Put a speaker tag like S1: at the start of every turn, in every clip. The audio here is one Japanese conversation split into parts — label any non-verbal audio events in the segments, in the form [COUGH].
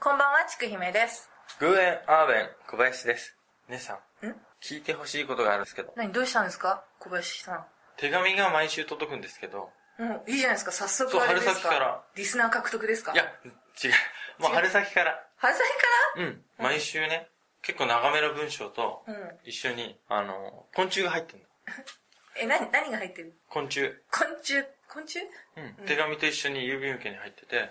S1: こんばんは、ちくひめです。
S2: 偶然アーベン小林です。姉さん、
S1: ん
S2: 聞いてほしいことがあるんですけど、
S1: 何、どうしたんですか小林さん。
S2: 手紙が毎週届くんですけど、
S1: うん、いいじゃないですか。早
S2: そう
S1: 速あれですか。
S2: 春先から
S1: リスナー獲得ですか
S2: いや、違う。もう春先から、
S1: 春先か
S2: うん、毎週ね、結構長めの文章と、
S1: らうん。
S2: 一緒に、あの、昆虫が入ってるの。
S1: え、何、何が入ってる
S2: 昆虫。
S1: 昆虫、昆虫
S2: うん。手紙と一緒に郵便受けに入ってて、
S1: うん。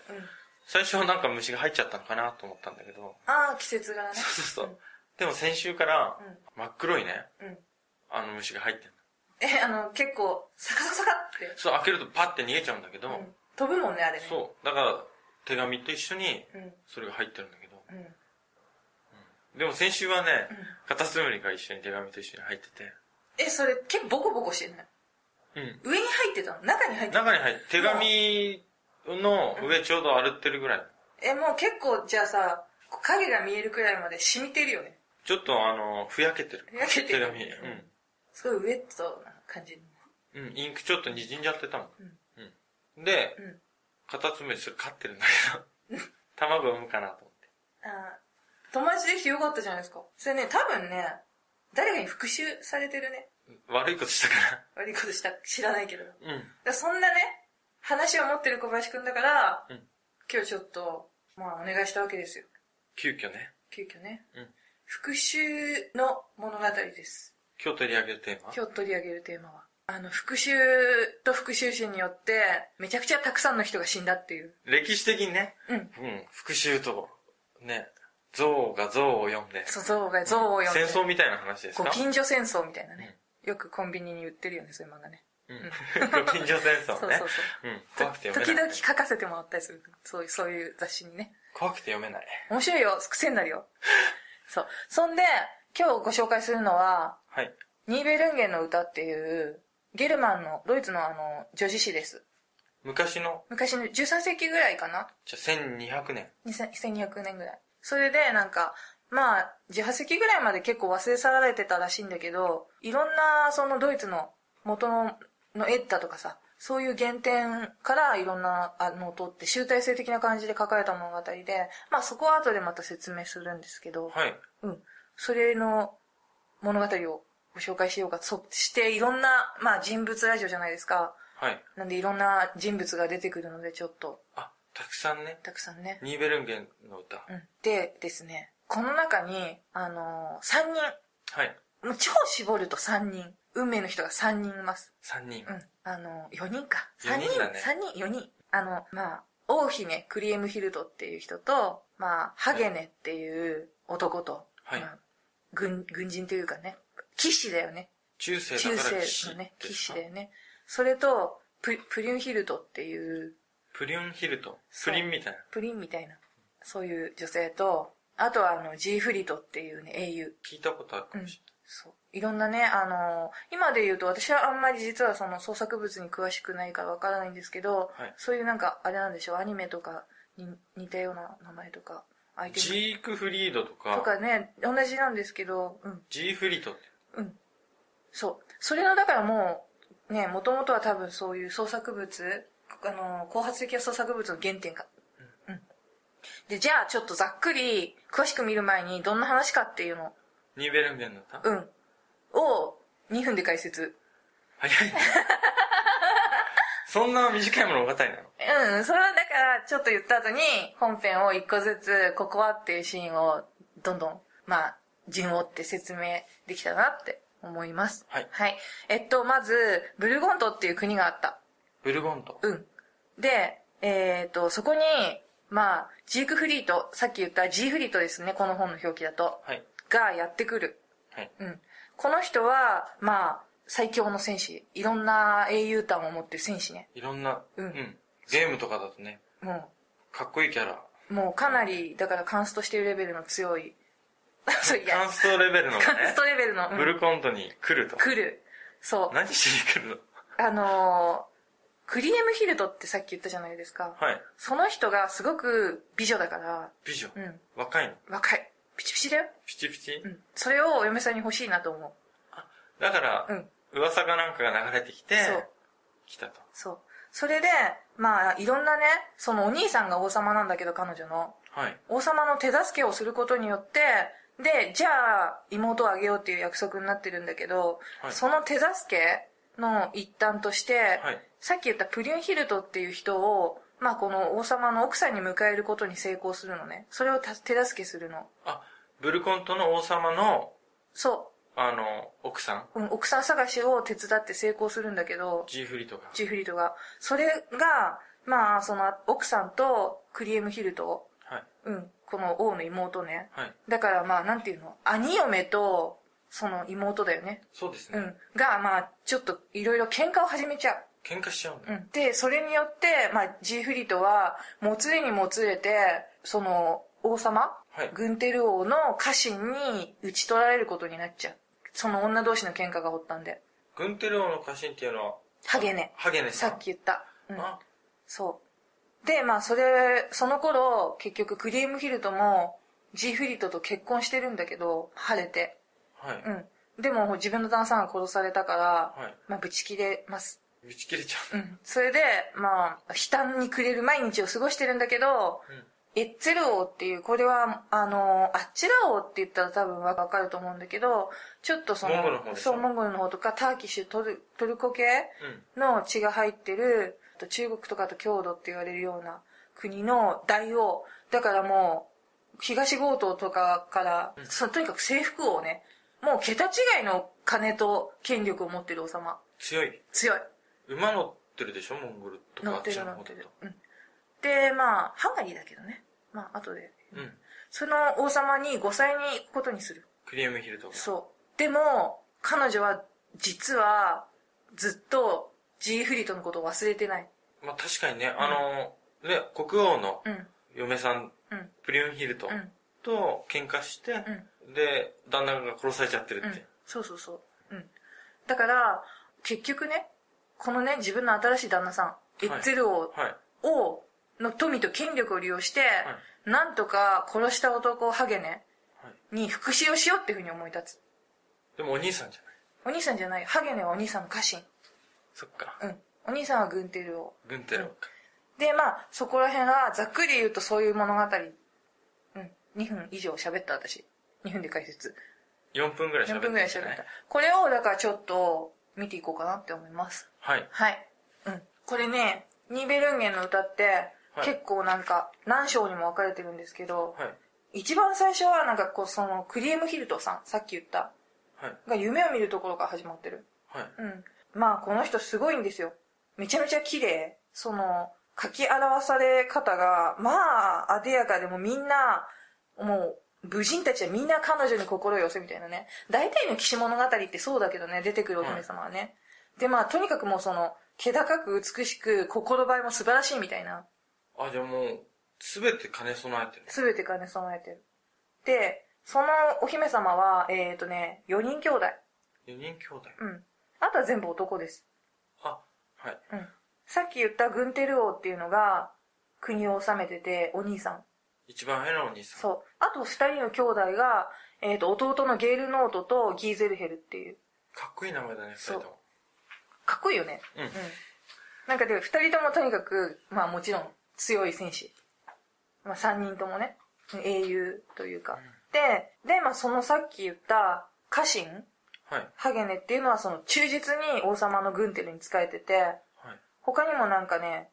S2: 最初はなんか虫が入っちゃったのかなと思ったんだけど、
S1: ああ、季節柄ね。
S2: そうそうそう。でも先週から
S1: ん、
S2: 真っ黒いね、
S1: うん。
S2: あの虫が入ってるの。
S1: え、あの、結構、サカサカサカって。
S2: そう、開けるとパッて逃げちゃうんだけど、
S1: うん。飛ぶもんね、あれね。
S2: そう。だから、手紙と一緒に、
S1: う。ん。
S2: それが入ってるんだけど。
S1: うん。
S2: でも先週はね
S1: うん、
S2: カタツムリが一緒に手紙と一緒に入ってて。
S1: え、それ、結構ボコボコしてない
S2: うん。
S1: 上に入ってたの中に入ってたの
S2: 中に入って、手紙の上ちょうど歩ってるぐらい。
S1: え、もう結構、じゃあさ、こう影が見えるくらいまで染みてるよね。
S2: ちょっとあの、ふやけてる。
S1: ふやけてる
S2: 手紙。
S1: すごいウェットな感じ。
S2: うん。うん、インクちょっと滲んじゃってたもん
S1: ん。
S2: うん。で
S1: うん、
S2: カタツムリそれ飼ってるんだけど、 [LAUGHS] 卵産むかなと思って。
S1: あー友達できてよかったじゃないですか。それね、多分ね、誰かに復讐されてるね。
S2: 悪いことしたか。
S1: 悪いことした、知らないけど。だから
S2: うん。
S1: らそんなね、話を持ってる小林くんだから、
S2: うん
S1: 今日ちょっと、まあお願いしたわけですよ。
S2: 急遽ね。
S1: 急遽ね。
S2: うん
S1: 復讐の物語です。
S2: 今日取り上げるテーマ。
S1: 今日取り上げるテーマは。あの、復讐と復讐心によって、めちゃくちゃたくさんの人が死んだっていう。
S2: 歴史的にね、
S1: うん。
S2: うん、復讐と、ね、憎悪が憎悪を読んで、
S1: そう、像が、像を読んで。
S2: 戦争みたいな話です
S1: ご
S2: か
S1: 近所戦争みたいなね。よくコンビニに売ってるよね、そういう漫画ね。
S2: うん [LAUGHS] ご近所戦
S1: そう
S2: 争
S1: そう
S2: ね
S1: そう。。
S2: うん、
S1: と
S2: 怖くて読
S1: 時
S2: めない
S1: 々。書かせてもらったりする。そういう、そういう雑誌にね。
S2: 怖くて読めない。
S1: 面白いよ。癖になる
S2: [LAUGHS]
S1: よ。そう。そんで、今日ご紹介するのは、
S2: はい。
S1: ニーベルンゲンの歌っていう、ゲルマンの、ドイツのあの、女子詩です。
S2: 昔の、
S1: 昔の13世紀ぐらいかな
S2: じゃあ1200年。
S1: 2000 ?1200 年ぐらい。それで、なんか、まあ、18世紀ぐらいまで結構忘れ去られてたらしいんだけど、いろんな、そのドイツの元ののエッダとかさ、そういう原点からいろんなあのを取って集大成的な感じで書かれた物語で、まあそこは後でまた説明するんですけど、
S2: はい。
S1: うん。それの物語をご紹介しようかとして、いろんな、まあ人物ラジオじゃないですか。
S2: はい。
S1: なんでいろんな人物が出てくるので、ちょっと、
S2: あ、たくさんね。
S1: たくさんね。
S2: ニーベルンゲンの歌。
S1: うんでですね、この中に、あのー、3人、
S2: はい。
S1: もう超絞ると3人、運命の人が3人います。
S2: 3人
S1: う。ん。あのー、4人か。
S2: 4
S1: 3
S2: 人
S1: 人、
S2: だね
S1: 三人、4人。あの、まあ、王姫クリエムヒルトっていう人と、まあ、ハゲネっていう男と、
S2: はい
S1: まあ軍、軍人というかね、騎士だよね。
S2: 中世
S1: 中
S2: だから騎
S1: 世
S2: 士
S1: のね、
S2: で
S1: 騎
S2: す
S1: 士
S2: か。
S1: だよね。それと、ププリュンヒルトっていう、
S2: プリュンヒルト。プ
S1: そう
S2: リンみたいな。
S1: プリンみたいな、そういう女性と、あとはあの、ジーフリトっていうね、英雄。
S2: 聞いたことあるかもし
S1: そう。いろんなね、あの今で言うと私はあんまり実はその創作物に詳しくないからわからないんですけど、
S2: はい
S1: そういうなんか、あれなんでしょう、アニメとかに似たような名前とか、ア
S2: れ
S1: イ
S2: な
S1: テ
S2: い。ジ
S1: ム
S2: ークフリードと
S1: と
S2: か、
S1: かね、同じなんですけど、うん、
S2: ジーフリトって。
S1: うん。そう。それの、だからもう、ね、もともとは多分そういう創作物、あの後発的な創作物の原点か。うん。で、じゃあちょっとざっくり、詳しく見る前にどんな話かっていうの、
S2: ニーベルンゲンの歌
S1: うん、を2分で解説。[LAUGHS]
S2: 早い。そんな短い物語なの
S1: うん、それはだから、ちょっと言った後に、本編を一個ずつ、ここはっていうシーンを、どんどん、まあ、順を追って説明できたなって思います。
S2: はい
S1: はい。えっと、まず、ブルゴントっていう国があった。
S2: ブルゴント。
S1: うん。で、えっと、そこに、まあ、ジークフリート、さっき言ったジーフリートですね、この本の表記だと、
S2: はい。
S1: がやってくる。
S2: はい。
S1: うん。この人は、まあ、最強の戦士。いろんな英雄譚を持ってる戦士ね。
S2: いろんな、
S1: うん
S2: ゲームとかだとね、
S1: もう、
S2: かっこいいキャラ。
S1: もうかなり、だからカンストしてるレベルの強い。 [LAUGHS] そうい
S2: カ
S1: や
S2: ン、ストレベルのね、
S1: カンストレベルの、うん
S2: ブルコントに来ると。
S1: 来る。そう。
S2: 何しに来るの
S1: あのークリエムヒルトってさっき言ったじゃないですか。
S2: はい。
S1: その人がすごく美女だから、
S2: 美女。
S1: うん、
S2: 若いの。
S1: 若い。ピチピチだよ。
S2: ピチピチ、
S1: うん。それをお嫁さんに欲しいなと思
S2: だから、
S1: う。うん。
S2: 噂かなんかが流れてきて
S1: そう、
S2: 来たと。
S1: そう。それで、まあ、いろんなね、そのお兄さんが王様なんだけど、彼女の。
S2: はい。
S1: 王様の手助けをすることによってでじゃあ妹をあげようっていう約束になってるんだけど、
S2: はい
S1: その手助けの一端として、
S2: はい。
S1: さっき言ったプリュンヒルトっていう人を、まあ、この王様の奥さんに迎えることに成功するのねそれをた手助けするの
S2: あ、ブルコントの王様の、
S1: そ
S2: あの、奥さん、
S1: う、うん、奥さん探しを手伝って成功するんだけど
S2: ジーフリとか。
S1: ジーフリートがそれがまあその奥さんとクリエムヒルト
S2: はい。
S1: うんこの王の妹ね
S2: はい。
S1: だからまあなんていうの兄嫁とその妹だよね
S2: そうですね。
S1: うんがまあちょっといろいろ喧嘩を始めちゃう
S2: 喧嘩しちゃうんだ。
S1: うん、で、それによって、まあ、ジーフリートは、もつれにもつれて、その、王様、
S2: はい。
S1: グンテル王の家臣に討ち取られることになっちゃう。その女同士の喧嘩がおったんで。
S2: グンテル王の家臣っていうのは、
S1: ハゲネ。
S2: ハゲネ
S1: さ
S2: さん。
S1: っき言った。うん、
S2: あ、
S1: そう。で、まあ、それ、その頃、結局、クリームヒルトも、ジーフリートと結婚してるんだけど、晴れて。
S2: はい。
S1: うん。でも、自分の旦那さんが殺されたから、
S2: はい。
S1: まあ、ぶち切れます。
S2: 打ち切れちゃ
S1: うん、それで、まあ、悲嘆に暮れる毎日を過ごしてるんだけど、
S2: う。うん。
S1: エッツェル王っていう、これは、あの、あっちら王って言ったら多分わかると思うんだけど、ちょっとその、
S2: モンゴルの方でしょ
S1: そう、モンゴルの方とか、ターキッシュ、トルトルコ系
S2: うん。
S1: の血が入ってる、あと中国とかと郷土って言われるような国の大王。だからもう、東強盗とかから、
S2: うん
S1: そのとにかく征服王ね、もう桁違いの金と権力を持ってる王様。
S2: 強い。
S1: 強い。
S2: 馬乗ってるでしょ、モンゴルとか。
S1: 乗って
S2: あ
S1: る乗
S2: ちの
S1: っ
S2: 方
S1: て
S2: だ
S1: る
S2: と。
S1: うん。で、まあ、ハンガリーだけどね。まあ、後で。
S2: うん。
S1: その王様に5歳に行くことにする。
S2: クリームヒルとか。
S1: そう。でも、彼女は、実は、ずっと、ジーフリートのことを忘れてない。
S2: まあ確かにね、あの、ね、国王の
S1: うん。
S2: 嫁さん、
S1: うん。
S2: プリュンヒルト
S1: うん。
S2: と喧嘩して、
S1: うん。
S2: で、旦那が殺されちゃってる
S1: う
S2: っ
S1: ん
S2: て。。
S1: そうそうそう。うん。だから、結局ね、このね、自分の新しい旦那さん、エ
S2: い
S1: ッツェル王
S2: はい。
S1: を、の富と権力を利用して、
S2: はい。
S1: なんとか殺した男をハゲネ
S2: はい。
S1: に復讐をしようっていうふうに思い立つ。
S2: でもお兄さんじゃない。
S1: お兄さんじゃない。ハゲネはお兄さんの家臣。
S2: そっか。
S1: うん。お兄さんは軍手領。
S2: 軍手のか。
S1: で、まあ、そこら辺は、ざっくり言うとそういう物語。うん。2分以上喋った私。2分で解説。
S2: 4分ぐらい喋った。
S1: 4分ぐらい喋った。。これを、だからちょっと、見ていこうかなって思います。
S2: はい。
S1: はい。うん。これね、ニーベルンゲンの歌って、
S2: はい
S1: 結構なんか、何章にも分かれてるんですけど、
S2: はい。
S1: 一番最初はなんかこう、その、クリームヒルトさん、さっき言った、
S2: はい。
S1: が夢を見るところから始まってる。
S2: はい。
S1: うん。まあ、この人すごいんですよ。めちゃめちゃ綺麗。その、書き表され方が、まあ、あでやかでもみんな、もう、武人たちはみんな彼女に心を寄せみたいなね。大体の騎士物語ってそうだけどね、出てくるお姫様はね。で、まあ、とにかくもうその、気高く美しく、心映えも素晴らしいみたいな。
S2: あ、じゃあもう、すべて兼ね備えてる。
S1: すべて兼ね備えてる。で、そのお姫様は、えっ、ー、とね、4人兄弟。
S2: 4人兄弟。
S1: うん。あとは全部男です。
S2: あ、はい。
S1: うんさっき言ったグンテル王っていうのが国を治めててお兄さん
S2: 一番偉いのお兄さん。
S1: そうあと二人の兄弟が、えー、と弟のゲールノートとギーゼルヘルっていう
S2: かっこいい名前だね、二人とも。
S1: かっこいいよね
S2: うん
S1: うんなんかで二人ともとにかくまあもちろん強い戦士、まあ、三人ともね英雄というか、
S2: うん
S1: でで、まあ、そのさっき言った家臣
S2: はい。
S1: ハゲネっていうのはその忠実に王様のグンテルに仕えてて
S2: はい。
S1: 他にもなんかね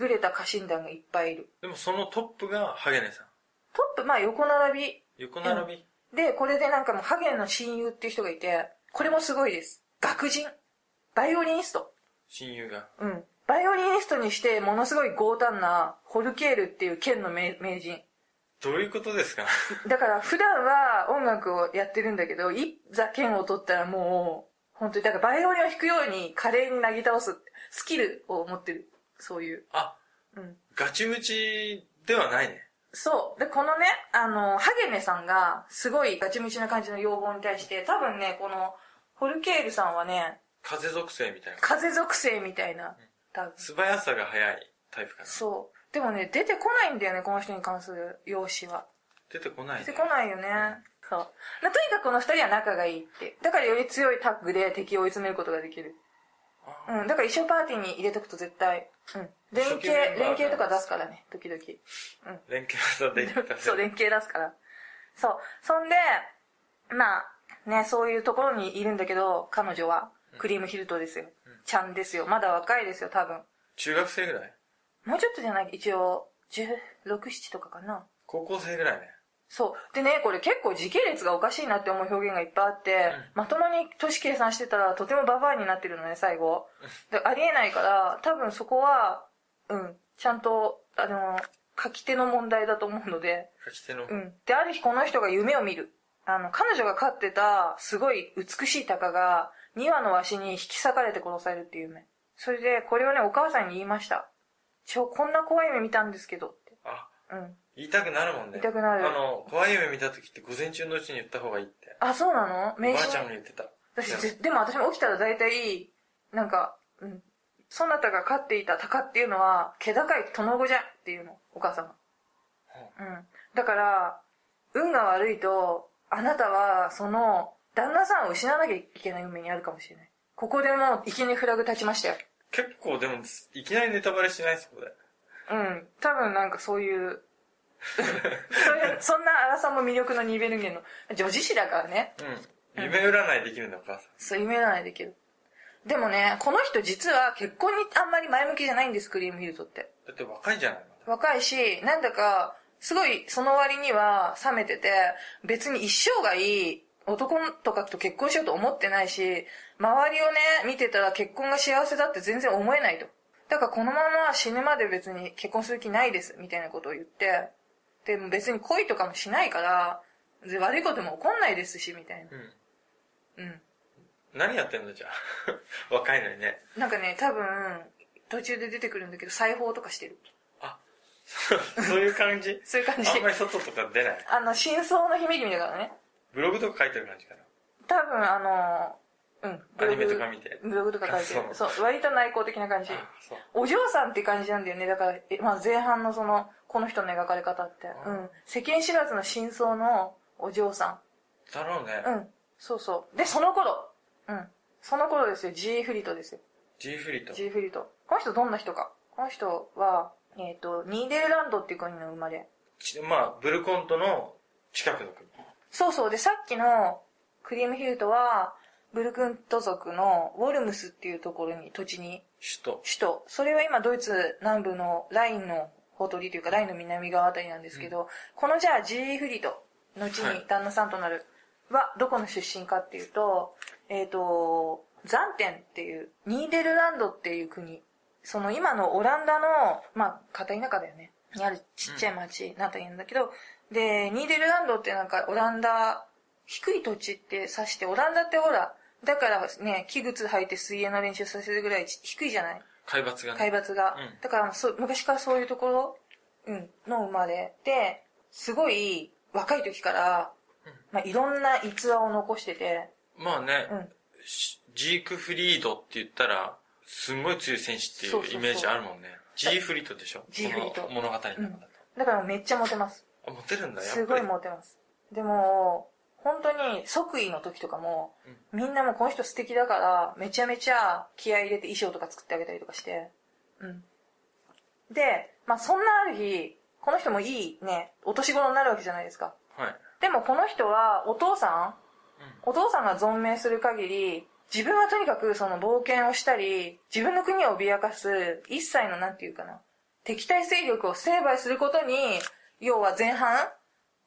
S1: 優れた家臣団がいっぱいいる
S2: でもそのトップがハゲネさん。
S1: トップ、まあ横並び。
S2: 横並び。
S1: で、これでなんかもうハゲンの親友っていう人がいて、これもすごいです。学人。バイオリニスト。
S2: 親友が。
S1: うん。バイオリニストにしてものすごい豪胆なホルケールっていう剣の名名人。
S2: どういうことですか
S1: だから普段は音楽をやってるんだけど、いざ剣を取ったらもう、本当に、だからバイオリンを弾くように華麗になぎ倒すスキルを持ってる。そういう。
S2: あ、
S1: うん。
S2: ガチムチではないね。
S1: そう。で、このね、あの、ハゲネさんが、すごいガチムチな感じの要望に対して、多分ね、この、ホルケールさんはね、
S2: 風属性みたいな。
S1: 風属性みたいな、多分。
S2: 素早さが早いタイプかな。
S1: そう。でもね、出てこないんだよね、この人に関する容姿は。
S2: 出てこない
S1: 出
S2: ね。
S1: てこないよね。そう。なとにかくこの二人は仲がいいって。だからより強いタッグで敵を追い詰めることができる。
S2: あ
S1: うん、だから衣装パーティーに入れとくと絶対、うん、連
S2: 一緒系
S1: 携
S2: メンバーだ
S1: 連携とか出すからね時々
S2: ー連携技で出せ
S1: そう
S2: る
S1: 連携出すからそうそんでまあねそういうところにいるんだけど彼女はクリームヒルトですよ、ちゃんですよまだ若いですよ多分
S2: 中学生ぐらい
S1: もうちょっとじゃない一応1617とかかな
S2: 高校生ぐらいね
S1: そうでねこれ結構時系列がおかしいなって思う表現がいっぱいあって、まともに年計算してたらとてもババアになってるのね最後でありえないから多分そこはうんちゃんとあの書き手の問題だと思うので
S2: 書き手の
S1: うん。で、ある日この人が夢を見る。あの、彼女が飼ってた、すごい美しい鷹が、2羽のワシに引き裂かれて殺されるっていう夢。それで、これをね、お母さんに言いました。ちょ、こんな怖い夢見たんですけど、って。
S2: あ
S1: うん。
S2: 言いたくなるもんね
S1: 言いたくなる
S2: あの怖い夢見た時って午前中のうちに言った方がいいって
S1: あ、そうなの
S2: おば
S1: 名
S2: あ
S1: 刺
S2: ちゃん
S1: に
S2: も言ってた
S1: 私ぜ、でも私も起きたら大体、なんか、うん。そなたが飼っていた鷹っていうのは、気高い殿子じゃんっていうの、お母さんが。うん。だから、運が悪いと、あなたは、その、旦那さんを失わなきゃいけない運命にあるかもしれない。ここでもう、いきにフラグ立ちましたよ。
S2: 結構でもいきなりネタバレしないそこで
S1: うん。多分なんかそういう、 [LAUGHS] そういう、そんな荒さも魅力のニベルゲンの、女子誌だからね。
S2: うん夢占いできるんだお母さん
S1: そう、夢占いできる。でもね、この人実は結婚にあんまり前向きじゃないんです、クリームヒルトって。
S2: だって若いじゃない
S1: 若いし、なんだか、すごい、その割には冷めてて、別に一生がいい男とかと結婚しようと思ってないし、周りをね、見てたら結婚が幸せだって全然思えないと。だからこのまま死ぬまで別に結婚する気ないです、みたいなことを言って、で、別に恋とかもしないから、で悪いことも起こんないですし、みたいな。
S2: うん
S1: うん。
S2: 何やってんのじゃ [LAUGHS] あ若いのにね [LAUGHS]
S1: なんかね、多分、途中で出てくるんだけど、裁縫とかしてる。
S2: あそうそういう感
S1: [LAUGHS]
S2: じ
S1: そういう感じ
S2: あん。まり外とか出ない
S1: あの、真相の姫君だからね。
S2: ブログとか書いてる感じかな
S1: 多分あのうんブ
S2: ア
S1: ロ
S2: ニ
S1: グ
S2: メとか見て
S1: ブログとか書いてる
S2: そ
S1: そう割と内向的な感じ
S2: あそう
S1: お嬢さんって感じなんだよねだから、えまあ、前半のそのこの人の描かれ方って
S2: あ
S1: うん世間知らずの真相のお嬢さ
S2: だろうね、
S1: んうんそうそうでその頃うんその頃ですよ G フリートですよ
S2: G フリート
S1: G フリートこの人どんな人かこの人はえっ、とニーデルランドっていう国の生まれ
S2: ちまあブルコントの近くの国
S1: そうそう。で、さっきのクリームヒルトは、ブルクント族のウォルムスっていうところに、土地に、
S2: 首都
S1: 首都。それは今ドイツ南部のラインのほとりというか、ラインの南側あたりなんですけど、このじゃあ G フリート、後
S2: はい
S1: に旦那さんとなる、は、どこの出身かっていうと、えっ、と、ザンテンっていう、ニーデルランドっていう国。その今のオランダの、まあ、片田舎だよね。にあるちっちゃい町なんて言うんだけど、で、ニーデルランドってなんかオランダ、低い土地って指して、オランダってほら、だからね、木靴履いて水泳の練習させるぐらいち低いじゃない
S2: 海抜がね
S1: 海抜が。
S2: うん
S1: だからそう昔からそういうところ、うん、の生まれで、すごい若い時から、まあ、いろんな逸話を残してて、
S2: まあね、
S1: うん
S2: しジークフリードって言ったらすんごい強い選
S1: そう
S2: 手っ
S1: そう
S2: て
S1: そ
S2: いう
S1: う
S2: イメージあるもんね G フリートでしょ
S1: G フリート
S2: この物語の中だと、
S1: だからめっちゃモテます。
S2: あモテるんだやっぱ
S1: す
S2: り
S1: ごいモテます。でも、本当に即位の時とかも、みんなもうこの人素敵だから、めちゃめちゃ気合い入れて衣装とか作ってあげたりとかして、うん。で、まあそんなある日、この人もいいね、お年頃になるわけじゃないですか。
S2: はい
S1: でもこの人はお父さん、お父さんが存命する限り、自分はとにかくその冒険をしたり、自分の国を脅かす一切のなんていうかな、敵対勢力を成敗することに、要は前半、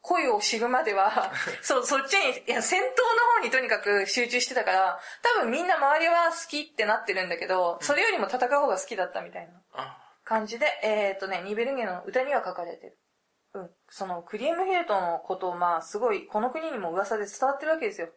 S1: 恋を知るまでは、そう、そっちに、いや、戦闘の方にとにかく集中してたから、多分みんな周りは好きってなってるんだけど、それよりも戦う方が好きだったみたいな。
S2: あ
S1: 感じで、えっ、とね、ニベルンゲの歌には書かれてる。うん。その、クリームヒルトのことを、まあ、すごい、この国にも噂で伝わってるわけですよ。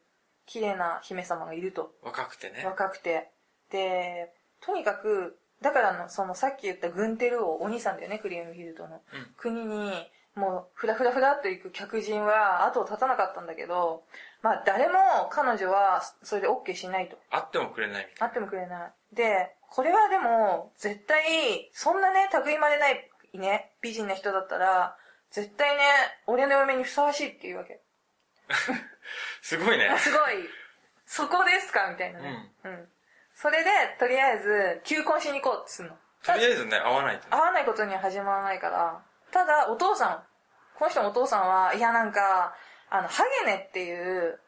S1: 綺麗な姫様がいると。
S2: 若くてね
S1: 若くて。で、とにかく、だからの、その、さっき言ったグンテル王、お兄さんだよね、クリームヒルトの。
S2: うん
S1: 国に、もう、ふらふらふらっと行く客人は、後を絶たなかったんだけど、まあ、誰も彼女は、それで OK しないと。
S2: 会ってもくれないみた
S1: あってもくれない。で、これはでも、絶対、そんなね、類まれない、ね、美人な人だったら、絶対ね、俺の嫁にふさわしいっていうわけ。
S2: いなすごいね
S1: すごい、そこですかみたいなね。うん。それで、とりあえず、求婚しに行こうってすんの。
S2: とりあえずね、会わないとね。
S1: 会わないことには始まらないから。ただ、お父さん、この人のお父さんは、いやなんか、あの、ハゲネっていう、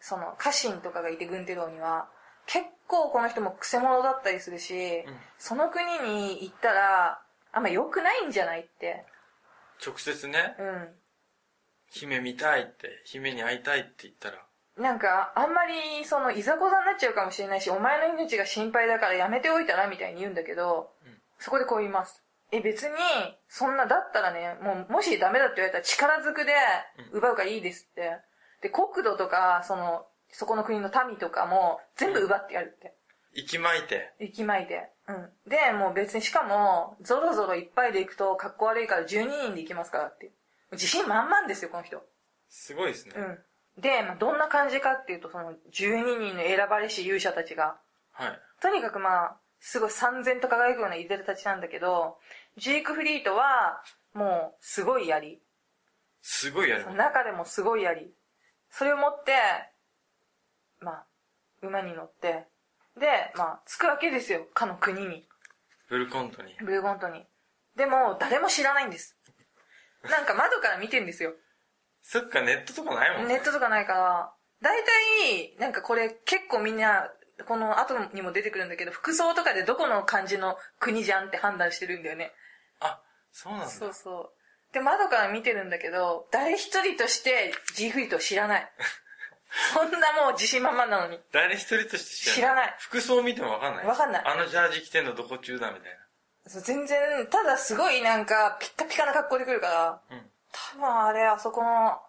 S1: その、家臣とかがいて、軍手道には、結構この人もクセ者だったりするし、
S2: うん
S1: その国に行ったら、あんま良くないんじゃないって。
S2: 直接ね、
S1: うん。
S2: 姫見たいって、姫に会いたいって言ったら、
S1: なんか、あんまり、その、いざこざになっちゃうかもしれないし、お前の命が心配だからやめておいたら、みたいに言うんだけど、
S2: うん
S1: そこでこう言います。え、別に、そんな、だったらね、もう、もしダメだって言われたら力ずくで、奪うからいいですって。で、国土とか、その、そこの国の民とかも、全部奪ってやるって。
S2: 息巻いて、
S1: 駅前で。うん。で、もう別に、しかも、ゾロゾロいっぱいで行くと、格好悪いから12人で行きますからって。もう自信満々ですよ、この人。
S2: すごいですね。
S1: うん。で、まあ、どんな感じかっていうと、その12人の選ばれし勇者たちが、
S2: はい。
S1: とにかくまあ、すごい三千と輝くようないでたちなんだけど、ジークフリートは、もう、すごい槍。
S2: すごいやる
S1: その。中でもすごい槍。それを持って、まあ、馬に乗って、で、まあ、着くわけですよ、かの国に。
S2: ブルコントに。
S1: ブルゴントに。でも、誰も知らないんです。なんか窓から見てんですよ。
S2: そっか、ネットとかないもんね。
S1: ネットとかないから、大体、なんかこれ結構みんな、この後にも出てくるんだけど、服装とかでどこの感じの国じゃんって判断してるんだよね。
S2: あ、そうなんだ。
S1: そうそう。で、窓から見てるんだけど、誰一人としてジーフリートを知ら [LAUGHS] ない。そんなもう自信満々なのに。
S2: 誰一人として知
S1: 知ら
S2: らない。
S1: ない
S2: 服装見てもわかんない。
S1: わかんない
S2: あのジャージ着てんのどこ中だみたい
S1: そう全然、ただすごいなんか、ピッカピカな格好で来るから、
S2: な。うん。
S1: 多分あれ、あそこの、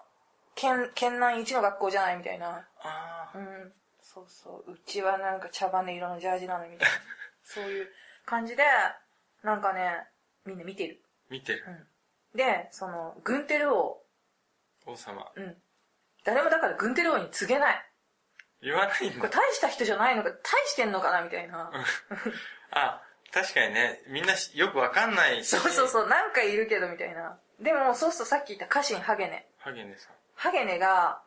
S1: 県、県南一の学校じゃないみたいな。
S2: あ
S1: うん、そうそう。うちはなんか茶羽色のジャージなのみたい
S2: [LAUGHS]
S1: な。そういう感じで、なんかね、みんな見てる。
S2: ー、見てる
S1: う。ん。で、その、グンテル王。
S2: 王様。
S1: うん。誰もだからグンテル王に告げない。
S2: 言わないん
S1: これ
S2: だ。
S1: 大した人じゃないのか、大してんのかなみたいな。
S2: あ、確かにね、みんなしよくわかんないし。
S1: そうそう
S2: う。
S1: そう、なんかいるけどみたいな。でも、そうするとさっき言った家臣ハゲネ。
S2: ハゲネさん。
S1: ハゲネが、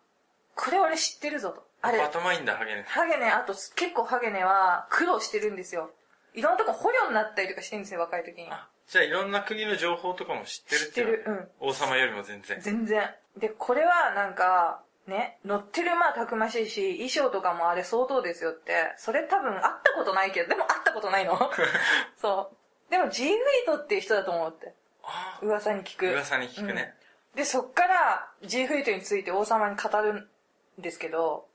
S1: これ俺知ってるぞと。あれ、
S2: 頭いいんだ、ハゲネさ
S1: ハ
S2: ん。
S1: ゲネ、あと結構ハゲネは苦労してるんですよ。いろんなとこ捕虜になったりとかしてるんですよ、若い時に。
S2: あ、じゃあいろんな国の情報とかも知ってるっていう、
S1: 知ってるうん。
S2: 王様よりも全然。
S1: 全然。で、これはなんか、ね、乗ってる馬はたくましいし、衣装とかもあれ相当ですよって、それ多分会ったことないけど、でも会ったことないのそう。でも G フリートっていう人だと思うって。
S2: ああ、
S1: 噂に聞く。
S2: 噂に聞くね。
S1: で、そっから G フリートについて王様に語るんですけど、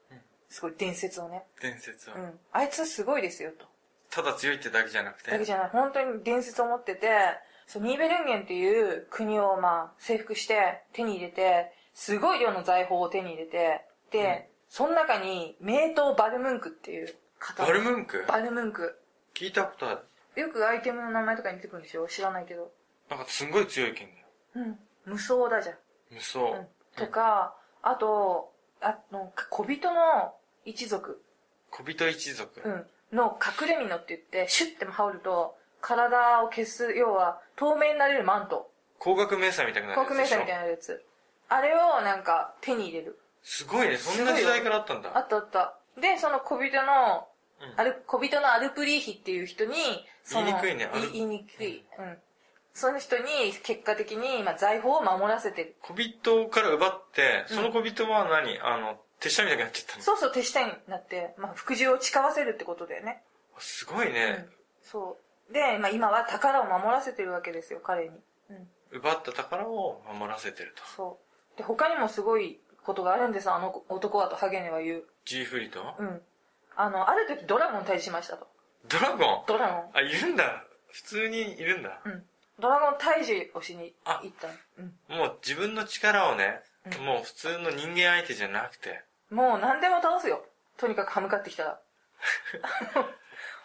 S1: すごい伝説をね。
S2: 伝説を、
S1: うん。あいつすごいですよ、と。
S2: ただ強いってだけじゃなくて。
S1: だけじゃない、本当に伝説を持ってて、そうニーベルンゲンっていう国をまあ征服して手に入れて、すごい量の財宝を手に入れて、で、
S2: うん
S1: その中に名刀バルムンクっていう方。
S2: バルムンク
S1: バルムンク。
S2: 聞いたことある。
S1: よくアイテムの名前とかに出てくるんでしょ知らないけど。
S2: なんかすんごい強い剣だよ。
S1: うん。無双だじゃん。
S2: 無双。
S1: うん。とか、あと、あの、小人の一族。
S2: 小人一族。
S1: うん。の隠れ身のって言って、シュッて羽織ると、体を消す、要は、透明になれるマント。
S2: 高額明細みたいなやつでし
S1: 航
S2: ょ。
S1: 空名車みたいなやつあれをなんか手に入れる
S2: すごいね。そんな時代からあったん
S1: あ
S2: だ。
S1: ったあったでその小人の
S2: うん
S1: アル小人のアルプリーヒっていう人にその
S2: 言いにくいねアル
S1: 言いにくい、うん、その人に結果的に、まあ、財宝を守らせてる
S2: 小人から奪って、その小人は何、あの、手下みたいになっちゃったの。
S1: そうそう手下になって、まあ、服従を誓わせるってことだよね、
S2: すごいうね
S1: ん、、そうで、まあ、今は宝を守らせてるわけですよ彼に、うん、
S2: 奪った宝を守らせてると。
S1: そうで他にもすごいことがあるんですあの男はとハゲネは言う
S2: ジーフリート、
S1: うんあのある時ドラゴン退治しましたと
S2: ドラゴン
S1: ドラゴン
S2: あ、いるんだ。普通にいるんだ。
S1: うん。ドラゴン退治をしに
S2: あ
S1: 行ったの。うん。
S2: もう自分の力をね、
S1: うん
S2: もう普通の人間相手じゃなくて、
S1: もう何でも倒すよ。とにかく歯向かってきたら。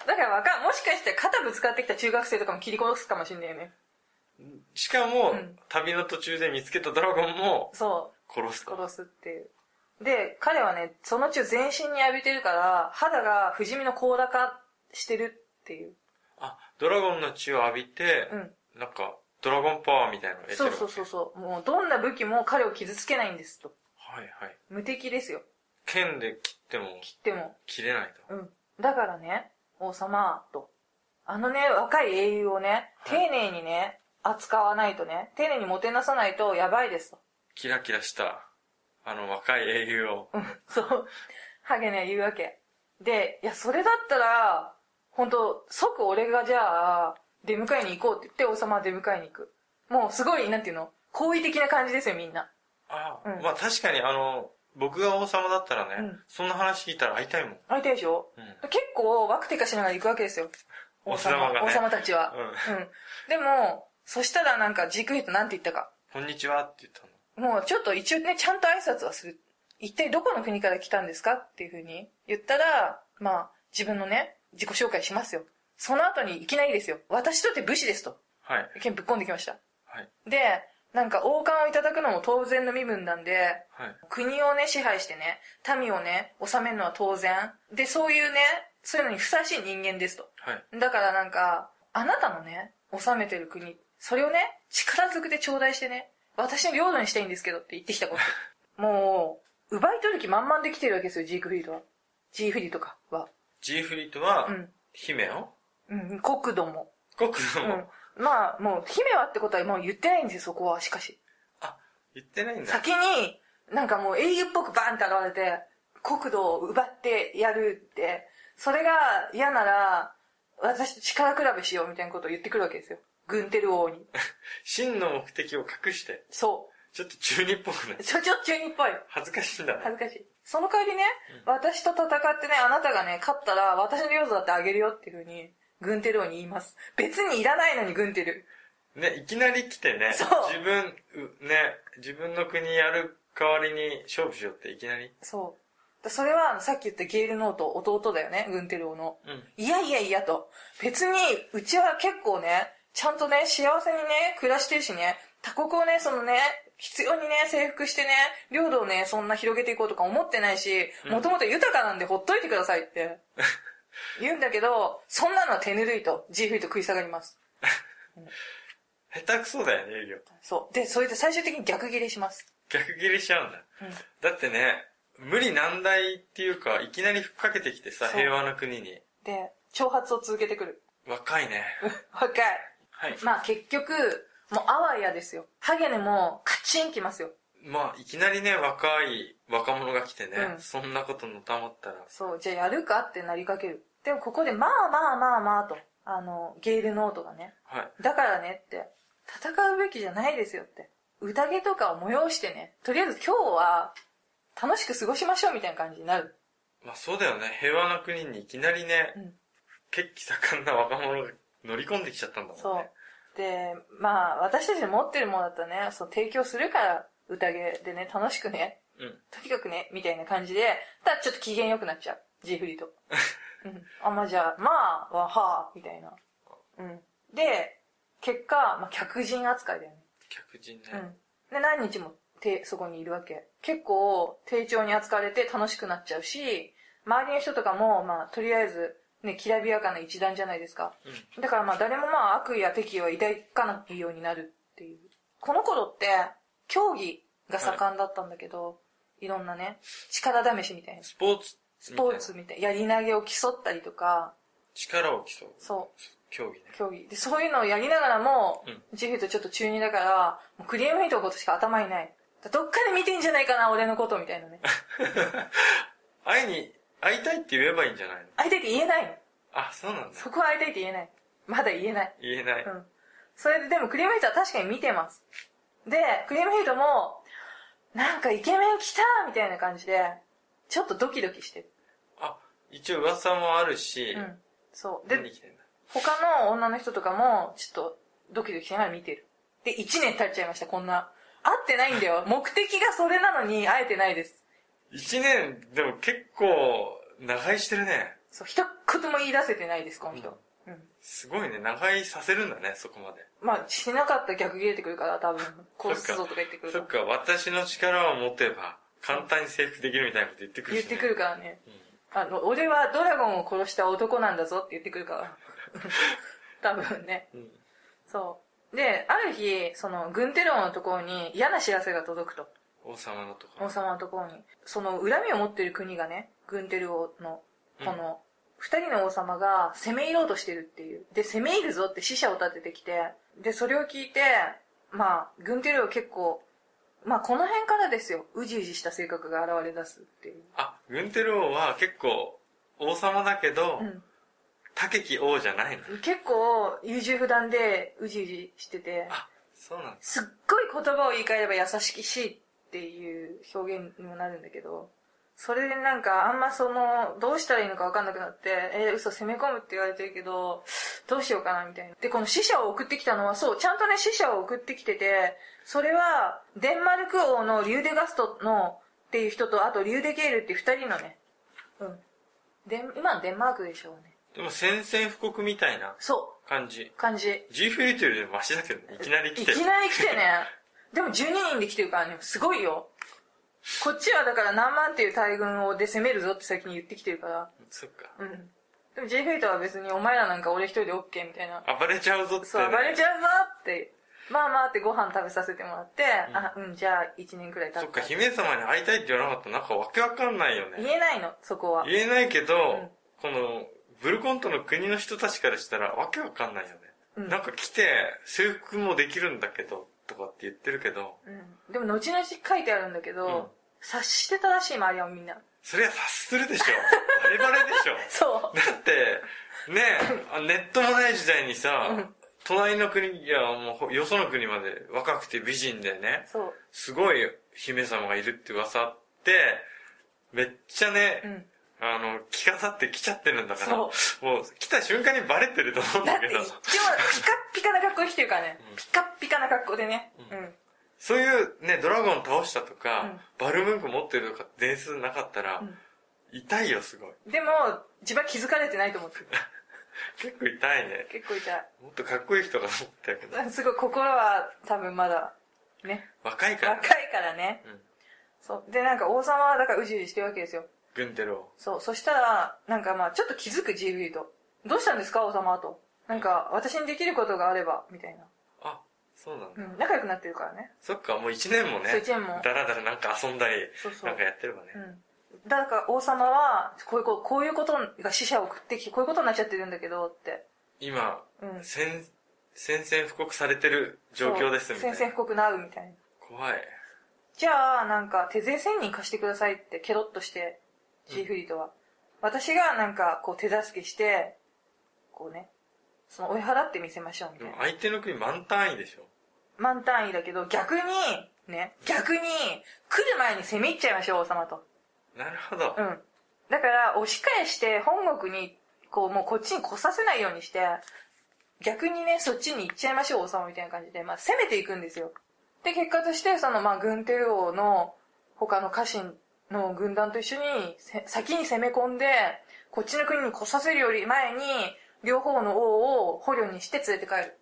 S1: だからわかん、もしかして肩ぶつかってきた中学生とかも切り殺すかもしんないよね。
S2: しかも、
S1: うん
S2: 旅の途中で見つけたドラゴンも
S1: そ
S2: 殺す
S1: う。
S2: と。
S1: 殺すっていう。で、彼はね、そのうち全身に浴びてるから、肌が不死身の甲高してるっていう。
S2: あ、ドラゴンの血を浴びて、
S1: うん。
S2: なんか、ドラゴンパワーみたいなのを得てる
S1: そ
S2: わ
S1: う
S2: け
S1: そうそうそう。もうどんな武器も彼を傷つけないんですと。
S2: はいはい。
S1: 無敵ですよ。
S2: 剣で切っても
S1: 切っても。
S2: 切れないと。
S1: うん。だからね、王様、と。あのね、若い英雄をね、丁
S2: はい
S1: 寧にね、扱わないとね、丁寧にもてなさないとやばいですと。 [LAUGHS]
S2: キラキラした、あの若い英雄を。
S1: うんそう、ハゲね、言うわけ。で、いや、それだったら、本当即俺がじゃあ、出迎えに行こうって言って、王様は出迎えに行く。もうすごい、なんていうの好意的な感じですよ、みんな。
S2: ああ、
S1: うん
S2: まあ確かにあの、僕が王様だったらね、
S1: うん
S2: そんな話聞いたら会いたいもん。
S1: 会いたいでしょ
S2: うん。
S1: 結構、ワクテカしながら行くわけですよ。
S2: 王様がね
S1: 王様たちは。
S2: うん
S1: うん。でも、そしたらなんか、ジークヘッドなんて言ったか。
S2: こんにちはって言ったの。
S1: もうちょっと一応ね、ちゃんと挨拶はする。一体どこの国から来たんですかっていうふうに言ったら、まあ、自分のね、自己紹介しますよ。その後にいきなりですよ。私とって武士ですと。
S2: はい。
S1: 意見ぶっ込んできました。
S2: はい。
S1: で、なんか王冠をいただくのも当然の身分なんで、
S2: はい。
S1: 国をね、支配してね、民をね、治めるのは当然。で、そういうね、そういうのにふさわしい人間ですと。
S2: はい。
S1: だからなんか、あなたのね、治めてる国、それをね、力ずくで頂戴してね、私の領土にしたいんですけどって言ってきたこと。もう、奪い取る気満々できてるわけですよ、ジークフリードは。ジーフリーとかは。
S2: ジーフリートは、
S1: うん。
S2: 姫を
S1: うん、国土も。
S2: 国
S1: う
S2: 土も、
S1: ん。まあ、もう、姫はってことはもう言ってないんですよ、そこは、しかし。
S2: あ、言ってないんだ。
S1: 先に、なんかもう英雄っぽくバンって現れて、国土を奪ってやるって、それが嫌なら、私と力比べしようみたいなことを言ってくるわけですよ。グンテル王に。
S2: 真の目的を隠して、
S1: そ。。
S2: ちょっと中二っぽくない
S1: [LAUGHS]
S2: う
S1: ちょ、ちょ、中二っぽい。
S2: 恥ずかしいんだね。
S1: 恥ずかしい。その代わりね、私と戦ってね、あなたがね、勝ったら、私の領土だってあげるよっていうふうに、グンテル王に言います。別にいらないのに、グンテル。
S2: ね、いきなり来てね、
S1: そう
S2: 自分、うね、自分の国やる代わりに勝負しようっていきなり。
S1: そう。だそれは、さっき言ったゲールノート、弟だよね、グンテル王の。
S2: うん。
S1: いやいやいやと。別に、うちは結構ね、ちゃんとね、幸せにね、暮らしてるしね、他国をね、そのね、必要にね、征服してね、領土をね、そんな広げていこうとか思ってないし、
S2: うん
S1: もともと豊かなんでほっといてくださいっ
S2: [LAUGHS]
S1: て。言うんだけど、そんなのは手ぬるいと、ジーフリーと食い下がります。
S2: 下手くそだよね、営業。
S1: そう。で、それで最終的に逆ギレします。
S2: 逆切れしちゃうんだ。
S1: うん
S2: だってね、無理難題っていうか、いきなり吹っかけてきてさ、
S1: そう
S2: 平和な国に。
S1: で、挑発を続けてくる。
S2: 若いね。
S1: 若い。
S2: はい。
S1: まあ結局、もうあわやですよ。ハゲネもカチンきますよ。
S2: まあ、いきなりね、若い若者が来てね、
S1: うん
S2: そんなことのたまったら、
S1: そう、じゃあやるかってなりかける。でもここで、まあまあまあまあと。あの、ゲールノートがね。
S2: はい。
S1: だからねって、戦うべきじゃないですよって。宴とかを催してね、とりあえず今日は楽しく過ごしましょうみたいな感じになる。
S2: まあそうだよね、平和な国にいきなりね、
S1: うん
S2: 血気盛んな若者が乗り込んできちゃったんだもんね。
S1: そう。で、まあ、私たちの持ってるものだったらね、そう、提供するから、宴でね、楽しくね、
S2: うん。
S1: とにかくね、みたいな感じで、ただちょっと機嫌良くなっちゃう。ジーフリーと。うん。あ、まあじゃあ、まあ、わはあ、みたいな。うん。で、結果、まあ、客人扱いだよね。
S2: 客人ね。
S1: うん。で、何日も、て、そこにいるわけ。結構、丁重に扱われて楽しくなっちゃうし、周りの人とかも、まあ、とりあえず、ね、きらびやかな一団じゃないですか。
S2: うん。
S1: だからまあ誰もまあ悪意や敵意は抱かないようになるっていう。この頃って、競技が盛んだったんだけど、い、ろんなね、力試しみたいな。
S2: スポーツ
S1: ス
S2: みたい
S1: ポ
S2: な。
S1: ーツみたいな。やり投げを競ったりとか、
S2: 力を競う。
S1: そ
S2: 競技ね。
S1: う、競技。で、そういうのをやりながらも、
S2: うん
S1: ジフィーとちょっと中二だから、もうクリームヒートのことしか頭にない。だどっかで見てんじゃないかな、俺のことみたいな
S2: [LAUGHS]
S1: ね。
S2: 会いに、会いたいって言えばいいんじゃないの
S1: 相手って言えないの。
S2: あ、そうなんだ。
S1: そこは相手って言えない。まだ言えない。
S2: 言えない。
S1: うん。それで、でもクリームヘイトは確かに見てます。で、クリームヘイトも、なんかイケメン来たみたいな感じで、ちょっとドキドキしてる。
S2: あ、一応噂もあるし、
S1: うん。そう。
S2: 見に
S1: で、
S2: 来てんだ。
S1: 他の女の人とかも、ちょっとドキドキしながら見てる。で、1年経っちゃいました、こんな。会ってないんだよ。目的がそれなのに会えてないです。
S2: 一年、でも結構、長居してるね。
S1: そう、一言も言い出せてないです、この人。うん。
S2: すごいね、長居させるんだね、そこまで。
S1: まあ、しなかったら逆切れてくるから、多分、殺すぞとか言ってくるか
S2: そ
S1: ら
S2: っ。か、私の力を持てば、簡単に征服できるみたいなこと言ってくる
S1: 言っ
S2: し、ね。
S1: てくるからね。
S2: うん。
S1: あの、俺はドラゴンを殺した男なんだぞって言ってくる [LAUGHS] から。多分ね。
S2: うん。
S1: そう。で、ある日、その、軍テロのところに嫌な知らせが届くと。
S2: 王様のとこ
S1: 王
S2: ろ。
S1: 様のところに。その、恨みを持ってる国がね、軍テロの、この、二人の王様が攻め入ろうとしてるっていう。で、攻め入るぞって死者を立ててきて、で、それを聞いて、まあ、軍手領結構、まあ、この辺からですよ。うじうじした性格が現れ出すっていう。
S2: あ、グンテル王は結構王様だけど、
S1: うん。
S2: 武木王じゃないの。
S1: 結構、優柔不断で、うじうじしてて、
S2: あ、そうなんです。
S1: すっごい言葉を言い換えれば優しいっていう表現にもなるんだけど、それでなんか、あんまその、どうしたらいいのかわかんなくなって、えー嘘攻め込むって言われてるけど、どうしようかなみたいな。で、この死者を送ってきたのは、そう、ちゃんとね、死者を送ってきてて、それは、デンマルク王のリューデガストの、っていう人と、あとリューデゲールっていう二人のね、うん。でん、今のデンマークでしょうね。
S2: でも宣戦布告みたいな
S1: そ
S2: 感じ
S1: う、。感じ。
S2: ジーフリートよりマシだけどね、いきなり来
S1: い
S2: て。
S1: きなり来てね。でも12人で来てるからね、すごいよ。こっちはだから何万っていう大軍をで攻めるぞって先に言ってきてるから。
S2: そっか。
S1: うん。でも J フェイトは別にお前らなんか俺一人で OK みたいな。
S2: 暴れちゃうぞって、ね。
S1: そう、暴れちゃうぞって。まあまあってご飯食べさせてもらって、あ、うん、じゃあ1年くらい経
S2: そっ
S1: っ
S2: か、
S1: た。
S2: 姫様に会いたいって言わなかったらなんかわけわかんないよね。
S1: 言えないの、そこは。
S2: 言えないけど、
S1: ん
S2: この、ブルコントの国の人たちからしたらわけわかんないよね。
S1: うん
S2: なんか来て、制服もできるんだけど、とかって言ってるけど、
S1: うん。でも後々書いてあるんだけど、
S2: うん
S1: 察してたらしい、周りはみんな。
S2: そりゃ察する
S1: [LAUGHS]
S2: でしょ。バレバレでしょ。
S1: そう。
S2: だって、ねあネットもない時代にさ、
S1: うん
S2: 隣の国、いや、もう、よその国まで若くて美人でね、
S1: そう。
S2: すごい姫様がいるって噂あって、めっちゃね、
S1: うん。
S2: あの、着飾って来ちゃってるんだから、
S1: そう
S2: もう来た瞬間にバレてると思うん
S1: だっ
S2: だ
S1: て
S2: け
S1: 一応
S2: ど
S1: ピ、カッピカな格好できてるからね、ピカッピカな格好でね、うん
S2: そういうね、ドラゴン倒したとか、
S1: うん
S2: バルムンク持ってるとか伝説なかったら、
S1: ん
S2: 痛いよ、すごい。
S1: でも自分は気づかれてないと思ってる
S2: 結構痛いね。
S1: 結構痛
S2: もっとかっこいい人かと思ったけど、
S1: いすごい心は多分まだね
S2: 若いから、
S1: 若い
S2: ね、
S1: からね、
S2: うん
S1: そうでなんか王様はだからうじうじしてるわけですよ
S2: グンテルを。
S1: そうそしたらなんかまあちょっと気づく GV と「どうしたんですか王様」と「なんか私にできることがあれば」みたいな、
S2: あ、そうなんだ。
S1: うん、仲良くなってるからね
S2: そっか、もう一年もね、
S1: そう一年も
S2: だらだらなんか遊んだり、
S1: そうそう
S2: なんかやってればね。
S1: うん、だから王様はこういうここういうことが死者を送ってきてこういうことになっちゃってるんだけどって、
S2: 今、
S1: うん、
S2: 宣宣戦布告されてる状況ですみたい
S1: そう宣戦
S2: な。
S1: 布告なうみたいな
S2: 怖い。
S1: じゃあなんか手税1000人貸してくださいってケロッとしてシーフリートは、私がなんかこう手助けしてこうねその追い払ってみせましょうみ
S2: で
S1: たい
S2: も
S1: な
S2: 相手の国満単位でしょ。
S1: 満単位だけど逆にね逆に来る前に攻め入っちゃいましょう王様と
S2: なるほど
S1: う。ん。だから、押し返して、本国に、こう、もうこっちに来させないようにして、逆にね、そっちに行っちゃいましょう、王様みたいな感じで、まあ、攻めていくんですよ。で、結果として、その、まあ、軍テル王の、他の家臣の軍団と一緒に、せ先に攻め込んで、こっちの国に来させるより前に、両方の王を捕虜にして連れて帰る。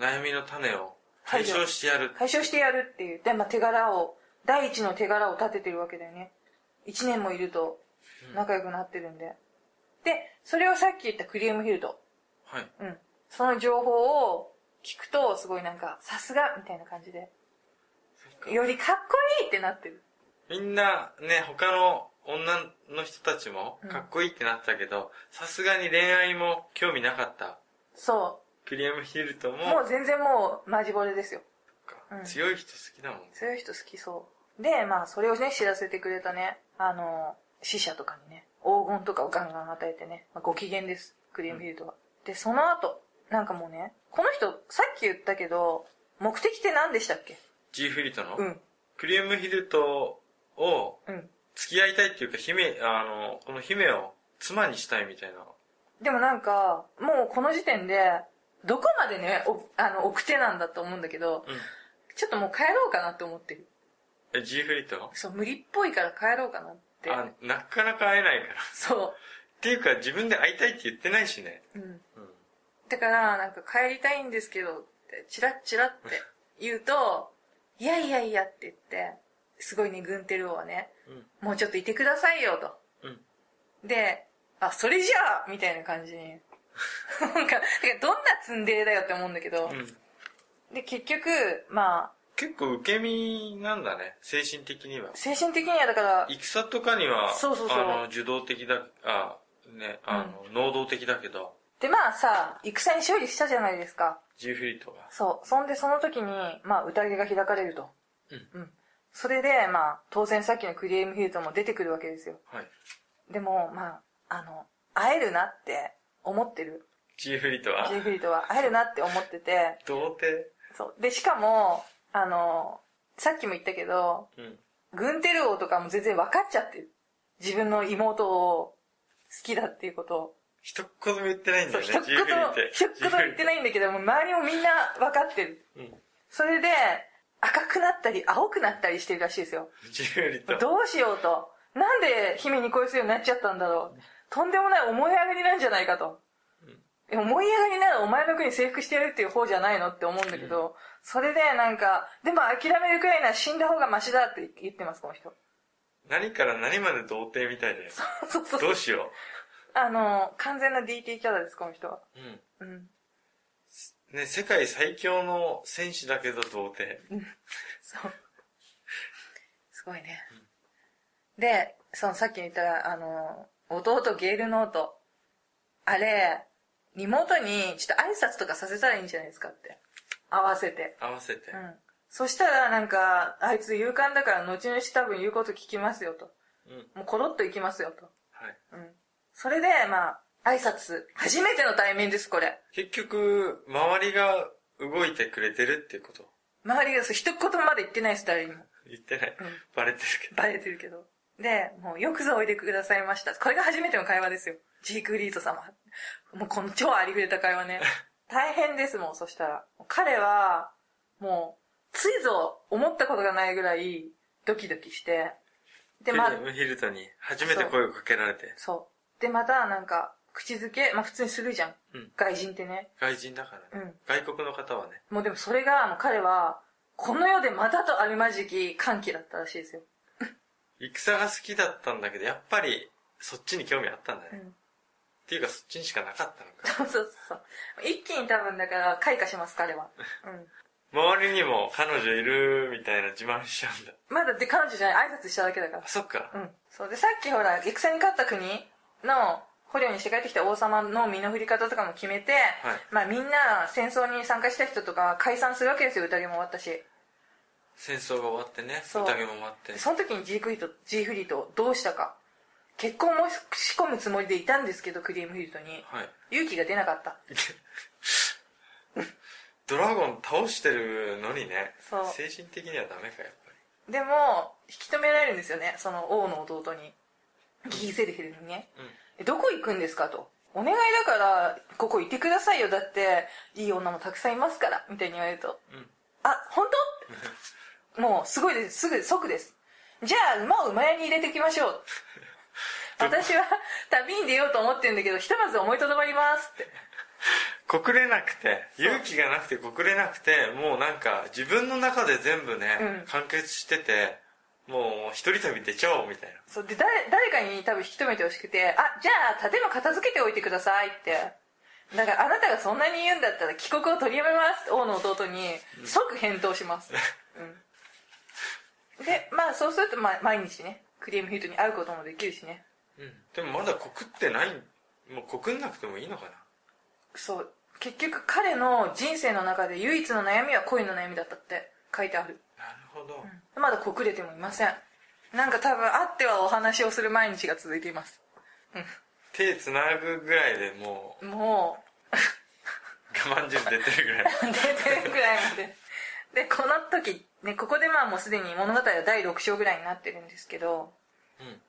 S2: 悩みの種を解消してやる。
S1: 解消してやるっていう。で、まあ、手柄を、第一の手柄を立ててるわけだよね。一年もいると、仲良くなってるんで。で、それをさっき言ったクリームヒルド。
S2: はい。
S1: うん。その情報を聞くと、すごいなんか、さすがみたいな感じで。
S2: そっか
S1: よりかっこいいってなってる。
S2: みんなね、他の女の人たちもかっこいいってなったけど、さすがに恋愛も興味なかった。
S1: そ
S2: クリアムヒルトも
S1: う。もう全然もう、マジボレですよ。うん
S2: 強い人好きだもんね。
S1: そういう人好きそう。で、まあ、それをね、知らせてくれたね、あの、死者とかにね、黄金とかをガンガン与えてね、まあご機嫌です、クリームヒルドは。で、その後、なんかもうね、この人、さっき言ったけど、目的って何でしたっけ
S2: ジーフリートの、
S1: うん、
S2: クリアムヒルトを
S1: うん。
S2: 付き合いたいっていうか、姫、あの、この姫を妻にしたいみたいな。
S1: でもなんか、もうこの時点で、どこまでね、おあの、奥手なんだと思うんだけど、
S2: う
S1: ちょっともう帰ろうかなって思ってる。
S2: ん。え、ジーフリート
S1: そう、無理っぽいから帰ろうかなって。
S2: あ、なかなか会えないから。っ
S1: そ
S2: ていうか、自分で会いたいって言ってないしね。
S1: う。うん。
S2: うん。
S1: だから、なんか帰りたいんですけど、ってチラッチラって言うと、いやいやいやって言って、すごいね、グンテル王はね、もうちょっといてくださいよと。
S2: うん。うん。
S1: で、あ、それじゃあみたいな感じに。 [LAUGHS] なんか、なんかどんなツンデレだよって思うんだけど。
S2: うん。
S1: で、結局、まあ、
S2: 結構受け身なんだね、精神的には。
S1: 精神的にはだから、
S2: 戦とかには、
S1: そうそうそう
S2: あの、受動的だ、あ、ね、あの、能動的だけど、
S1: で、まあさ、戦に勝利したじゃないですか。
S2: ジーフリットが。
S1: そう。そんで、その時に、まあ、宴が開かれると。
S2: う
S1: うん。それで、まあ、当然さっきのクリエイムヒルトも出てくるわけですよ。
S2: はい。
S1: でも、まあ、あの、会えるなって思ってる。
S2: ジーフリットは
S1: ジ、ーフリートは会えるなって思ってて、
S2: 童貞。
S1: そう。で、しかも、あの、さっきも言ったけど、
S2: うん。
S1: グンテル王とかも全然分かっちゃってる。自分の妹を好きだっていうことを。
S2: 一言も言ってないんだ
S1: そう、
S2: よね、
S1: 一
S2: ジ
S1: 言
S2: ー
S1: も
S2: フリって、。
S1: 一言も言って
S2: ない。
S1: ないんだけども、周りもみんな分かってる。
S2: うん。
S1: それで、赤くなったり、青くなったりしてるらしいですよ。
S2: ジーフリット。
S1: どうしようと。なんで姫に恋するようになっちゃったんだろう。とんでもない思い上がりなんじゃないかと。思い上がりならお前の国征服してやるっていう方じゃないのって思うんだけど、それでなんか、でも諦めるくらいなら死んだ方がマシだって言ってます、この人。
S2: 何から何まで童貞みたいだよ。
S1: [LAUGHS] そうそうそ
S2: ど
S1: う。
S2: うしよ
S1: あの、完全な DT キャラです、この人は。
S2: う。うん。
S1: うん。
S2: ね、世界最強の戦士だけど童貞。
S1: そう。すごいね。で、そのさっき言った、あの、弟ゲールノート。あれ、妹にちょっと挨拶とかさせたらいいんじゃないですかって。合わせて。
S2: 合わせて
S1: う。ん。そしたらなんか、あいつ勇敢だから後々多分言うこと聞きますよと。
S2: うん。
S1: もうコロッといきますよと。
S2: はい。
S1: うん。それで、まあ、挨拶。初めての対面です、これ。
S2: 結局、周りが動いてくれてるってこと。
S1: 周りがそう一言まで言ってないです、誰にも。
S2: 言ってない。
S1: うん。
S2: バレてるけど。
S1: バレてるけど。で、もうよくぞおいでくださいました。これが初めての会話ですよ。ジークリート様。もうこの超ありふれた会話
S2: [LAUGHS]
S1: ね。大変ですもん、そしたら。彼は、もう、ついぞ思ったことがないぐらい、ドキドキして。で、まあ、
S2: フィヒルトに初めて声をかけられて。
S1: そう。で、また、なんか、口づけ、まあ普通にするじゃん。
S2: うん
S1: 外人ってね。
S2: 外人だからね。
S1: うん。
S2: 外国の方はね。
S1: もうでもそれが、もう彼は、この世でまたとあるまじき歓喜だったらしいですよ。
S2: 戦が好きだったんだけど、やっぱり、そっちに興味あったんだね。
S1: う
S2: っ
S1: ん。
S2: ていうか、そっちにしかなかったのか。
S1: そうそうそう。一気に多分だから開花します、彼
S2: [LAUGHS]
S1: は。うん。
S2: 周りにも彼女いるみたいな自慢しちゃうんだ。
S1: まだで彼女じゃない、挨拶しただけだから
S2: あ、。そっか。
S1: うん。そう。で、さっきほら、戦に勝った国の捕虜にして帰ってきた王様の身の振り方とかも決めて、まあみんな戦争に参加した人とかは解散するわけですよ、宴も終わったし。
S2: 戦争が終わってね、
S1: そう
S2: 宴も終わって。
S1: その時にジークリート、ジーフリートどうしたか。結婚も仕込むつもりでいたんですけど、クリームフィールドに。
S2: はい。
S1: 勇気が出なかった。
S2: ドラゴン倒してるのにね
S1: そう、
S2: 精神的にはダメか、やっぱり。
S1: でも、引き止められるんですよね、その王の弟に。ギーセルヒルにね。
S2: うん
S1: えどこ行くんですかと。お願いだから、ここいてくださいよ。だって、いい女もたくさんいますから。みたいに言われると。
S2: うん
S1: あ、本当もう、すごいです。すぐ、即です。じゃあ、馬を馬屋に入れてきましょう。私は旅に出ようと思ってるんだけど、ひとまず思いとどまりますって。
S2: 告れなくて勇気がなくて告れなくてもうなんか自分の中で全部ね、
S1: うん
S2: 完結しててもう一人旅出ちゃおうみたいな
S1: そうで、誰、誰かに多分引き止めてほしくて、あ、じゃあ、建物片付けておいてくださいって。だから、あなたがそんなに言うんだったら、帰国を取りやめます。王の弟に、即返答します。うん。で、まあ、そうすると、まあ、毎日ね、クリームヒートに会うこともできるしね。
S2: でもまだ告ってないもう告んなくてもいいのかな
S1: そう。結局、彼の人生の中で唯一の悩みは恋の悩みだったって書いてある。
S2: なるほど、
S1: まだ告れてもいません。なんか多分、会ってはお話をする毎日が続いています。
S2: 手つなぐぐらいでも
S1: もう、
S2: う我慢汁出てるぐら
S1: [LAUGHS]
S2: い
S1: 出てるぐらいまで。で、この時、ね、ここでまあもうすでに物語は第6章ぐらいになってるんですけど、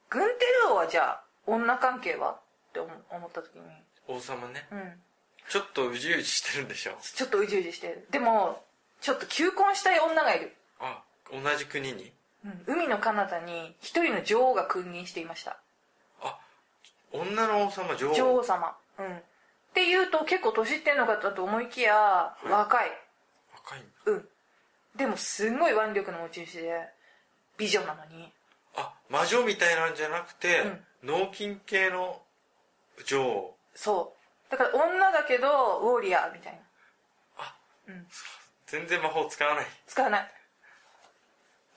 S1: グンテル王はじゃあ、女関係はって思思った時に、
S2: うん王様ね
S1: うん。
S2: ちょっとうじうじしてるんでしょ
S1: ちょっとうじうじしてる。でも、ちょっと求婚したい女がいる。
S2: あ同じ国に
S1: うん、海の彼方に一人の女王が君臨していました。
S2: あ女の王様女王
S1: 女王様。うん。っていうと結構年いってんのかと思いきや、
S2: い
S1: 若い。
S2: 若いんだ
S1: うん。でもすんごい腕力の持ち主で、美女なのに。
S2: あ魔女みたいなんじゃなくて、脳筋系の女王
S1: そう。だから女だけど、ウォーリアーみたいな。
S2: あ
S1: うん。
S2: 全然魔法使わない
S1: 使わない。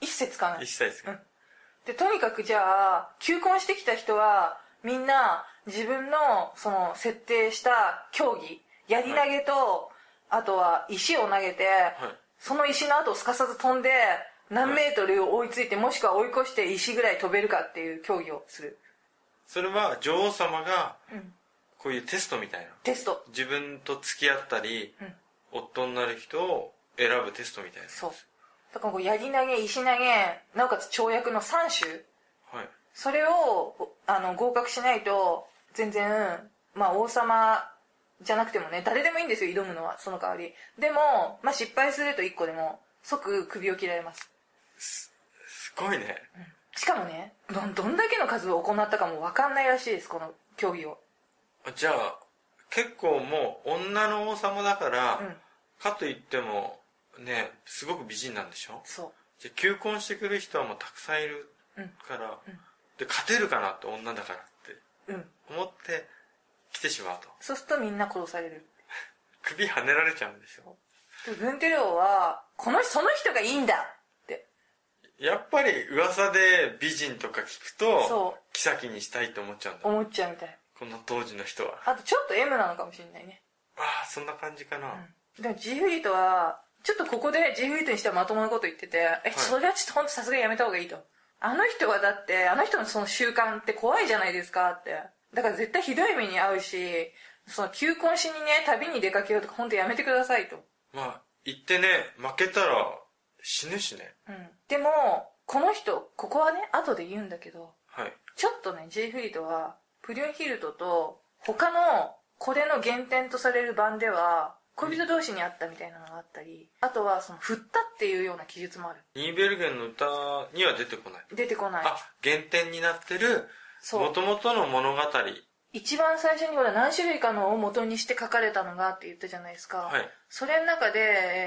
S1: 一切使わない
S2: 一。切使わ
S1: で、とにかくじゃあ、求婚してきた人は、みんな自分のその設定した競技やり投げと、あとは石を投げて、その石の後をすかさず飛んで何メートルを追いついて、もしくは追い越して石ぐらい飛べるかっていう競技をする、
S2: それは女王様がこういうテストみたいな
S1: テスト
S2: 自分と付き合ったり、
S1: ん
S2: 夫になる人を選ぶテストみたい
S1: そうだからこうやり投げ石投げなおかつ跳躍の3種
S2: なはい
S1: それをあの合格しないと全然まあ王様じゃなくてもね誰でもいいんですよ挑むのはその代わりでも、まあ、失敗すると1個でも即首を切られます
S2: すごいね
S1: しかもねどどんだけの数を行ったかも分かんないらしいですこの競技を
S2: あじゃあ結構もう女の王様だから、
S1: うん
S2: かといってもねすごく美人なんでしょ
S1: そ
S2: じゃあ求婚してくる人はもうたくさんいる
S1: うん
S2: から、
S1: ん
S2: で勝てるかなって女だからって
S1: ううん
S2: 思って来てしまうと
S1: そうするとみんな殺される
S2: 首跳ねられちゃうんですよ
S1: でグンテレオはこの人その人がいいんだって
S2: やっぱり噂で美人とか聞くと
S1: そ
S2: 妃にしたいって思っちゃうんだ
S1: 思っちゃうみたい
S2: この当時の人は
S1: あとちょっと M なのかもしれないね
S2: ああそんな感じかな、
S1: でもジーフリートはちょっとここでジーフリートにしてはまともなこと言ってて、えそれはちょっと本当さすがにやめた方がいいとあの人はだってあの人のその習慣って怖いじゃないですかってだから絶対ひどい目に遭うしその求婚しにね旅に出かけようとか本当やめてくださいと、
S2: まあ行ってね負けたら死ぬしね
S1: うん、でもこの人ここはね後で言うんだけど
S2: はい
S1: ちょっとねジーフリートはプリュンヒルトと他のこれの原点とされる版では恋人同士にあったみたいなのがあったりあとはその振ったっていうような記述もある
S2: ニーベルゲンの歌には出てこない
S1: 出てこない
S2: あ原点になってる
S1: そ
S2: 元
S1: う
S2: 々の物語
S1: 一番最初にほら何種類かのを元にして書かれたのがって言ったじゃないですか、
S2: はい
S1: それの中で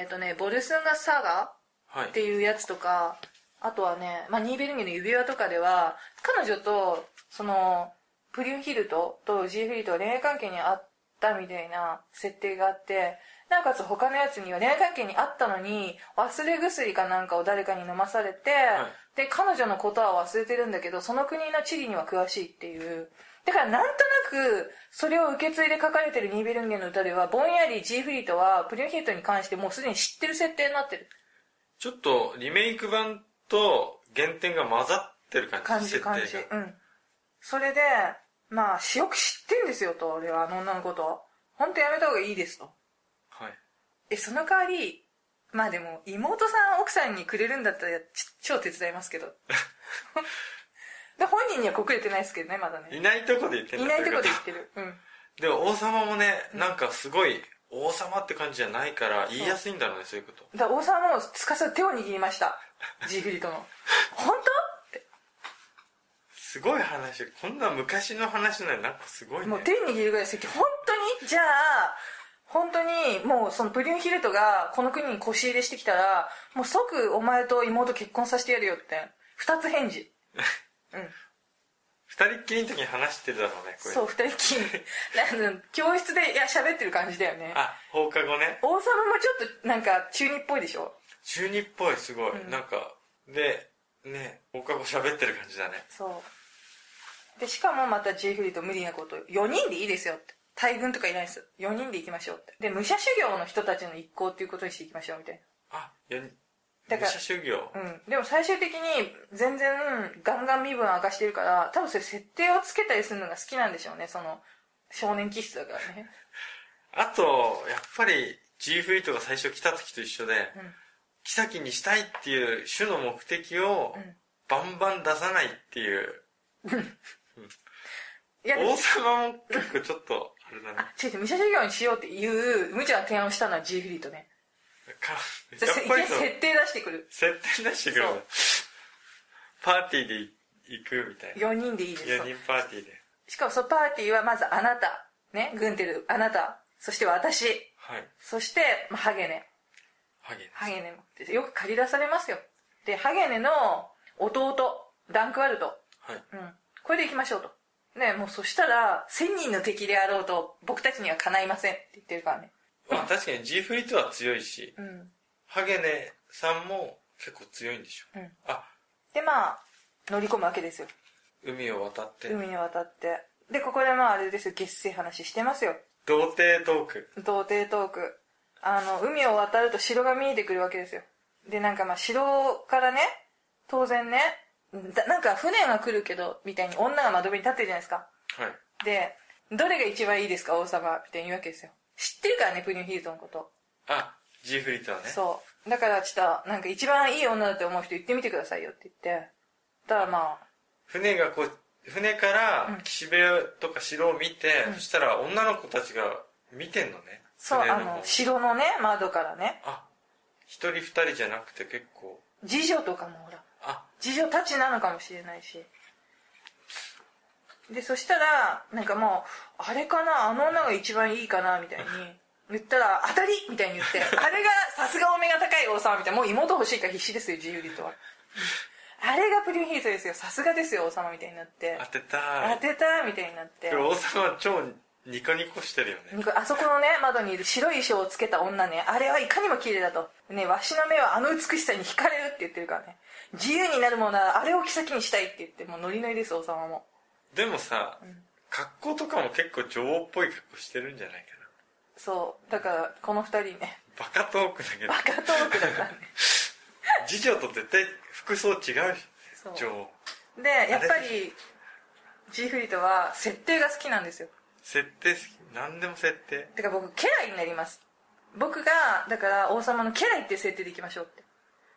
S1: えっ、とねボルスンガサガ
S2: はい
S1: っていうやつとかあとはね、まあ、ニーベルゲンの指輪とかでは彼女とそのプリュンヒルトとジーフリートは恋愛関係にあったみたいな設定があってなおかつ他のやつには恋愛関係にあったのに忘れ薬かなんかを誰かに飲まされて、で彼女のことは忘れてるんだけどその国の地理には詳しいっていうだからなんとなくそれを受け継いで書かれてるニーベルンゲンの歌ではぼんやりジーフリートはプリュンヒルトに関してもうすでに知ってる設定になってる
S2: ちょっとリメイク版と原点が混ざってる感じ
S1: 感じ感じ
S2: 設定が
S1: うんそれでまあよく知ってんですよと俺はあの女のこと本当やめた方がいいですと
S2: はい
S1: えその代わりまあでも妹さん奥さんにくれるんだったらち超手伝いますけど [LAUGHS] で本人には告れてないですけどねまだね
S2: いないとこで言ってん
S1: い
S2: だ
S1: ないとこで言
S2: そうう
S1: ってるうん
S2: でも王様もねなんかすごい王様って感じじゃないから言いやすいんだろうねそういうこと
S1: だから王様もすかさず手を握りましたジーフリートの「本
S2: すごい話こんな昔の話なんでなんかすごい
S1: 当?」
S2: ね
S1: もう手握るぐらいですよ本当にじゃあ本当にもうそのプリュンヒルトがこの国に腰入れしてきたらもう即お前と妹結婚させてやるよって二つ返事うん
S2: 二人っきりの時に話してるだろうねこれ
S1: そう二人っきりなんか教室でいや喋ってる感じだよね
S2: あ放課後ね
S1: 王様もちょっとなんか中二っぽいでしょ
S2: 中二っぽいすごい、
S1: うん
S2: なんかでね放課後喋ってる感じだね
S1: そうでしかもまた J フリーと無理なこと4人でいいですよって大軍とかいないです4人で行きましょうってで武者修行の人たちの一行っていうことにしていきましょうみたい
S2: あよ
S1: だから
S2: 武者修行
S1: なうんでも最終的に全然ガンガン身分明かしてるから多分それ設定をつけたりするのが好きなんでしょうねその少年気質だからね
S2: あとやっぱり G フリートが最初来た時と一緒で、
S1: ん
S2: 妃にしたいっていう主の目的を
S1: ん
S2: バンバン出さないっていう、
S1: いやでも
S2: 王様も結構ちょっとあれだね
S1: あ違う違う武者修行にしようっていう無茶な提案をしたのは G フリーとね
S2: か
S1: そ
S2: や
S1: して
S2: っ
S1: いき
S2: ぱ
S1: な
S2: り
S1: り
S2: その
S1: 設定出してくる
S2: 設定出してくるんだ
S1: そう
S2: パーティーで行くみたいな
S1: 4人でいいです
S2: 4人パーティーで
S1: しかもそのパーティーはまずあなたねグンテルあなたそして私
S2: はい
S1: そして、まあ、ハゲネ。
S2: ハゲ
S1: ハゲネも。でよく借り出されますよ。で、ハゲネの弟、ダンクワルト。
S2: はい
S1: うん。これで行きましょうと。ね、もうそしたら、千人の敵であろうと、僕たちにはかないませんって言ってるからね。
S2: まあ確かに G フリートは強いし、
S1: うん。
S2: ハゲネさんも結構強いんでしょ。
S1: うん
S2: あ、
S1: で、まあ、乗り込むわけですよ。
S2: 海を渡って。
S1: 海に渡って。で、ここでまああれですよ、月水話してますよ。
S2: 童貞トーク。
S1: 童貞トーク。あの、海を渡ると城が見えてくるわけですよ。で、なんかまあ城からね、当然ね、だなんか船が来るけど、みたいに女が窓辺に立ってるじゃないですか。
S2: はい。
S1: で、どれが一番いいですか、王様、みたいに言うわけですよ。知ってるからね、プニュヒルトのこと。
S2: あ、ジーフリートはね。
S1: そう。だからちょっと、なんか一番いい女だと思う人言ってみてくださいよって言って。たらまあ、
S2: 船がこう、船から岸辺とか城を見て、そしたら女の子たちが見てんのね。
S1: そう、
S2: 船
S1: あ
S2: の
S1: の
S2: 方、
S1: 城のね、窓からね、
S2: あ、一人二人じゃなくて結構、
S1: 次女とかもほら、
S2: あ、
S1: 次女たちなのかもしれないし。で、そしたら、なんかもう、あれかな、あの女が一番いいかな、みたいに。言ったら、当たりみたいに言って、あれが、さすがお目が高い王様みたいな、もう妹欲しいから必死ですよ、自由リとは。あれがプリュンヒートですよ、さすがですよ、王様みたいになって
S2: 当。てたい
S1: 当。てたみたいになって
S2: で。も王様は超ニコニコしてるよね。
S1: にこあそこのね、窓にいる白い衣装をつけた女ね、あれはいかにも綺麗だと。ね、わしの目はあの美しさに惹かれるって言ってるからね。自由になるものならあれを妃にしたいって言って、もうノリノリです、王様も。
S2: でもさ、格好とかも結構女王っぽい格好してるんじゃないか
S1: そう。だから、この二人ね、
S2: な。バカトークだけど
S1: バ、カトークだからね。
S2: 次女と絶対服装違うし、
S1: そう
S2: 女王。
S1: で、やっぱり、ジーフリートは設定が好きなんですよ。
S2: 設定好き。何でも設定。
S1: だから僕、家来になります。僕が、だから王様の家来って設定でいきましょうって。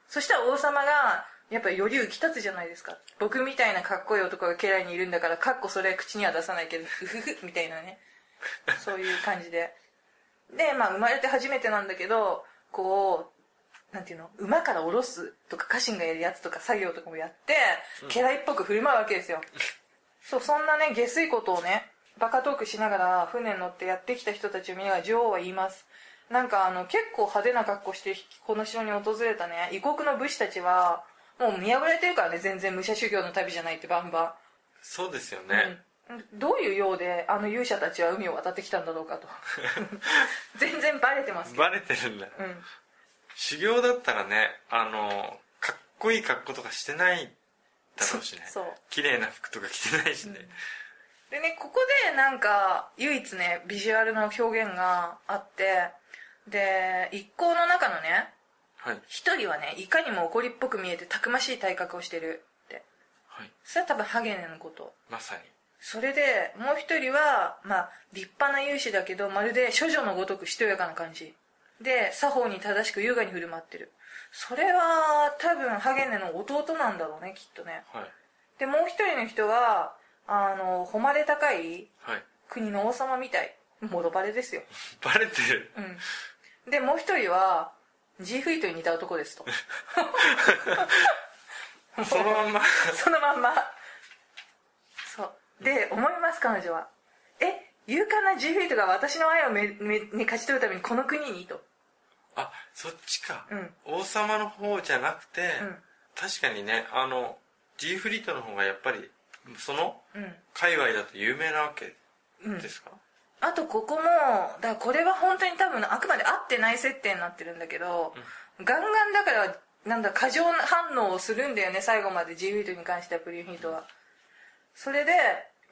S1: そしたら王様が、やっぱりより浮き立つじゃないですか。僕みたいなかっこいい男が家来にいるんだから、かっこそれは口には出さないけど、うふふ、みたいなね。そういう感じで。で、まあ生まれて初めてなんだけど、こう、なんていうの馬から下ろすとか、家臣がやるやつとか作業とかもやって、家来っぽく振る舞うわけですよ。そう、そんなね、下水ことをね、バカトークしながら船に乗ってやってきた人たちを見ながら女王は言います。なんかあの、結構派手な格好してこの城に訪れたね、異国の武士たちは、もう見破れてるからね、全然武者修行の旅じゃないってバンバ
S2: そうですよ
S1: ン。
S2: ね。
S1: うん、どういう用であの勇者たちは海を渡ってきたんだろうか
S2: [LAUGHS]
S1: と。全然バレてますけど。
S2: バレてるんだ。
S1: うん。
S2: 修行だったらね、あの、かっこいい格好とかしてないだろうしね。
S1: そうそう
S2: 綺麗な服とか着てないしね。
S1: でね、ここでなんか、唯一ね、ビジュアルの表現があって、で、一行の中のね、
S2: はい。
S1: 一人はね、いかにも怒りっぽく見えてたくましい体格をしてるって。
S2: はい。
S1: それは多分ハゲネのこと。
S2: まさに。
S1: それで、もう一人は、まあ、立派な勇士だけど、まるで処女のごとくしとやかな感じ。で、作法に正しく優雅に振る舞ってる。それは、多分、ハゲネの弟なんだろうね、きっとね。
S2: はい。
S1: で、もう一人の人は、あの、誉れ高い
S2: はい。
S1: 国の王様みたい。もろバレですよ。
S2: バレ
S1: [LAUGHS]
S2: てる。
S1: うん。で、もう一人は、ジーフリートに似た男ですと。
S2: そのまんま。
S1: そのまんま。そう。で、思います、彼女は。え、勇敢なジーフリートが私の愛をめめに勝ち取るためにこの国にと。
S2: あ、そっちか。
S1: うん
S2: 王様の方じゃなくて、
S1: うん
S2: 確かにね、あの、ジーフリートの方がやっぱり、その、
S1: うん。
S2: 界隈だと有名なわけ
S1: うん
S2: ですか、
S1: あと、ここも、だからこれは本当に多分、あくまで合ってない設定になってるんだけど、ガンガンだから、なんだ、過剰な反応をするんだよね、最後までジーフリートに関しては、プリューヒートは。それで、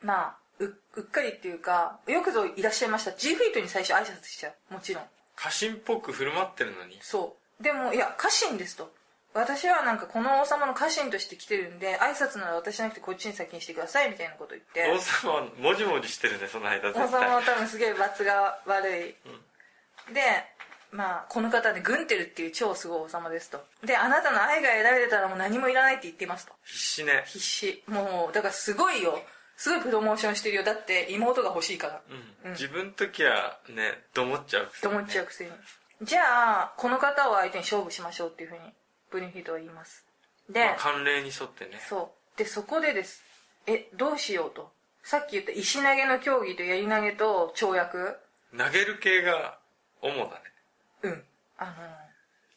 S1: まあ、ううっかりっていうか、よくぞいらっしゃいました。ジーフリートに最初挨拶しちゃう。もちろん。
S2: 家臣っぽく振る舞ってるのに。
S1: そう。でも、いや、家臣ですと。私はなんかこの王様の家臣として来てるんで、挨拶なら私じゃなくてこっちに先にしてくださいみたいなこと言
S2: 王
S1: って、
S2: 様はもじもじしてるね、その間
S1: 王
S2: 絶
S1: 様
S2: 対
S1: は。多分すげえ罰が悪い。で、まあ、この方ね、グンテルっていう超すごい王様ですと。で、あなたの愛が得られたらもう何もいらないって言ってますと。
S2: 必死ね。
S1: 必死。もう、だからすごいよ。すごいプロモーションしてるよ。だって妹が欲しいから。
S2: うん。自分の時はね、どもっちゃう、
S1: と思っちゃう。くせに。じゃあ、この方を相手に勝負しましょうっていうふうに、ブリンヒートは言います。で、
S2: まあ、慣例に沿ってね。
S1: そう。で、そこでです。え、どうしようと。さっき言った石投げの競技とやり投げと跳躍。
S2: 投げる系が主だね。
S1: うん。あのー、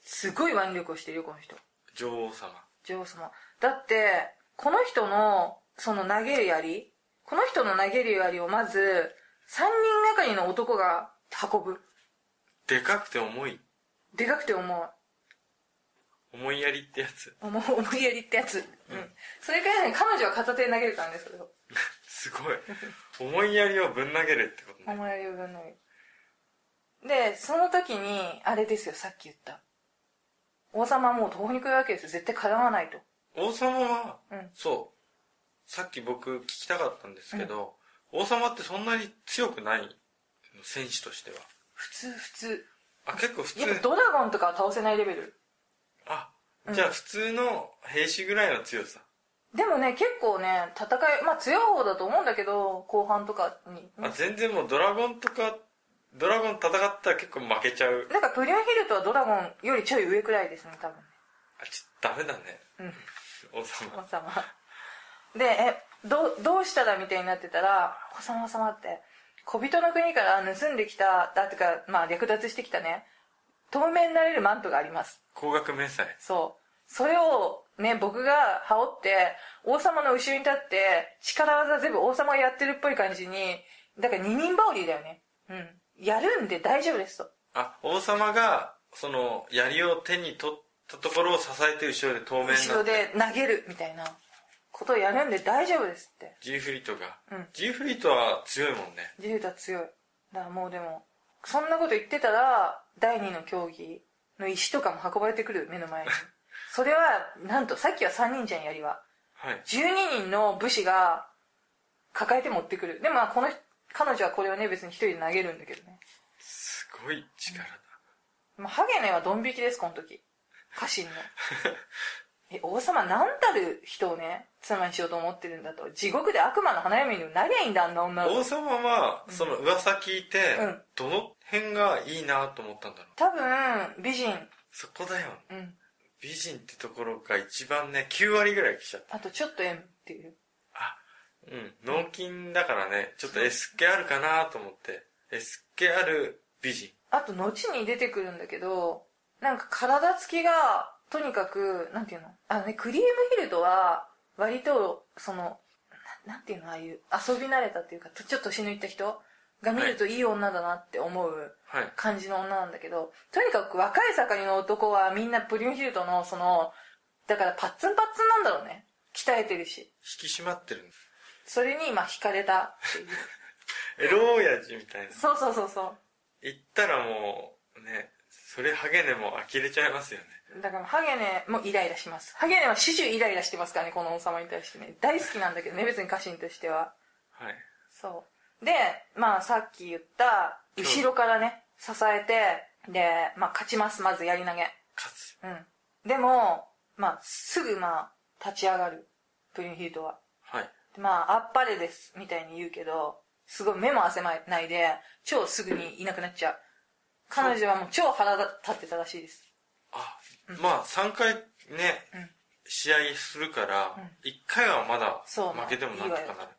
S1: すごい腕力をしてるよ、この人。
S2: 女王様。
S1: 女王様。だって、この人の、その投げる槍この人の投げる槍をまず、3人がかりの男が運ぶ。
S2: でかくて重い。
S1: でかくて重い。
S2: 思いやりってやつ。
S1: 思う思いやりってやつ。うん。それくらいなのに彼女は片手で投げるからね、それを。
S2: すごい。
S1: [LAUGHS]
S2: 思いやりをぶん投げるってことね。
S1: 思いやり分のみで、その時に、あれですよ、さっき言った。王様はもう途方に暮れるわけですよ。絶対絡まないと。
S2: 王様は、
S1: うん
S2: そう。さっき僕聞きたかったんですけど、王様ってそんなに強くないの戦士としては。
S1: 普通、普通。
S2: あ、結構普通
S1: やっ。ぱドラゴンとかは倒せないレベル。
S2: あ
S1: う、ん
S2: じゃあ普通の兵士ぐらいの強さ。
S1: でもね、結構ね、戦い、まあ強い方だと思うんだけど、後半とかに。
S2: あ、全然もうドラゴンとか、ドラゴン戦ったら結構負けちゃう。
S1: なんかプリュンヒルトはドラゴンよりちょい上くらいですね、多分。
S2: あ、ちょっとダメだね。
S1: うん。
S2: 王様。
S1: 王様。で、え、どう、どうしたらみたいになってたら、王様王様って、小人の国から盗んできた、だってか、まあ略奪してきたね、透明になれるマントがあります。
S2: 高額明細。
S1: そう。それを、ね、僕が羽織って、王様の後ろに立って、力技全部王様がやってるっぽい感じに、だから二人羽織だよね。うん。やるんで大丈夫ですと。
S2: あ、王様が、その、槍を手に取ったところを支えて後ろで透明になって。
S1: 後ろで投げるみたいなことをやるんで大丈夫ですって。
S2: ジーフリートが。
S1: うん
S2: ジーフリートは強いもんね。
S1: ジューダ強い。だからもうでも、そんなこと言ってたら、第二の競技の石とかも運ばれてくる、目の前に。 [LAUGHS] それは、なんと、さっきは3人じゃん、やりは。
S2: はい。
S1: 12人の武士が抱えて持ってくる。でも、まあこの人、彼女はこれをね、別に一人で投げるんだけどね。
S2: すごい力だ。
S1: まあ、ハゲネはドン引きです、この時。家臣の。え、王様、なんたる人をね、妻にしようと思ってるんだと。地獄で悪魔の花嫁にもなりゃいいんだ、あんな女の子
S2: 王様は、その噂聞いて、
S1: うん
S2: どの辺がいいなと思ったんだろう。
S1: 多分、美人。
S2: そこだよ。
S1: うん。
S2: 美人ってところが一番ね、9割ぐらい来ちゃった。
S1: あと、ちょっと縁っていう。
S2: あ、うん。脳筋だからね、ちょっと S 系あるかなと思って。S 系ある美人。
S1: あと、後に出てくるんだけど、なんか体つきが、とにかく、なんていうのあのね、クリームヒルトは、割と、その、ななんていうのああいう、遊び慣れたっていうか、とちょっと年のいった人が見るといい女だなって思う
S2: はい。
S1: 感じの女なんだけど、とにかく若い盛りの男はみんなプリュンヒルトの、その、だからパッツンパッツンなんだろうね。鍛えてるし。
S2: 引き締まってるんです。
S1: それに、まあ、惹かれたっていう。
S2: エロ親父みたいな。
S1: そうそうそうそう。
S2: 行ったらもう、ね、それハゲネも呆れちゃいますよね。
S1: だから、ハゲネもイライラします。ハゲネは始終イライラしてますからね、この王様に対してね。大好きなんだけどね、別に家臣としては。
S2: はい。
S1: そう。で、まあ、さっき言った、後ろからね、支えて、で、まあ、勝ちます、まずやり投げ。
S2: 勝つ。
S1: うん。でも、まあ、すぐ、まあ、立ち上がる。プリンヒルトは。
S2: はい。
S1: でまあ、あっぱれです、みたいに言うけど、すごい目も汗まないで、超すぐにいなくなっちゃう。彼女はもう超腹立ってたらしいです。
S2: あ、まあ3回ね、
S1: ん
S2: 試合するから、
S1: うん
S2: 1回はまだ
S1: そう
S2: 負けてもなんとかなる。
S1: まあいいわよ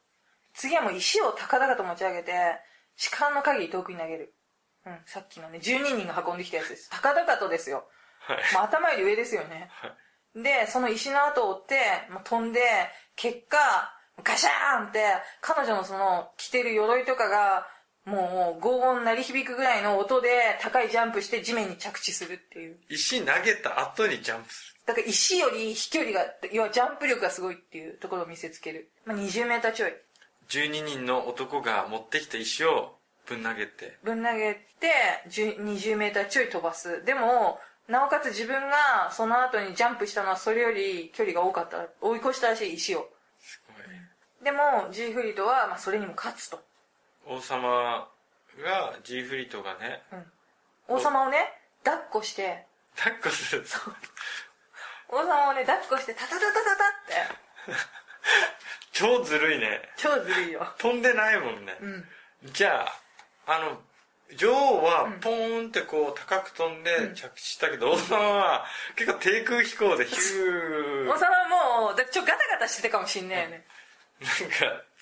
S1: 次はもう石を高々と持ち上げて、力の限り遠くに投げる。うん、さっきのね、12人が運んできたやつです。高々とですよ。
S2: はい。
S1: もう頭より上ですよね。
S2: はい
S1: で、その石の後を追って、まあ、飛んで、結果、ガシャーンって、彼女のその、着てる鎧とかが、もう、轟音鳴り響くぐらいの音で、高いジャンプして地面に着地するっていう。
S2: 石投げた後にジャンプす
S1: だから石より飛距離が、要はジャンプ力がすごいっていうところを見せつける。まあ、20メーターちょい。
S2: る。12人の男が持ってきた石をぶん投げて、
S1: ぶん投げて10 20メーターちょい飛ばす。でも、なおかつ自分がその後にジャンプしたのはそれより距離が多かった。追い越したらしい石を。
S2: す
S1: でも、ジーフリートは、まあ、それにも勝つと。
S2: ごい。王様が、ジーフリートがね、
S1: 王様をね、抱っこして、
S2: 抱っこする。
S1: 王様をね、抱っこして、タタタタタタって、
S2: 超ずるいね。
S1: 超ずるいよ。
S2: 飛んでないもんね。
S1: うん。
S2: じゃあ、あの、女王はポーンってこう高く飛んで着地したけど、王様は結構低空飛行でヒュー。
S1: [LAUGHS] 王
S2: なんか
S1: 様はもう、だちょ、ガタガタしてたかもしんないよね。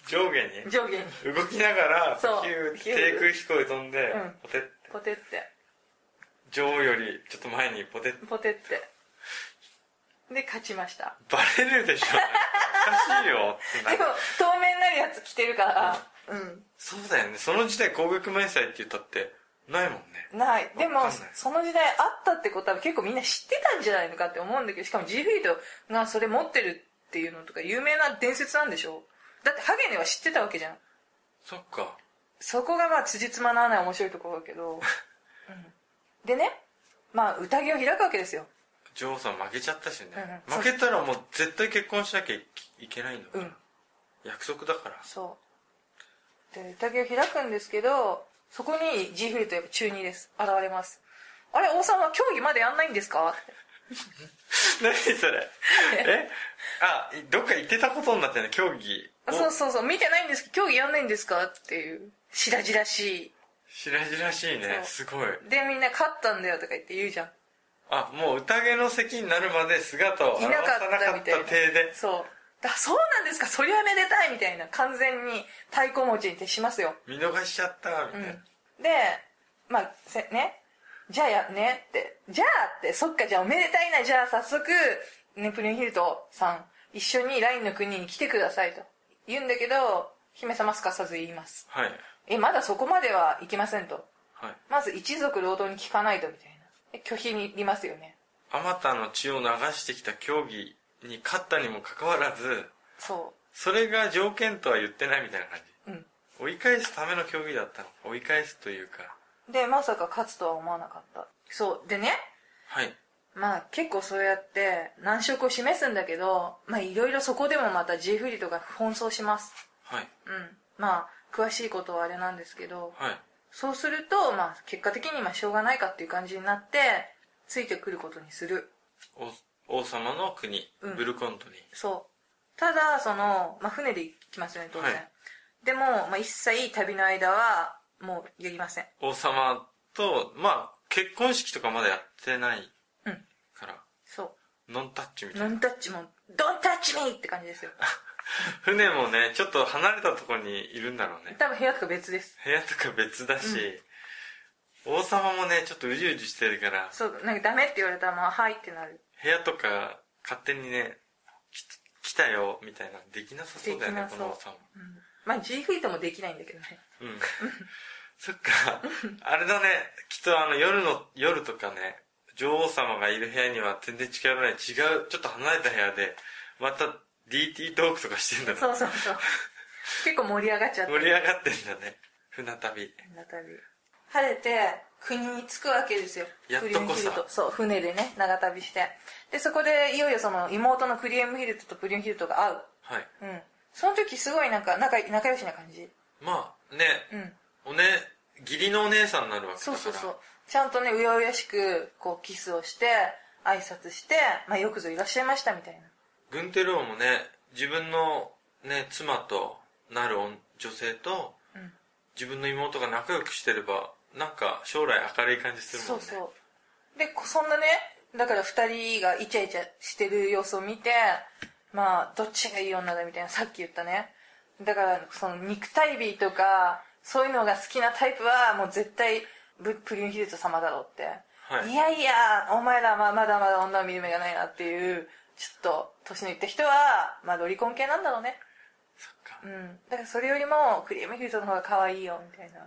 S2: 上下に
S1: 上下に。
S2: 動きながら、
S1: そう
S2: ヒュー
S1: ヒュ
S2: 低
S1: ー
S2: 空飛行で飛んで
S1: うん、
S2: ポテって。
S1: ポテって。
S2: 女王よりちょっと前にポテって。
S1: ポテって。で、勝ちました。
S2: バレるでしょ。おかしいよってな
S1: で
S2: る
S1: も、透明になるやつ着てるから、うん。
S2: そうだよね。その時代高額明細って言ったって、ないもんね
S1: ないでも
S2: わかんない
S1: その時代あったってことは結構みんな知ってたんじゃないのかって思うんだけどしかも G フィートがそれ持ってるっていうのとか有名な伝説なんでしょだってハゲネは知ってたわけじゃん
S2: そっか
S1: そこがまあ辻褄の合わない面白いところだけ
S2: [LAUGHS]
S1: ど、うんでねまあ宴を開くわけですよ
S2: 女王さん負けちゃったしね、
S1: うんうん
S2: 負けたらもう絶対結婚しなきゃいいけないんだか
S1: う
S2: ら、
S1: ん
S2: 約束だ
S1: [LAUGHS]
S2: から
S1: そうで宴を開くんですけどそこに G フィートやっぱ中2です現れますあれ王さんは競技までやんないんですか
S2: 何それ [LAUGHS] えあどっか行ってたことになってね競技を
S1: そうそうそう見てないんです競技やんないんですかっていう白々しい
S2: 白々しいねすごい
S1: でみんな勝ったんだよとか言って言うじゃん
S2: あもう宴の席になるまで姿を現
S1: い
S2: さ
S1: な
S2: なか
S1: か
S2: った
S1: ったみたいな
S2: 体で
S1: そうだそうなんですかそりゃめでたいみたいな完全に太鼓持ちに徹しますよ
S2: 見逃しちゃったみたいな、
S1: うん、でまあせねじゃあやねってじゃあってそっかじゃあおめでたいなじゃあ早速、ね、プリンヒルトさん一緒にラインの国に来てくださいと言うんだけど姫様すかさず言います
S2: はい
S1: えまだそこまでは行きませんと
S2: はい
S1: まず一族労働に聞かないとみたいなで拒否にいりますよね
S2: あまたの血を流してきた競技に勝ったにもかかわらず
S1: そ
S2: それが条件とは言ってないみたいな感
S1: ううん
S2: じ追い返すための競技だったの追い返すというか
S1: でまさか勝つとは思わなかったそうでね
S2: はい
S1: まあ結構そうやって難色を示すんだけどまあいろいろそこでもまた G フリートが奔走します
S2: はい
S1: うんまあ詳しいことはあれなんですけど
S2: はい
S1: そうするとまあ結果的にまあしょうがないかっていう感じになってついてくることにする
S2: お王様の国、
S1: うん
S2: ブルコントに
S1: そうただその、まあ、船で行きますよね当然、
S2: はい
S1: でも、まあ、一切旅の間はもうやりません
S2: 王様とまあ結婚式とかまだやってない
S1: うん
S2: から
S1: そ
S2: ノンタッチみ
S1: う
S2: たい
S1: ノ
S2: な
S1: ンタッチもドンタッチミーって感じですよ
S2: 船もねちょっと離れたところにいるんだろうね
S1: 多分部屋とか別です
S2: 部屋とか別だし、王様もねちょっとうじうじしてるから
S1: そうなんかダメって言われたらまあはいってなる
S2: 部屋とか勝手にねき来たよみたいなできなさそうだよね
S1: できなそ
S2: こ
S1: う
S2: の王様
S1: うんまあ G フリートもできないんだけどね
S2: うんそっかあれだねきっとあの夜の夜とかね女王様がいる部屋には全然近寄らない違うちょっと離れた部屋でまた DT トークとかしてんだ
S1: そ
S2: な
S1: うそうそう結構盛り上がっちゃって
S2: 盛り上がってんだね船旅
S1: 再び晴れて国に着くわけですよ
S2: やっとこ
S1: クリュンヒ
S2: さ
S1: ルトそう船でね長旅してでそこでいよいよその妹のクリエムヒルトとプリュンヒルトが会う
S2: はい
S1: うんその時すごいなんか仲仲良しな感じ
S2: まあね
S1: うん
S2: おね義理のお姉さんになるわけだか
S1: そう
S2: ら
S1: そうそうちゃんとねうやうやしくこうキスをして挨拶して、まあ、よくぞいらっしゃいましたみたいな
S2: グンテル王もね自分のね妻となる女女性と、
S1: うん
S2: 自分の妹が仲良くしてればなんか将来明るい感じするも
S1: そ
S2: ん
S1: う
S2: ね
S1: そうでこそんなねだから2人がイチャイチャしてる様子を見てまあどっちがいい女だみたいなさっき言ったねだからその肉体美とかそういうのが好きなタイプはもう絶対ブプリュンヒルト様だろうって、
S2: はい
S1: いやいやお前らはまだまだ女を見る目がないなっていうちょっと年のいった人はまあロリコン系なんだろうね
S2: そっか
S1: うんだからそれよりもクリームヒルトの方が可愛いよみたいな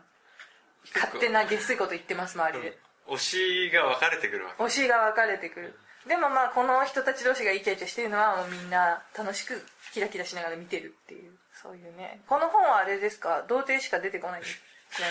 S1: 勝手な下水こと言ってます周りで、
S2: 推しが分かれてくるわけ
S1: 推しが分かれてくるでもまあこの人たち同士がイチャイチャしてるのはもうみんな楽しくキラキラしながら見てるっていうそういうねこの本はあれですか童貞しか出てこ [LAUGHS] ないんですちな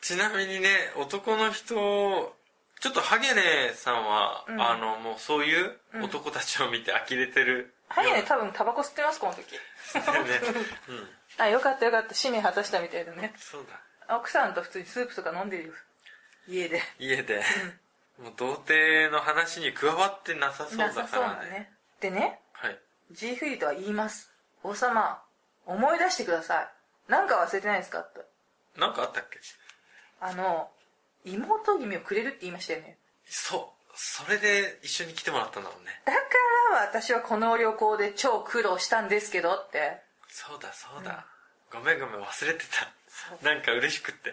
S2: ちなみにね男の人ちょっとハゲネさんは、
S1: うん
S2: あのもうそういう男たちを見て呆れてる
S1: みにはいね
S2: よ
S1: 多分タバコ吸ってますこの時
S2: [LAUGHS] うなね、うん、
S1: あよかったよかった使命果たしたみたいだね
S2: そうだ
S1: 奥さんと普通にスープとか飲んでるよ家で
S2: 家でもう童貞の話に加わってなさそうだ
S1: な
S2: か
S1: さそう
S2: ら
S1: な
S2: ね
S1: ねでね
S2: はい
S1: G フリートは言います王様思い出してくださいなんか忘れてないですかと
S2: なんかあったっけ
S1: あの妹君をくれるって言いましたよね
S2: そうそれで一緒に来てもらったんだもんね
S1: だから私はこの旅行で超苦労したんですけどって
S2: そうだそうだ、ごめんごめん忘れてたなんか嬉しくって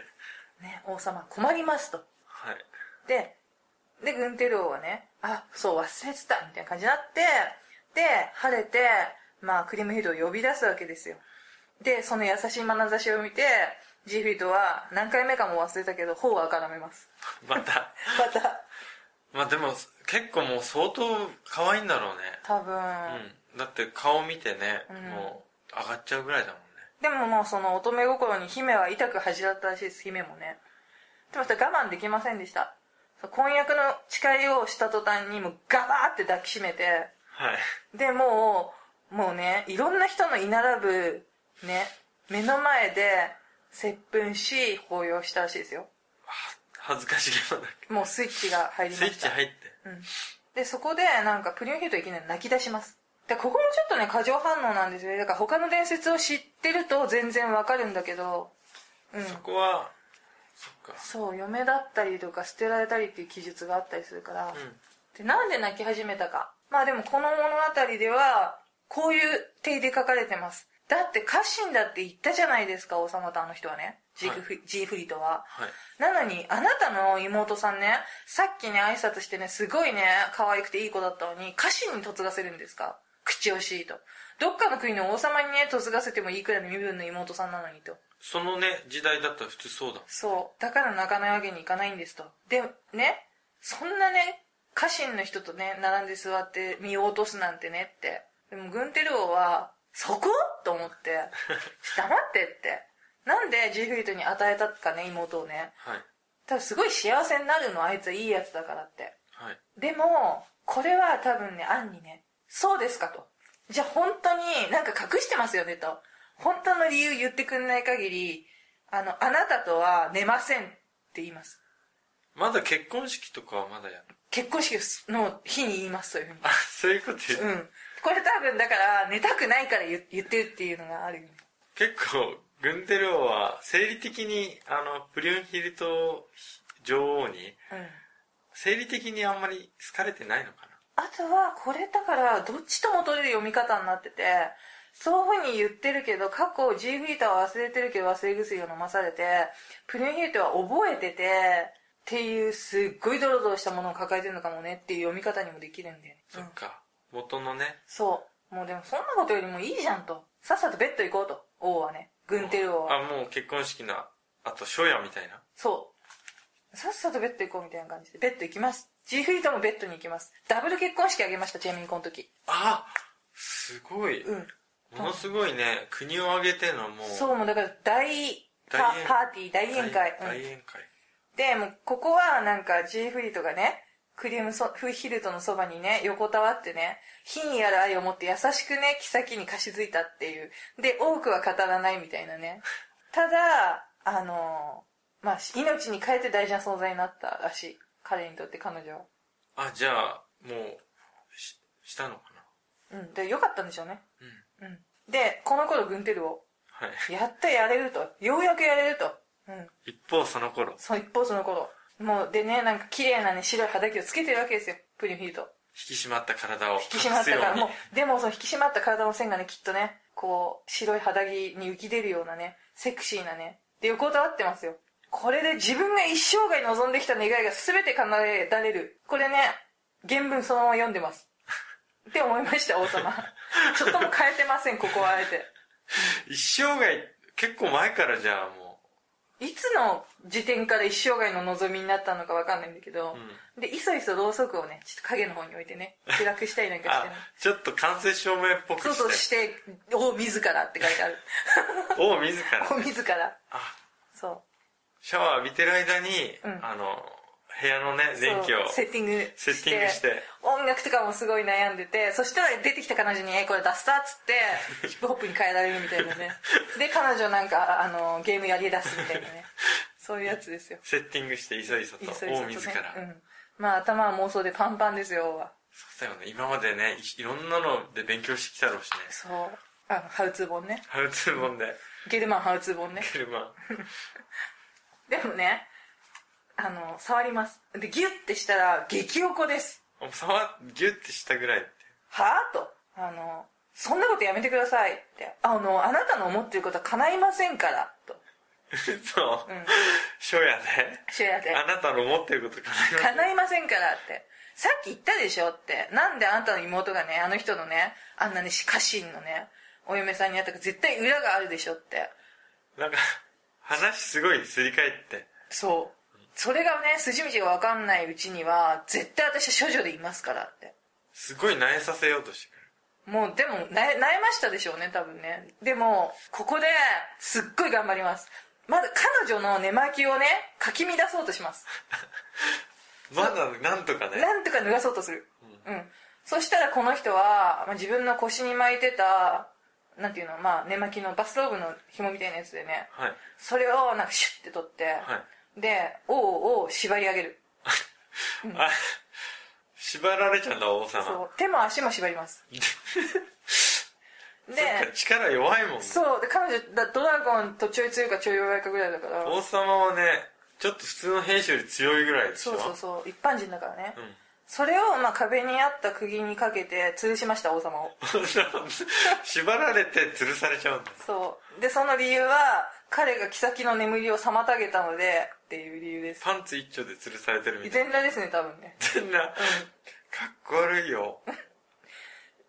S1: ね王様困りますと
S2: はい
S1: ででグンテル王はねあそう忘れてたみたいな感じになってで晴れてまあクリムヒルドを呼び出すわけですよでその優しい眼差しを見てジーフィートは何回目かも忘れたけど頬を赤らめます
S2: また。
S1: また
S2: まあでも、結構もう相当可愛いんだろうね。
S1: 多分、
S2: うん。だって顔見てね、
S1: うん
S2: もう上がっちゃうぐらいだもんね。
S1: でももうその乙女心に姫は痛く恥じらったらしいです姫もねでもそれ我慢できませんでしたそう婚約の誓いをした途端にもうガバーって抱きしめて
S2: はい。
S1: でもうもうねいろんな人の居並ぶね目の前で接吻し抱擁したらしいですよ
S2: 恥ずかしげもなく。
S1: もうスイッチが入りま
S2: スイッ
S1: し
S2: チ
S1: た
S2: 入って。
S1: でそこでなんかプリンヒュートいきなり泣き出しますでここもちょっとね過剰反応なんですよねだから他の伝説を知ってると全然わかるんだけどうん
S2: そこは、そっか。
S1: そう嫁だったりとか捨てられたりっていう記述があったりするから、
S2: うん。
S1: でなんで泣き始めたかまあでもこの物語ではこういう体で書かれてますだって家臣だって言ったじゃないですか王様とあの人はねジークフ、ジーフリートは
S2: はい。
S1: なのにあなたの妹さんねさっきね挨拶してねすごいね可愛くていい子だったのに家臣に嫁がせるんですか口惜しいとどっかの国の王様にね嫁がせてもいいくらいの身分の妹さんなのにと
S2: そのね、時代だったら普通そうだもん。
S1: そう。だから仲間わけにいかないんですと。で、ね、そんなね、家臣の人とね、並んで座って見落とすなんてねって。でも、グンテル王は、そこと思って、黙ってって。なんでジーフリートに与えたかね、妹をね。
S2: はい。
S1: 多分すごい幸せになるの、あいつはいいやつだからって。
S2: はい。
S1: でも、これは多分ね、アンにね、そうですかと。じゃあ本当になんか隠してますよねと。本当の理由言ってくんない限り、あの、あなたとは寝ませんって言います。
S2: まだ結婚式とかはまだやる。
S1: 結婚式の日に言います、そういうふうに。
S2: あ、そういうこと言う。
S1: うん。これ多分だから、寝たくないから言言ってるっていうのがあるよね。
S2: 結構、グンデル王は、生理的に、あの、プリュンヒルト女王に、
S1: うん。
S2: 生理的にあんまり好かれてないのか
S1: あとは、これだから、どっちとも取れる読み方になってて、そういうふうに言ってるけど、過去ジーフィーターは忘れてるけど忘れ薬を飲まされて、プリンヒートは覚えてて、っていうすっごいドロドロしたものを抱えてるのかもねっていう読み方にもできるんだよね。
S2: な。
S1: うん
S2: そっか。元のね、
S1: そう。もうでもそんなことよりもいいじゃんと。さっさとベッド行こうと。王はね。グンテル王は。
S2: あ、もう結婚式の、あと、初夜みたいな。
S1: そう。さっさとベッド行こうみたいな感じで。ベッド行きます。ジーフィートもベッドに行きます。ダブル結婚式あげました、ちなみにこの時。
S2: あすごい。
S1: うん。
S2: ものすごいね、国を挙げてのもう、
S1: そう、もうだから大パ
S2: 大宴
S1: パーティー、大宴会。
S2: 大
S1: うん
S2: 宴会。
S1: で、もうここはなんかジーフリートがね、クリームソフヒルトのそばにね、横たわってね、品位ある愛を持って優しくね、妃に貸し付いたっていう。で、多くは語らないみたいなね。ただ、あのーまあ、命に変えて大事な存在になったらしい。彼にとって彼女は。
S2: あ、じゃあ、もう、し、したのか
S1: うん。で、良かったんでしょうね。
S2: な。うん。
S1: うん。で、この頃、グンテルを、
S2: はい。
S1: やっとやれると。ようやくやれると。うん。
S2: 一方、その頃、
S1: そう、一方その頃。もう、でね、なんか綺麗なね、白い肌着をつけてるわけですよ。プリンフィート。
S2: 引き締まった体を
S1: 引き締まったから、も
S2: 隠すよ
S1: う、でもその引き締まった体の線がね、きっとね、こう、白い肌着に浮き出るようなね、セクシーなね。で、横たわってますよ。これで自分が一生涯望んできた願いが全て叶えられる。これね、原文そのまま読んでます。って思いました、王 [LAUGHS] 様。ちょっとも変えてません、ここはあえて。
S2: うに一生涯、結構前からじゃあも
S1: いつの時点から一生涯の望みになったのかわかんないんだけど、で、いそいそろうそくをね、ちょっと影の方に置いてね、暗くしたりなん
S2: う、
S1: かして
S2: あ
S1: ね。、
S2: ちょっと完成証明っぽく
S1: そうそう
S2: し、
S1: してて、王自らって書いてあ
S2: [LAUGHS]
S1: る。
S2: 王自ら、
S1: 王自ら。
S2: あ、
S1: そう。
S2: シャワー浴びてる間に、
S1: うん
S2: あの、部屋のね、電気を
S1: そうセッティングして
S2: セッティングして
S1: 音楽とかもすごい悩んでてそしたら出てきた彼女に「えこれ出した」っつっ
S2: [LAUGHS]
S1: てヒップホップに変えられるみたいなねで彼女なんかああのゲームやりだすみたいなねそういうやつですよ
S2: セッティングして、いそいそと、
S1: いそいそ
S2: 王
S1: とね
S2: 自ら。
S1: うん、まあ頭は妄想でパンパンですよ王は
S2: そうだよね、今までね、いいろんなので勉強してきたろうしね。
S1: そうあのハウツー本ね
S2: ハウツー本で、
S1: ゲルマンハウツー本ね
S2: 車。
S1: でもねあの触りますでギュッてしたら激おこです
S2: もう触っ、ギュッてしたぐらいって。 [LAUGHS]
S1: はぁと、あの、そんなことやめてくださいって、あの、あなたの思ってることは叶いませんから、と。
S2: そ
S1: う
S2: う
S1: ん。
S2: 初夜ね。
S1: シェアで。
S2: あなたの思ってることかな
S1: 叶いませんからって。さっき言ったでしょって。なんであなたの妹がね、あの人のね、あんなね、家臣のね、お嫁さんにあったか絶対裏があるでしょって。
S2: なんか、話すごいすり替えって。
S1: そう。それがね、筋道がわかんないうちには、絶対私は処女でいますからって。
S2: すごい萎えさせようとしてくる。
S1: もう、でも、なえ、なえましたでしょうね、多分ね。でも、ここで、すっごい頑張ります。まず、彼女の寝巻きをね、かき乱そうとします。
S2: まだなんとかね。
S1: なんとか脱がそうとする。うん。そしたら、この人は、まあ、自分の腰に巻いてた、なんていうの、まあ、寝巻きのバスローブの紐みたいなやつでね、
S2: はい。
S1: それを、なんか、シュッて取って、
S2: は
S1: で、王を縛り上げる。
S2: あ、縛られちゃうんだ、王様。
S1: そう。手も足も縛り
S2: [LAUGHS]
S1: ます。で、
S2: そっか力弱いもんね。
S1: そう。で、彼女だ、ドラゴンとちょい強いかちょい弱いかぐらいだから。
S2: 王様はね、ちょっと普通の兵士より強いぐらいでしょ
S1: そうそうそう。一般人だからね。
S2: ん
S1: それを、まあ、壁にあった釘にかけて、吊るしました、王様 [LAUGHS] を。
S2: [LAUGHS] 縛られて吊るされちゃうんだ。
S1: そう。で、その理由は、彼が妃の眠りを妨げたので、っていう理由です。
S2: パンツ一丁で吊るされてるみたい
S1: 全裸ですね、多分ね。
S2: な。かっこ悪いよ。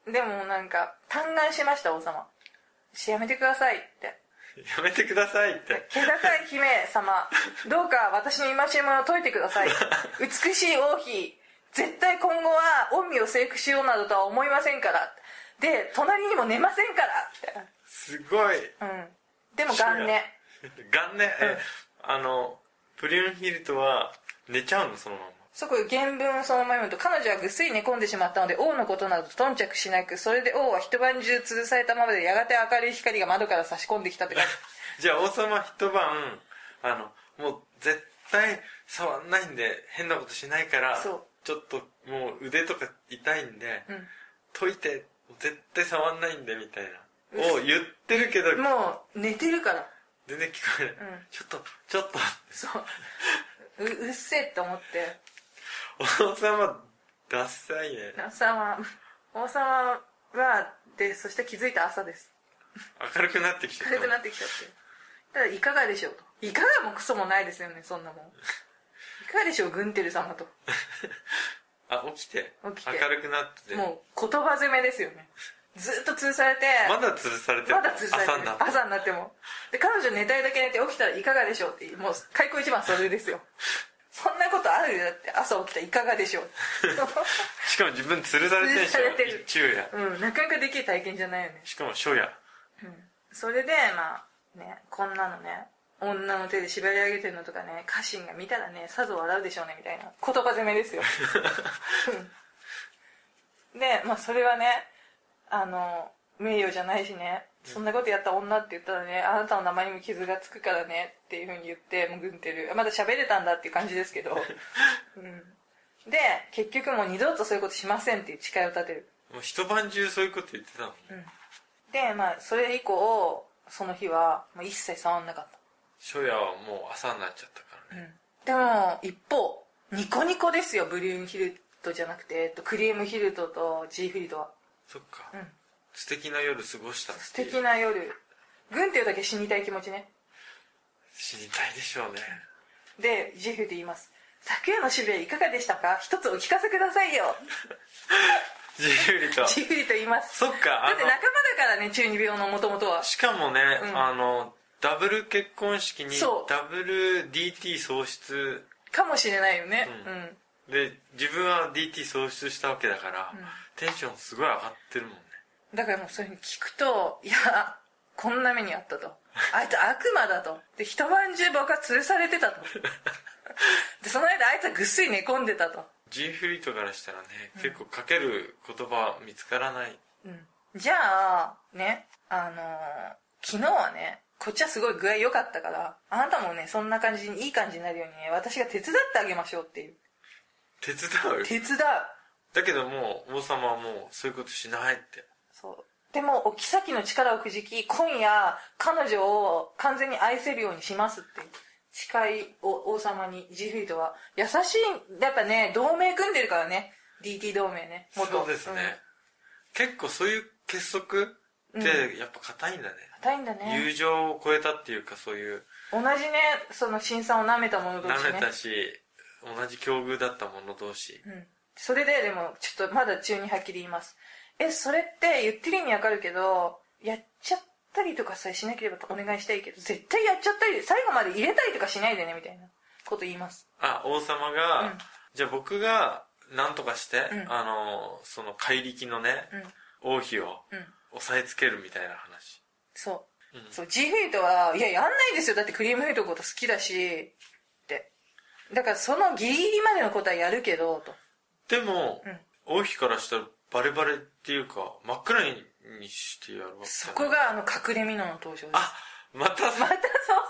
S1: でも、なんか、嘆願しました、王様。しやめてくださいって。
S2: やめてくださいって。
S1: 気高い姫 [LAUGHS] 様、どうか私に戒めを解いてください。美しい王妃、絶対今後は恩義を征服しようなどとは思いませんから。で、隣にも寝ませんから。っ
S2: すごい。
S1: てうん。でも元年。
S2: 元年、え、あの、プリュンヒルトは寝ちゃうの、そのまんま。
S1: そこ原文そのまま読むと、彼女はぐっすり寝込んでしまったので、王のことなど頓着しなく、それで王は一晩中吊るされたままで、やがて明るい光が窓から差し込んできたって書いてある
S2: じゃあ王様一晩、あの、もう絶対触んないんで、変なことしないから、
S1: そう
S2: ちょっともう腕とか痛いんで、
S1: ん
S2: 解いて、絶対触んないんで、みたいな。を言ってるけど、
S1: も [LAUGHS] う、寝てるから。
S2: 全然聞こえない。
S1: うん
S2: ちょっと、ちょっと、 [LAUGHS]
S1: そう。 [LAUGHS] う、うっせえって思って。
S2: 王様、ダサいね。
S1: 王様、王様は、で、そして気づいた朝です。
S2: 明るくなってきちゃった。
S1: 軽くなってきちゃって。ただ、いかがでしょうと。いかがもクソもないですよね、そんなもん。いかがでしょう、グンテル様と。
S2: あ、起きて。
S1: 起きて
S2: 明るくなってて。
S1: もう、言葉攻めですよね。ずっと吊るされて、
S2: まだ吊るされてる。
S1: まだ吊るされて
S2: 朝
S1: る
S2: になって。
S1: 朝になっても。で、彼女寝たいだけ寝て起きたらいかがでしょうって、もう、開口一番それですよ。 [LAUGHS] そんなことあるよだって、朝起きたらいかがでしょ [LAUGHS] う。
S2: しかも自分吊るされてる
S1: 吊
S2: でしょ
S1: るされてる
S2: 一昼夜。
S1: うん、なかなかできる体験じゃないよね。
S2: しかも初夜。
S1: それでまあねこんなのね女の手で縛り上げてるのとかね家臣が見たらねさぞ笑うでしょうねみたいな言葉攻めですようんでまあそれはねあの名誉じゃないしねそんなことやった女って言ったらね、あなたの名前にも傷がつくからねっていうふうに言ってもうグンテルまだ喋れたんだっていう感じですけど、うん、で結局もう二度とそういうことしませんっていう誓いを立てる
S2: もう一晩中そういうこと言ってたもんね。
S1: でまあそれ以降その日はもう一切触んなかった
S2: 初夜はもう朝になっちゃったからね。
S1: でも、一方、ニコニコですよ、ブリュームヒルトじゃなくて、えっと、クリームヒルトとジーフィールドは。
S2: そっか、
S1: ん
S2: 素敵な夜過ごしたっていう
S1: 素敵な夜。軍っていうだけ死にたい気持ちね。
S2: 死にたいでしょうね。
S1: で、ジーフィールド言います。昨夜の渋谷いかがでしたか一つお聞かせくださいよ。
S2: ジュリと。
S1: ジーフィールド言います。
S2: そっか、
S1: だ
S2: あ
S1: って仲間だからね、中二病の元々は
S2: の、。しかもね、
S1: うん
S2: あの、ダブル結婚式に、
S1: そう
S2: ダブル DT 喪失
S1: かもしれないよね。
S2: う
S1: うんん。
S2: で、自分は DT 喪失したわけだから、
S1: ん
S2: テンションすごい上がってるもんね。
S1: だからもうそういうふうに聞くと、いや、こんな目にあったと。あいつ悪魔だと。で、一晩中僕は吊るされてたと。で、その間あいつはぐっすり寝込んでたと。
S2: G フリートからしたらね、結構かける言葉見つからない。
S1: うん。じゃあ、ね、あのー昨日はね、こっちはすごい具合良かったから、あなたもね、そんな感じに、いい感じになるようにね、私が手伝ってあげましょうっていう。
S2: 手伝う
S1: 手伝う。
S2: だけどもう、王様はもうそういうことしないって。
S1: そう。でも、お妃の力をくじき、今夜、彼女を完全に愛せるようにしますっていう。誓いを王様に、ジーフィードは。優しい、やっぱね、同盟組んでるからね。DT 同盟ね。元
S2: そうですね、。結構そういう結束ってやっぱ硬いんだね、
S1: うん硬いんだね。
S2: 友情を超えたっていうかそういう
S1: 同じね、その、辛酸を舐めた者同士ね。
S2: 舐めたし、同じ境遇だった者同士、
S1: うんそれで、でも、ちょっとまだ中にはっきり言います。え、それって言ってる意味わかるけど、やっちゃっったりとかさえしなければとお願いしたいけど、絶対やっちゃったり、最後まで入れたりとかしないでね、みたいなこと言います。
S2: あ、王様が、
S1: うん
S2: じゃあ僕が、なんとかして、
S1: うん
S2: あの、その怪力のね、
S1: うん。
S2: 王妃を
S1: うん。
S2: 押さえつけるみたいな話。
S1: そうう。
S2: ん
S1: そう、G フェイトは、いや、やんないですよ。だってクリームフェイトのこと好きだし、って。だからそのギリギリまでのことはやるけど、と。
S2: でも、
S1: うん
S2: 王妃からしたらバレバレっていうか、真っ暗にしてやるわけだね
S1: そこ。があの隠れミノの登場です。
S2: あ、また
S1: また
S2: さ、
S1: そう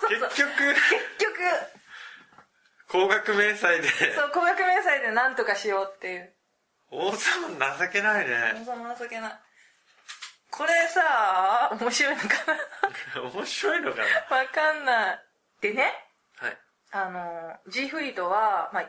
S1: そう
S2: 結
S1: そう。
S2: 局
S1: 結、局、
S2: 高額明細で、
S1: そう、高額明細で何とかしようっていう。
S2: 王様情けないね。
S1: そんな情けない。これさ、面白いのか
S2: 面白いのかな。
S1: な [LAUGHS] わかんない。でね、
S2: はい。
S1: あの、G フリートは、まあ、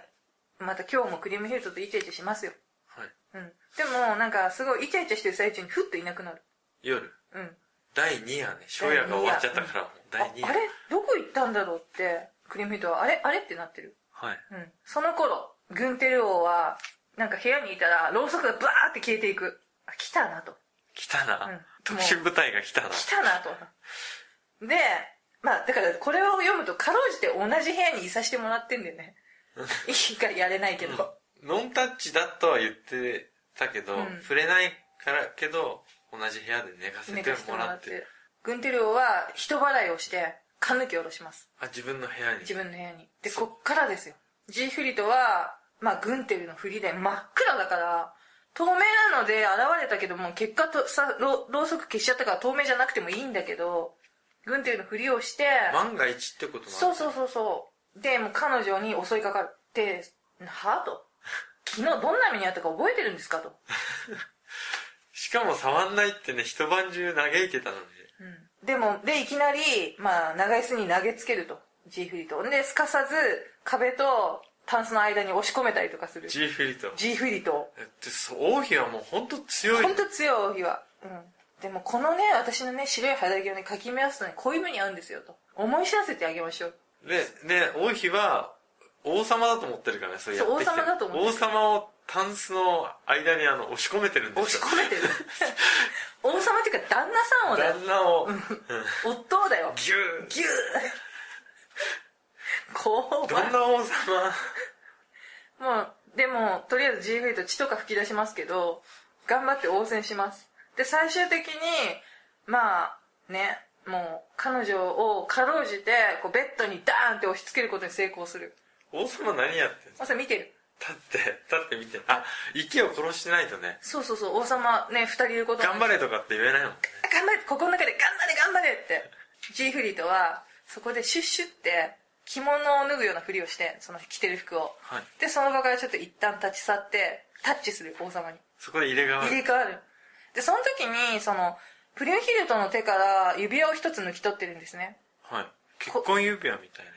S1: また今日もクリームフィルトとイチャイチャしますよ。
S2: はい。
S1: うん。でも、なんか、すごいイチャイチャしてる最中にふっといなくなる。
S2: 夜、
S1: うん。
S2: 第2夜ね、初夜が終わっちゃったから、第
S1: あ
S2: 2
S1: あ
S2: 夜。
S1: れどこ行ったんだろうって、クリームフィルトは、あれあれってなってる。
S2: はい。
S1: うん。その頃、グンテル王は、なんか部屋にいたら、ろうそくがバーって消えていく。あ、来たなと。
S2: 来たな。
S1: うん
S2: 特殊部隊が来たな。
S1: 来たなと。で、まあ、だからこれを読むと、かろうじて同じ部屋にいさせてもらってんだよね。いいからやれないけど。
S2: ノンタッチだとは言ってたけど、
S1: うん
S2: 触れないからけど、同じ部屋で寝かせ
S1: 寝
S2: て
S1: かして
S2: も
S1: も
S2: ら
S1: ら
S2: っ。
S1: ってて。グンテル王は人払いをして、かぬき下ろします。
S2: あ、自分の部屋に。
S1: 自分の部屋に。で、こっからですよ。ジーフリートは、まあ、グンテルの振りで真っ暗だから、透明なので現れたけども、結果とさろ、ろうそく消しちゃったから透明じゃなくてもいいんだけど、グンテルの振りをして、
S2: 万が一ってことなんだ
S1: そうそうそうそう。で、もう彼女に襲いかかって、はぁと。昨日どんな目に遭ったか覚えてるんですかと。
S2: しかも触んないってね、一晩中嘆いてたのに。
S1: うん。でも、で、いきなり、まあ、長椅子に投げつけると。ジーフリート。で、すかさず、壁と、タンスの間に押し込めたりとかする。
S2: ジーフリート。
S1: ジーフリート。
S2: えってそう王妃はもう本当強い。
S1: ほんと強い日は。うん。でも、このね、私のね、白い肌着をね、かき乱すとね、こういう目に遭うんですよ、と。思い知らせてあげましょう。
S2: で、ね、王妃は、王様だと思ってるからね、それやってきて
S1: そう王様だと思ってる
S2: 王様をタンスの間にあの、押し込めてるんで
S1: 押
S2: す
S1: し
S2: よ。
S1: 込
S2: [LAUGHS]
S1: めてる。王様っていうか、旦那さんをだよ。
S2: 旦那を、
S1: [LAUGHS] 夫をだよ。
S2: ぎゅー
S1: ぎゅーこう
S2: どんな王様
S1: もうでもとりあえず G フェイト血とか吹き出しますけど頑張って応戦しますで最終的にまあねもう彼女をかろうじてこうベッドにダーンって押し付けることに成功する
S2: 王様何やってんの
S1: まさに見てる
S2: 立って、立って見て。あ、息を殺してないとね、
S1: そうそうそう王様ね2人いること
S2: 頑張れとかって言えないもんね。
S1: 頑張れ心の中で頑張れ頑張れって G フリートはそこでシュッシュって着物を脱ぐようなふりをしてその着てる服を
S2: はい。
S1: でその場からちょっと一旦立ち去ってタッチする王様に
S2: そこで入れ替わ
S1: 入れ
S2: る。
S1: 替わるでその時にそのプリュンヒルトの手から指輪を一つ抜き取ってるんですね
S2: はい。結婚指輪みたいね。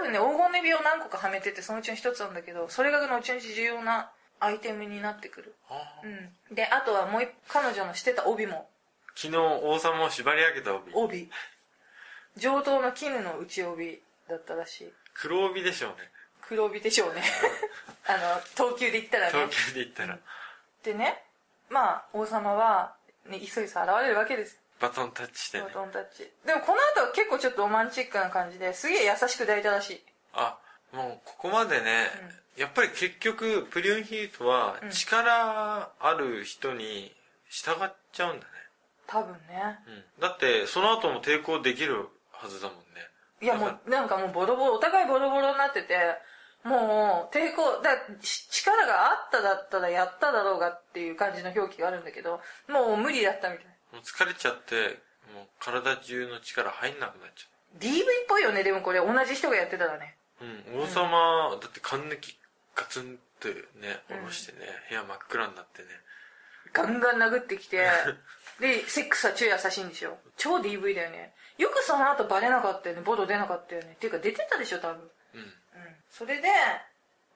S1: 多分ね黄金の指輪を何個かはめててそのうちの一つなんだけどそれが後々重要なアイテムになってくる
S2: あー
S1: うんであとはもう一彼女のしてた帯も
S2: 昨日王様を縛り上げた帯。
S1: 帯上等の絹の内帯だったらしい
S2: 黒帯でしょうね。
S1: 黒帯でしょうね [LAUGHS] あの東急で言ったらね
S2: 東京で言ったら、
S1: でねまあ王様は、ね、急いさ現れるわけです
S2: バトンタッチしてね
S1: バ。トンタッチでもこの後は結構ちょっとロマンチックな感じですげえ優しく抱いたらしい
S2: あ、もうここまでね、やっぱり結局、プリュンヒートは
S1: うん
S2: 力ある人に従っちゃうんだね。
S1: 多分ね
S2: うん。だって、その後も抵抗できるはずだもんね。
S1: いやもうなんかもうボロボロお互いボロボロになっててもう抵抗だし力があっただったらやっただろうがっていう感じの表記があるんだけどもう無理だったみたい
S2: もう疲れちゃって、もう体中の力入んなくなっちゃう。
S1: DV っぽいよねでもこれ同じ人がやってたらね
S2: うん、王様、だって缶抜きガツンってね、下ろしてね、部屋真っ暗になってね。
S1: ガンガン殴ってきてでセックスは超優しいんでしょ超 DV だよねよくその後バレなかったよねボロ出なかったよねっていうか出てたでしょ多分
S2: うん。
S1: うんそれで、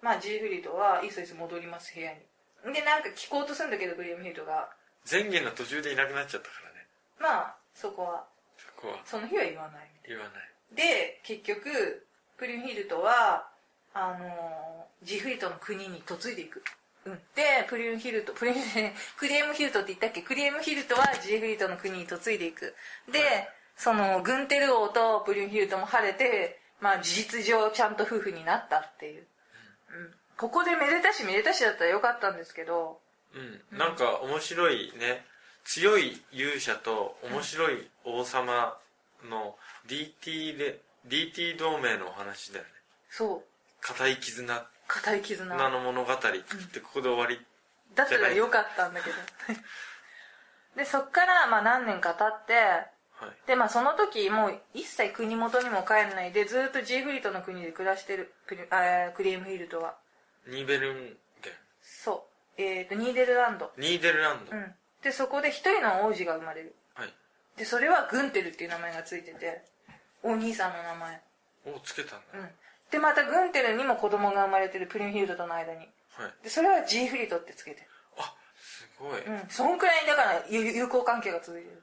S1: まあ、ジーフリートはいそいそ戻ります部屋にでなんか聞こうとするんだけどグリームフィートが
S2: 前言の途中でいなくなっちゃったからね。
S1: まあそこは
S2: そこは
S1: その日は言わない
S2: 言わない。
S1: で結局プリムヒルトはあのージーフリートの国に嫁いでいく、うん、でプリムヒルトプリムヒルトクリエムヒルトって言ったっけクリエムヒルトはジーフリートの国に嫁いでいくで、そのグンテル王とブリュンヒルトも晴れて、まあ、事実上ちゃんと夫婦になったっていう、うん、ここでめでたしめでたしだったらよかったんですけど
S2: うん、なんか面白いね強い勇者と面白い王様の DT で DT 同盟のお話だよね
S1: そう
S2: 固い絆
S1: 固い絆
S2: なの物語ってここで終わり、
S1: だったらよかったん [LAUGHS] だけどでそっからまあ何年か経って
S2: はい
S1: でまあその時もう一切国元にも帰らないでずっとジーフリートの国で暮らしてるクリあークリームヒルトは
S2: ニーベルンゲ
S1: そうえっ、とニーデルランド
S2: ンニーデルランド、
S1: うんでそこで一人の王子が生まれる
S2: はい
S1: でそれはグンテルっていう名前がついててお兄さんの名前
S2: おつけたん
S1: う
S2: だ、
S1: んでまたグンテルにも子供が生まれてるプリュンヒルドとの間に
S2: はい
S1: でそれはジーフリートってつけて
S2: あすごい、
S1: うんそんくらいだから友友好関係が続いてる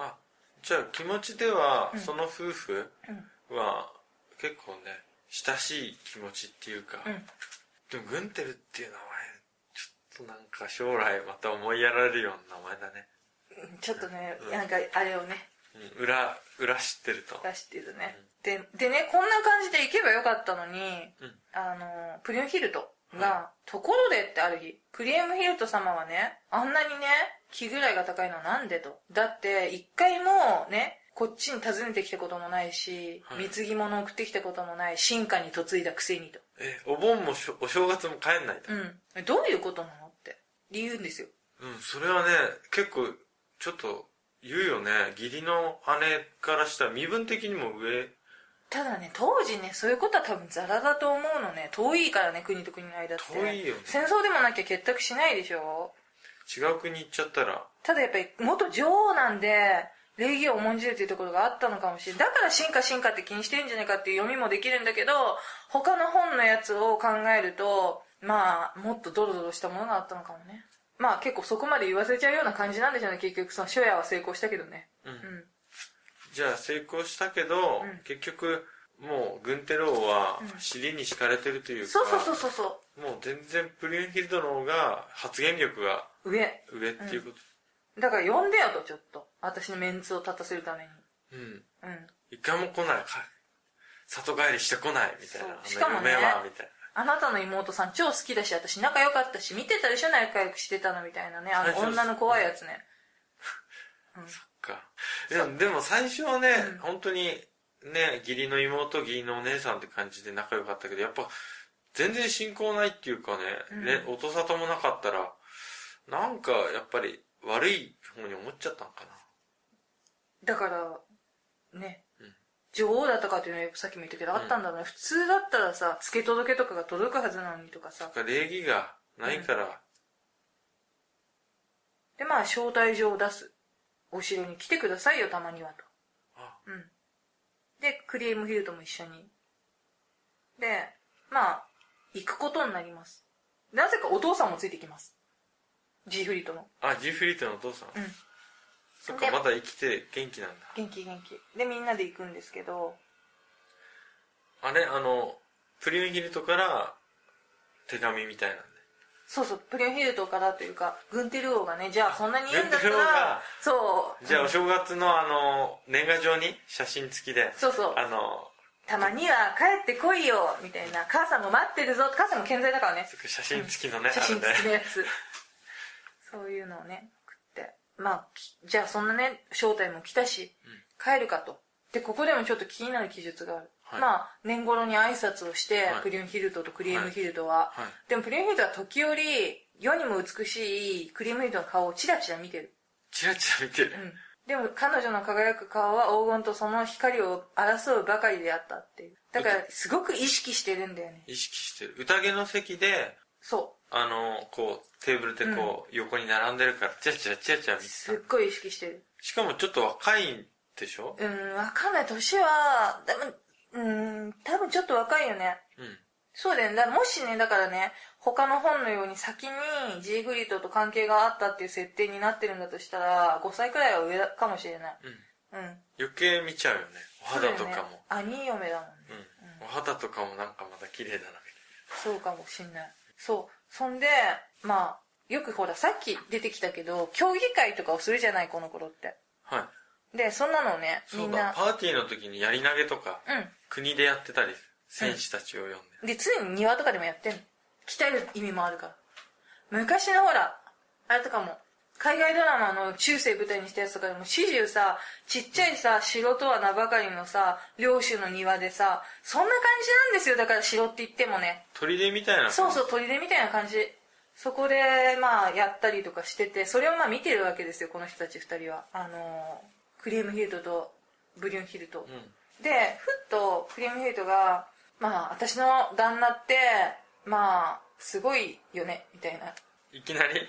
S2: あじゃあ気持ちでは、その夫婦は結構ね親しい気持ちっていうか、
S1: うん
S2: でもグンテルっていう名前ちょっとなんか将来また思いやられるような名前だね、
S1: うんちょっとね、
S2: うん
S1: なんかあれをね
S2: うん、裏裏知ってると
S1: 出してるね、ででねこんな感じで行けばよかったのに、
S2: うん
S1: あのプリュンヒルトが、
S2: は
S1: ところでってある日クリームヒルト様はねあんなにね気ぐらいが高いのはなんでとだって一回もねこっちに訪ねてきたこともないし、
S2: はい
S1: 貢ぎ物を送ってきたこともない進化に嫁いだくせにと
S2: えお盆もしょお正月も帰んないと、
S1: うんどういうことなのって理由ですよ
S2: うんそれはね結構ちょっと言うよね義理の姉からしたら身分的にも上
S1: ただね当時ねそういうことは多分ザラだと思うのね遠いからね国と国の間って
S2: 遠いよね
S1: 戦争でもなきゃ結託しないでしょ
S2: 違う国行っちゃったら
S1: ただやっぱり元女王なんで礼儀を重んじるというところがあったのかもしれないだから進化進化って気にしてんじゃないかっていう読みもできるんだけど他の本のやつを考えるとまあもっとドロドロしたものがあったのかもねまあ結構そこまで言わせちゃうような感じなんでしょうね結局その初夜は成功したけどね
S2: うん
S1: うん
S2: じゃあ成功したけど、
S1: うん
S2: 結局もう軍テロは
S1: うん
S2: 尻に敷かれてるというか、
S1: そうそうそうそうそ
S2: もう全然プリュンヒルドの方が発言力が
S1: う上
S2: 上っていうこと
S1: だから呼んでよとちょっと私のメンツを立たせるために
S2: うん、
S1: うん
S2: 一回も来ないか里帰りしてこないみたいな
S1: そうしかもね
S2: あの夢はみたい
S1: あなたの妹さん超好きだし、私仲良かったし、見てたでしょ仲良くしてたのみたいなね。あ
S2: 最初
S1: の、
S2: です
S1: 女の怖いやつね。
S2: なかいやでも最初はね、本当にね義理の妹義理のお姉さんって感じで仲良かったけどやっぱ全然信仰ないっていうかね、
S1: うん
S2: ね音沙汰もなかったらなんかやっぱり悪い方に思っちゃったんかな
S1: だから、ね
S2: うん。
S1: 女王だったかというのはさっきも言ったけど、あったんだろうね。普通だったらさ、付け届けとかが届くはずなのにとかさ。
S2: なんか礼儀がないから、
S1: で、まあ、招待状を出す。お城に来てくださいよ、たまにはと。
S2: あ
S1: うん。で、クリームヒルトも一緒に。で、まあ、行くことになります。なぜかお父さんもついてきます。ジーフリートの。
S2: あジーフリートのお父さん、
S1: うん
S2: そっか
S1: で
S2: まだ生きて元気なんだ
S1: 元気元気でみんなで行くんですけど
S2: あれあのプリュンヒルトから手紙みたいなんで
S1: そうそうプリンヒルトからというかグンテル王がねじゃあそんなにいいんだった
S2: グンテル王
S1: ら
S2: が
S1: そう
S2: じゃあ
S1: う
S2: お
S1: ん
S2: 正月のあの年賀状に写真付きで
S1: そうそう
S2: あの
S1: たまには帰ってこいよみたいな母さんも待ってるぞ母さんも健在だからね
S2: そっか写真付きのね、
S1: 写真
S2: あ
S1: 付きの
S2: れね
S1: やつそういうのをね送ってまあきじゃあそんなね招待も来たし、帰るかとでここでもちょっと気になる記述がある、
S2: はい
S1: まあ年頃に挨拶をして、
S2: はい
S1: プリュンヒルトとクリームヒルトは、
S2: はい
S1: でもプリュンヒルトは時折世にも美しいクリームヒルトの顔をチラチラ見てる、
S2: チラチラ見てる
S1: う、ん、でも彼女の輝く顔は黄金とその光を争うばかりであったっていうだからすごく意識してるんだよね
S2: 意識してる宴の席で
S1: そう
S2: あのこうテーブルでこう、横に並んでるからチラチラチラチラ見て
S1: す
S2: た
S1: っごい意識してる
S2: しかもちょっと若いんでしょ
S1: うんわかんない年はでもうん多分ちょっと若いよね
S2: うん
S1: そうだよねだもしねだからね他の本のように先にジーフリートと関係があったっていう設定になってるんだとしたら5歳くらいは上かもしれない
S2: うん
S1: うん
S2: 余計見ちゃうよねお肌とかも、
S1: そうだよね、兄嫁だもんね
S2: うんお肌とかもなんかまた綺麗だな
S1: そうかもしんないそうそんでまあよくほらさっき出てきたけど競技会とかをするじゃないこの頃って
S2: はい
S1: でそんなのをねみ
S2: そうんだ
S1: な
S2: パーティーの時にやり投げとか
S1: う
S2: 国でやってたり選手たちを呼んで、
S1: んで常に庭とかでもやってんの鍛える意味もあるから昔のほらあれとかも海外ドラマの中世舞台にしたやつとかでも始終さちっちゃいさ城とは名ばかりのさ領主の庭でさそんな感じなんですよだから城って言ってもね
S2: 砦みたいな感じ
S1: そうそう砦みたいな感じそこでまあやったりとかしててそれをまあ見てるわけですよこの人たち2人はあのークリームヒルトとブリュンヒルト、
S2: うん
S1: でふっとクリームヒルトが「まあ私の旦那ってまあすごいよね」みたいない
S2: きなり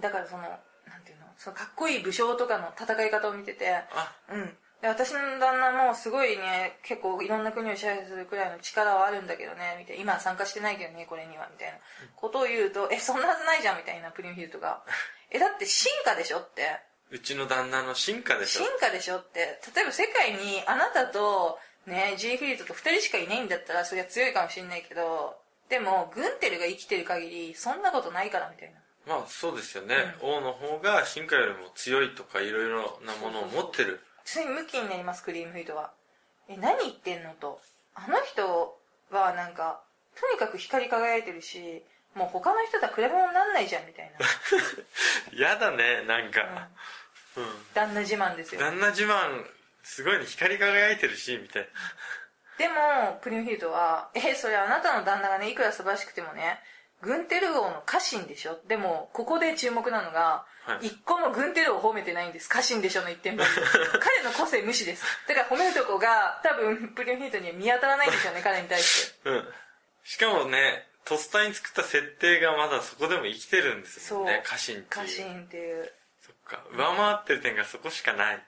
S1: だからそのなんていうのそのかっこいい武将とかの戦い方を見てて
S2: あ
S1: うんで私の旦那もすごいね結構いろんな国を支配するくらいの力はあるんだけどねみたいな今は参加してないけどねこれにはみたいなことを言うと「えそんなはずないじゃん」みたいなプリムヒルトが「えだって進化でしょ」って
S2: うちの旦那の進化でしょ
S1: 進化でしょって例えば世界にあなたとねジーフリートと2人しかいないんだったらそりゃ強いかもしれないけどでもグンテルが生きてる限りそんなことないからみたいな
S2: まあそうですよね、王の方が進化よりも強いとかいろいろなものを持ってる
S1: ついにムキになりますクリームフィートはえ何言ってんのとあの人はなんかとにかく光り輝いてるしもう他の人とは比べ物になんないじゃんみたい
S2: [LAUGHS] やだねなん
S1: な、うん
S2: か、、うん
S1: 旦那自慢ですよ
S2: 旦那自慢すごいね光り輝いてるしみたいな
S1: でもプリムヒルトは「えそれあなたの旦那がねいくら素晴らしくてもねグンテル王の家臣でしょ」でもここで注目なのが
S2: はい
S1: 一個もグンテル王を褒めてないんです家臣でしょの一点張
S2: [LAUGHS]
S1: り彼の個性無視ですだから褒めるとこが多分プリムヒルトには見当たらないんですよね彼に対して
S2: うんしかもねとっさに作った設定がまだそこでも生きてるんですよね
S1: そう
S2: 家臣っていう
S1: 家臣っていう
S2: そっか上回ってる点がそこしかない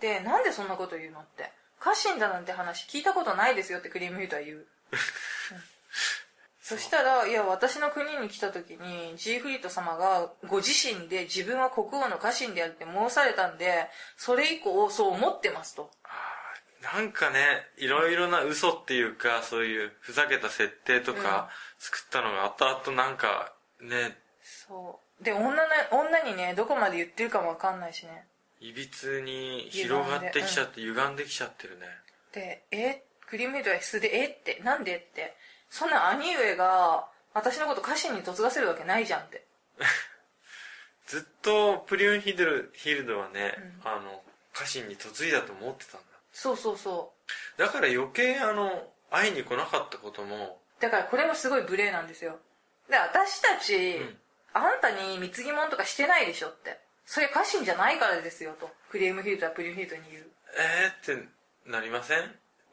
S1: でなんでそんなこと言うのって家臣だなんて話聞いたことないですよってクリームヒルトは [LAUGHS] 言う、うんそしたらいや私の国に来た時にジーフリート様がご自身で自分は国王の家臣であるって申されたんでそれ以降そう思ってますと
S2: あーなんかねいろいろな嘘っていうかそういうふざけた設定とか作ったのが後々なんかね
S1: そうで女な女にねどこまで言ってるかもわかんないしね
S2: いびつに広がってきちゃって歪んできちゃってるね
S1: で、えクリームヘイドは素で、えって、なんでって。そんな兄上が、私のこと家臣に嫁がせるわけないじゃんって。
S2: ずっとプリュンヒルドヒルドはね、あの家臣に嫁いだと思ってたん
S1: そうそうそ
S2: だだから余計あの会いに来なかったことも
S1: う。だからこれもすごい無礼なんですよ。で、私たち、
S2: うん
S1: あんたに貢ぎ物とかしてないでしょって。それ家臣じゃないからですよと。クリームヒルドはプリューヒルドに言う。
S2: えーってなりません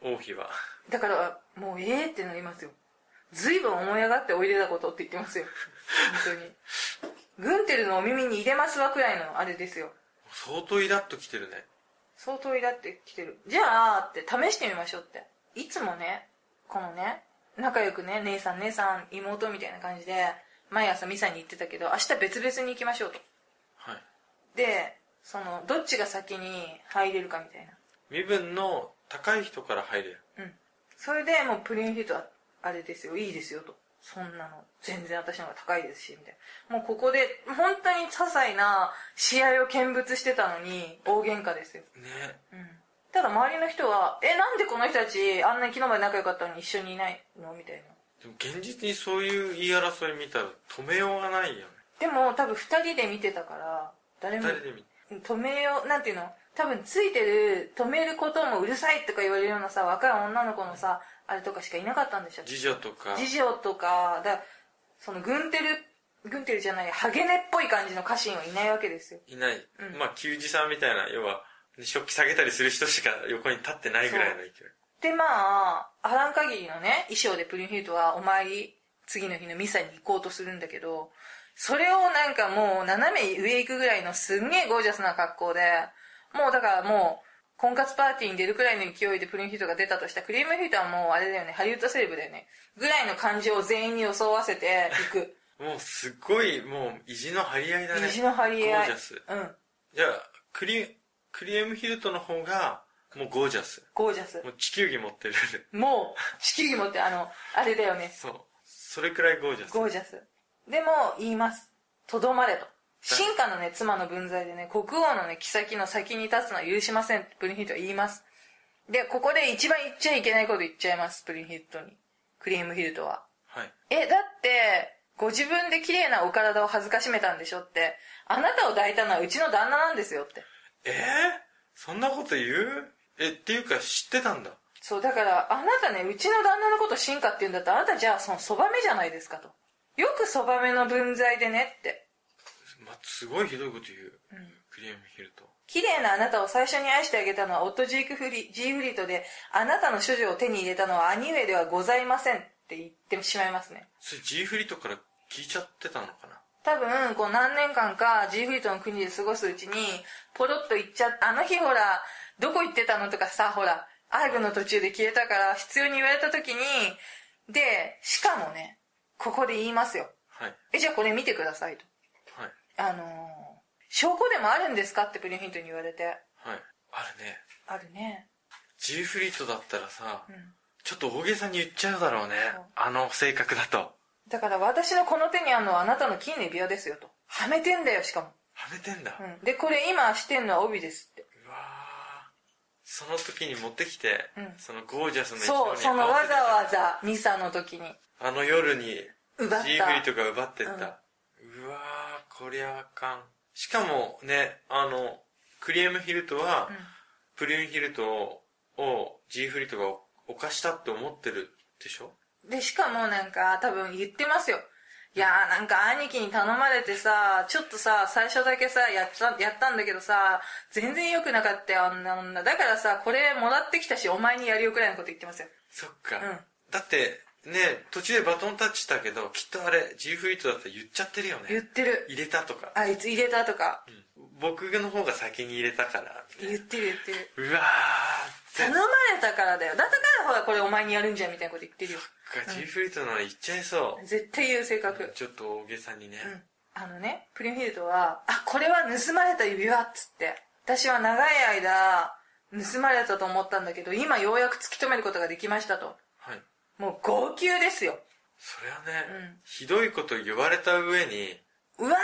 S2: 王妃は
S1: だから、もうええってなりますよ。ずいぶん思い上がっておいでだことって言ってますよ。本当に。グンテルのお耳に入れますわくらいのあれですよ。
S2: 相当イラッときてるね
S1: 相当イラってきてるじゃあって試してみましょうっていつもねこのね仲良くね姉さん姉さん妹みたいな感じで毎朝ミサに行ってたけど明日別々に行きましょうと
S2: はい
S1: でそのどっちが先に入れるかみたい
S2: 身分の高い人から入れる
S1: なうんそれでもうプリンヒートはあれですよいいですよとそんなの全然私の方が高いですしみたいなもうここで本当に些細な試合を見物してたのに大喧嘩ですよ
S2: ね
S1: うんただ周りの人は「えなんでこの人たちあんなに昨日まで仲良かったのに一緒にいないの?」みたいな
S2: でも現実にそういう言い争い見たら止めようがないよね
S1: でも多分2人で見てたから誰
S2: 二
S1: も
S2: 人で見
S1: 止めようなんていうの多分ついてる止めることもうるさいとか言われるようなさ若い女の子のさあれとかしかいなかったんでしょ
S2: 次女とか
S1: 次女とかだそのグンテルグンテルじゃないハゲネっぽい感じの家臣はいないわけですよ
S2: いない、
S1: うん
S2: まあ給仕さんみたいな要は食器下げたりする人しか [LAUGHS] 横に立ってないぐらいの勢い
S1: でまあアラン限りのね衣装でプリンヒルトはお参り次の日のミサに行こうとするんだけどそれをなんかもう斜め上行くぐらいのすんげえゴージャスな格好でもうだからもう婚活パーティーに出るくらいの勢いでプリンヒルトが出たとしたらクリームヒルトはもうあれだよねハリウッドセレブだよねぐらいの感じを全員に装わせていく
S2: もうすっごいもう意地の張り [LAUGHS] 合いだね
S1: 意地の張り合い
S2: ゴージャス
S1: うん
S2: じゃあクリクリエムヒルトの方がもうゴージャス
S1: ゴージャス
S2: もう地球儀持ってる [LAUGHS]
S1: もう地球儀持ってあのあれだよね
S2: そうそれくらいゴージャス
S1: ゴージャスでも言いますとどまれと進化のね、妻の分際でね、国王のね、妃の先に立つのは許しませんってプリンヒットは言います。で、ここで一番言っちゃいけないこと言っちゃいます、プリンヒットに。クリームヒルトは。
S2: はい。
S1: え、だって、ご自分で綺麗なお体を恥ずかしめたんでしょって、あなたを抱いたのはうちの旦那なんですよって。
S2: えー、そんなこと言うえ、っていうか知ってたんだ。
S1: そう、だから、あなたね、うちの旦那のこと進化って言うんだったら、あなたじゃあ、その、そばめじゃないですかと。よくそばめの分際でねって。
S2: ま、すごいひどいこと言う。クリームヒルト。
S1: 綺麗なあなたを最初に愛してあげたのは夫ジークフリ、ジーフリートで、あなたの処女を手に入れたのは兄上ではございませんって言ってしまいますね。
S2: それ G フリートから聞いちゃってたのかな
S1: 多分、こう何年間かジーフリートの国で過ごすうちに、ポロッと行っちゃっあの日ほら、どこ行ってたのとかさ、ほら、アイブの途中で消えたから、必要に言われた時に、で、しかもね、ここで言いますよ。
S2: はい。
S1: え、じゃあこれ見てくださいと。
S2: はい。
S1: あのー証拠でもあるんですかってプリンヒントに言われて。
S2: はい。あれね、
S1: あるね。
S2: G フリートだったらさ、
S1: うん。
S2: ちょっと大げさに言っちゃうだろうね
S1: そう。
S2: あの性格だと。
S1: だから私のこの手にあるのはあなたの金の指輪ですよと。はめてんだよ、しかも。
S2: はめてんだ。うわ
S1: うん。で、これ今してんのは帯ですって。
S2: ーその時に持ってきて、
S1: うん
S2: そのゴージャスの衣
S1: そう、
S2: 装
S1: そ
S2: に
S1: の
S2: 合わ
S1: わ
S2: せ
S1: ざ
S2: てた
S1: わざミサの時に。
S2: あの夜に、
S1: 奪った
S2: G フリとか奪ってった。うわー、こりゃあかん。しかもね、あの、クリエムヒルトは、
S1: うん
S2: プリウンヒルトを G フリートが犯したって思ってるでしょ
S1: で、しかもなんか多分言ってますよ。いやーなんか兄貴に頼まれてさ、ちょっとさ、最初だけさ、やった、やったんだけどさ、全然良くなかったよ、あんな女。だからさ、これもらってきたし、お前にやるよくらいのこと言ってますよ。
S2: そっか。
S1: うん
S2: だって、ね、途中でバトンタッチしたけど、きっとあれ、G フリートだったら言っちゃってるよ
S1: 言っ
S2: ね。
S1: てる。
S2: 入れたとか。
S1: あいつ入れたとか。
S2: 僕の方が先に入れたから。みた
S1: 言
S2: い
S1: ってる言ってる。
S2: なうわー、
S1: 頼
S2: 絶
S1: まれたからだよ。だからほら、これお前にやるんじゃんみたいなこと言ってるよ。
S2: 対 G フリートなら言っちゃいそう。
S1: 絶対言う性格。
S2: ちょっと大げさにね。
S1: うん。あのね、プリンフィールドは、あ、これは盗まれた指輪っつって。私は長い間、盗まれたと思ったんだけど、今ようやく突き止めることができましたと。
S2: はい。
S1: もう号泣ですよ。
S2: それはね、
S1: うん
S2: ひどいこと言われた上に、
S1: うわ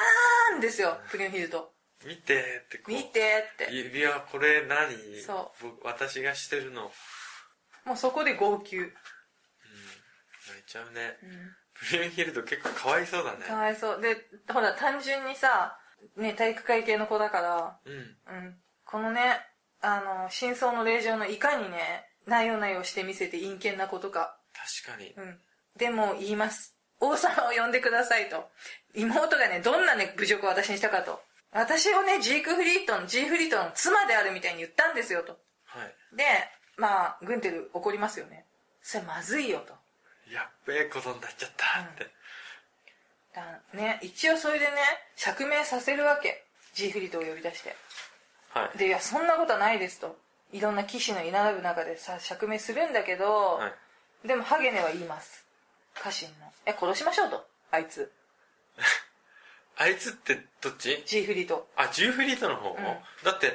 S1: ーんですよ、プリンフィールド。
S2: 見てってこう。
S1: 見てって。
S2: 指輪これ何
S1: そ
S2: 僕私がしてるの。
S1: もうそこで号泣。
S2: 泣いちゃうね。
S1: う
S2: プリウンヒルト結構かわいそうだ
S1: ん。か
S2: ね。
S1: わいそう。で、ほら、単純にさ、ね、体育会系の子だから、
S2: うん。
S1: うん。このね、あの、真相の令状のいかにね、なよなよしてみせて陰険なことか。
S2: 確かに。
S1: うん。でも言います。王様を呼んでくださいと。妹がね、どんなね、侮辱を私にしたかと。私をね、ジークフリートの、ジーフリートの妻であるみたいに言ったんですよと。
S2: はい。
S1: で、まあ、グンテル怒りますよね。それまずいよと。
S2: やっべえことになっちゃったって。
S1: だね、一応それでね、釈明させるわけ。ジーフリートを呼び出して。
S2: はい。
S1: で、いや、そんなことはないですと。いろんな騎士の居並ぶ中でさ、釈明するんだけど、
S2: はい。
S1: でもハゲネは言います。家臣の。え、殺しましょうと。あいつ。
S2: あいつってどっち
S1: ジーフリート。
S2: あ、ジューフリートの方、
S1: ん
S2: だって、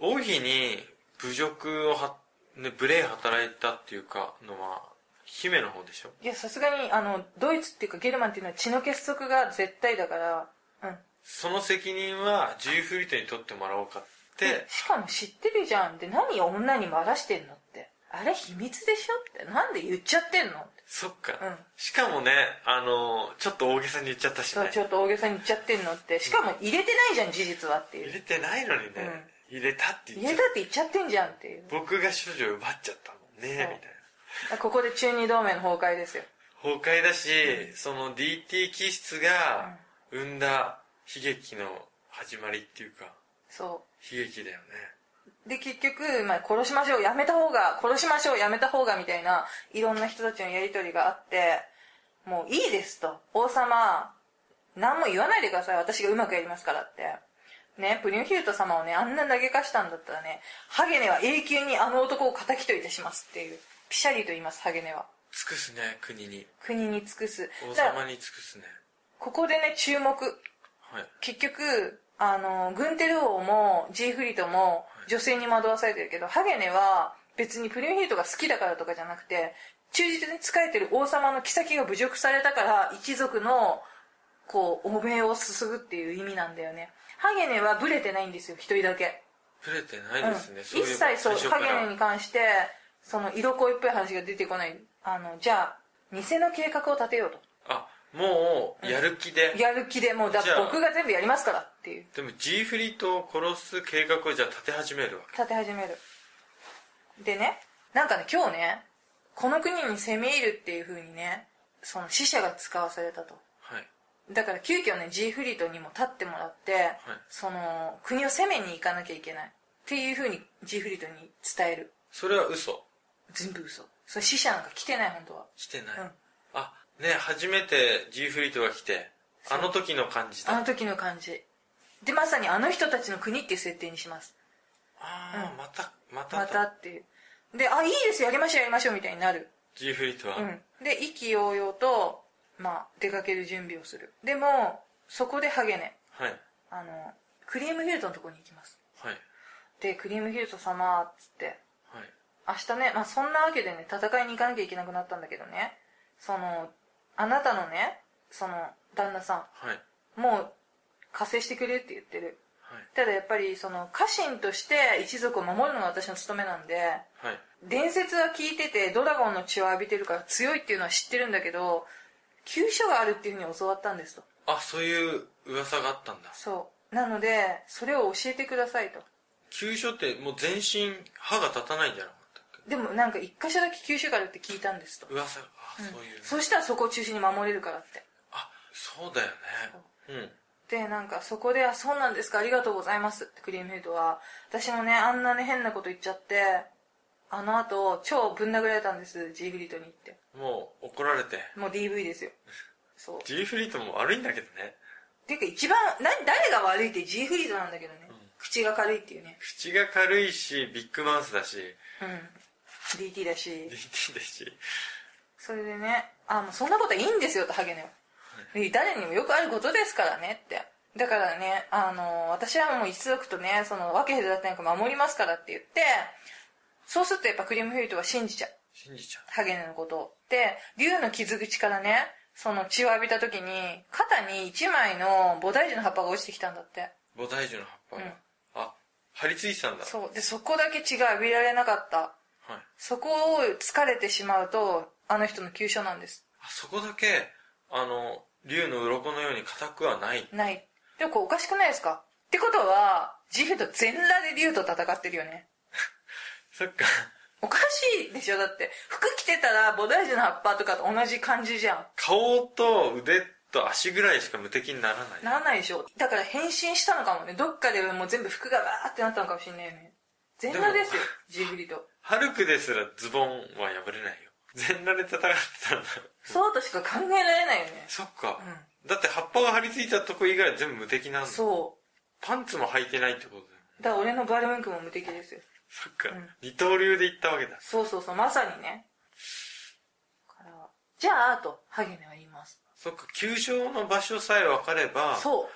S2: 王妃に侮辱をは、ね、無礼働いたっていうか、のは、姫の方でしょ
S1: いや、さすがに、あの、ドイツっていうかゲルマンっていうのは血の結束が絶対だから、うん。
S2: その責任はジューフリートに取ってもらおうかって、
S1: しかも知ってるじゃんって、何女にばらしてんのって。あれ秘密でしょって。なんで言っちゃってんのって。
S2: そっか、
S1: うん
S2: しかもね、あのちょっと大げさに言っちゃったし
S1: そう
S2: ね。
S1: ちょっと大げさに言っちゃってんのって。しかも入れてないじゃん、事実はってい
S2: 入
S1: う。
S2: れてないのにね、入れたって
S1: 入
S2: 言
S1: れ
S2: っ
S1: た
S2: ちゃっ。
S1: ったて言っちゃってんじゃんっていう。
S2: 僕が少女を奪っちゃったもんね、みたいな。
S1: ここで中二同盟の崩壊ですよ。
S2: 崩壊だし、その DT 気質が生んだ悲劇の始まりっていうか、
S1: そ
S2: 悲劇だよね。
S1: う。で、結局、まあ、殺しましょう、やめた方が、殺しましょう、やめた方が、みたいな、いろんな人たちのやりとりがあって、もういいですと。王様、何も言わないでください。私がうまくやりますからって。ね、プリンヒルト様をね、あんな投げかしたんだったらね、ハゲネは永久にあの男を敵といたしますっていう。ピシャリと言います、ハゲネは。
S2: 尽くすね、国に。
S1: 国に尽くす。
S2: 王
S1: だから
S2: 様に尽くすね。
S1: ここでね、注目。
S2: はい。
S1: 結局、あの、グンテル王もジーフリートも女性に惑わされてるけど、ハゲネは別にプリンヒルトが好きだからとかじゃなくて、忠実に仕えてる王様の妃が侮辱されたから、一族のこう、汚名をすすぐっていう意味なんだよね。ハゲネはブレてないんですよ、一人だけ。
S2: ブレてないですね、
S1: うん、一切そう
S2: 最初
S1: ハ
S2: か
S1: ゲ
S2: ら
S1: ネに関してその色恋っぽい話が出てこないあのじゃあ偽の計画を立てようと
S2: あもうやる気で、
S1: やる気でもうだ
S2: じゃあ
S1: 僕が全部やりますからっていう
S2: でも G フリートを殺す計画をじゃあ立て始めるわけ
S1: 立て始めるでねなんかね今日ねこの国に攻め入るっていう風にねその死者が使わされたと
S2: はい
S1: だから急遽ね G フリートにも立ってもらって、その国を攻めに行かなきゃいけないっていう風に G フリートに伝える
S2: それは嘘
S1: 全部嘘それ死者なんか来てない本当は
S2: してない、
S1: うん
S2: あね初めて G フリートが来てあの時の感じ
S1: あ
S2: だ
S1: の時の感じでまさにあの人たちの国っていう設定にします
S2: ああ、またまた
S1: またっていうであいいですよやりましょうやりましょうみたいになる
S2: G フリートは、
S1: うんで意気揚々と、まあ、出かける準備をするでもそこでハゲネ
S2: はい
S1: あのクリームヒルトのところに行きます
S2: はい
S1: でクリームヒルト様っつって
S2: はい
S1: 明日ね、まあ、そんなわけでね戦いに行かなきゃいけなくなったんだけどねそのあなたのねその旦那さ
S2: はいはい
S1: んもう加勢してくれって言ってるただやっぱりその家臣として一族を守るのが私の務めなんで
S2: はい
S1: 伝説は聞いててドラゴンの血を浴びてるから強いっていうのは知ってるんだけど急所があるっていうふうに教わったんですと
S2: あそういう噂があったんだ
S1: そうなのでそれを教えてくださいと
S2: 急所ってもう全身歯が立たないんじゃなかったっ
S1: でもなんか一箇所だけ急所があるって聞いたんですと
S2: け噂があ、そういう
S1: そしたらそこを中心に守れるからって
S2: あそうだよねうん
S1: でなんかそこで「あそうなんですかありがとうございます」ってクリームヘイトは私もねあんなね変なこと言っちゃってあの後超ぶん殴られたんですジーフリートに行って
S2: もう怒られて
S1: もう DV です
S2: [LAUGHS]
S1: よ。そう。
S2: G フリートも悪いんだけどね
S1: ていうか一番、な、誰が悪いって G フリードなんだけどね。口が軽いっていうね。
S2: 口が軽いしビッグマウスだし
S1: うん。DT だし。
S2: DT だし
S1: それでね、あ、もうそんなことはいいんですよとハゲネは。誰にもよくあることですからねって。だからね、あの、私はもう一族とね、その、分け隔てなんか守りますからって言って、そうするとやっぱクリームフィルトは信じちゃう。
S2: 信じちゃう
S1: ハゲネのことを。で、竜の傷口からね、その血を浴びた時に、肩に一枚の菩提樹の葉っぱが落ちてきたんだって。
S2: 菩提樹の葉っぱが、
S1: うん
S2: あ張り付いてたんだ
S1: そう。で、そこだけ血が浴びられなかった。
S2: はい
S1: そこを疲れてしまうと、あの人の急所なんです。
S2: あそこだけあの竜の鱗のように硬くはない
S1: ない。でもこれおかしくないですかってことは、ジフと全裸で竜と戦ってるよね。
S2: そっか
S1: おかしいでしょだって。服着てたら、菩提樹の葉っぱとかと同じ感じじゃ
S2: 顔と腕と足ぐらいしか無敵にならない
S1: ん。ならないでしょだから変身したのかもね。どっかでもう全部服がわーってなったのかもしれないよね。全裸ですよ、ジフリと。
S2: ハルクですらズボンは破れないよ全裸で戦ってたんだ
S1: そうとしか考えられないよね。
S2: そっか、
S1: う
S2: だって葉っぱが張り付いたとこ以外は全部無敵なんだ
S1: そ
S2: パンツも履いてないってことだよ
S1: う。だから俺のバルムンクも無敵ですよ。
S2: そっか、
S1: うん
S2: 二刀流で行ったわけだ
S1: そうそうそう、まさにね。だからじゃあ、と、ハゲネは言います。
S2: そっか急所の場所さえ分かれば
S1: そ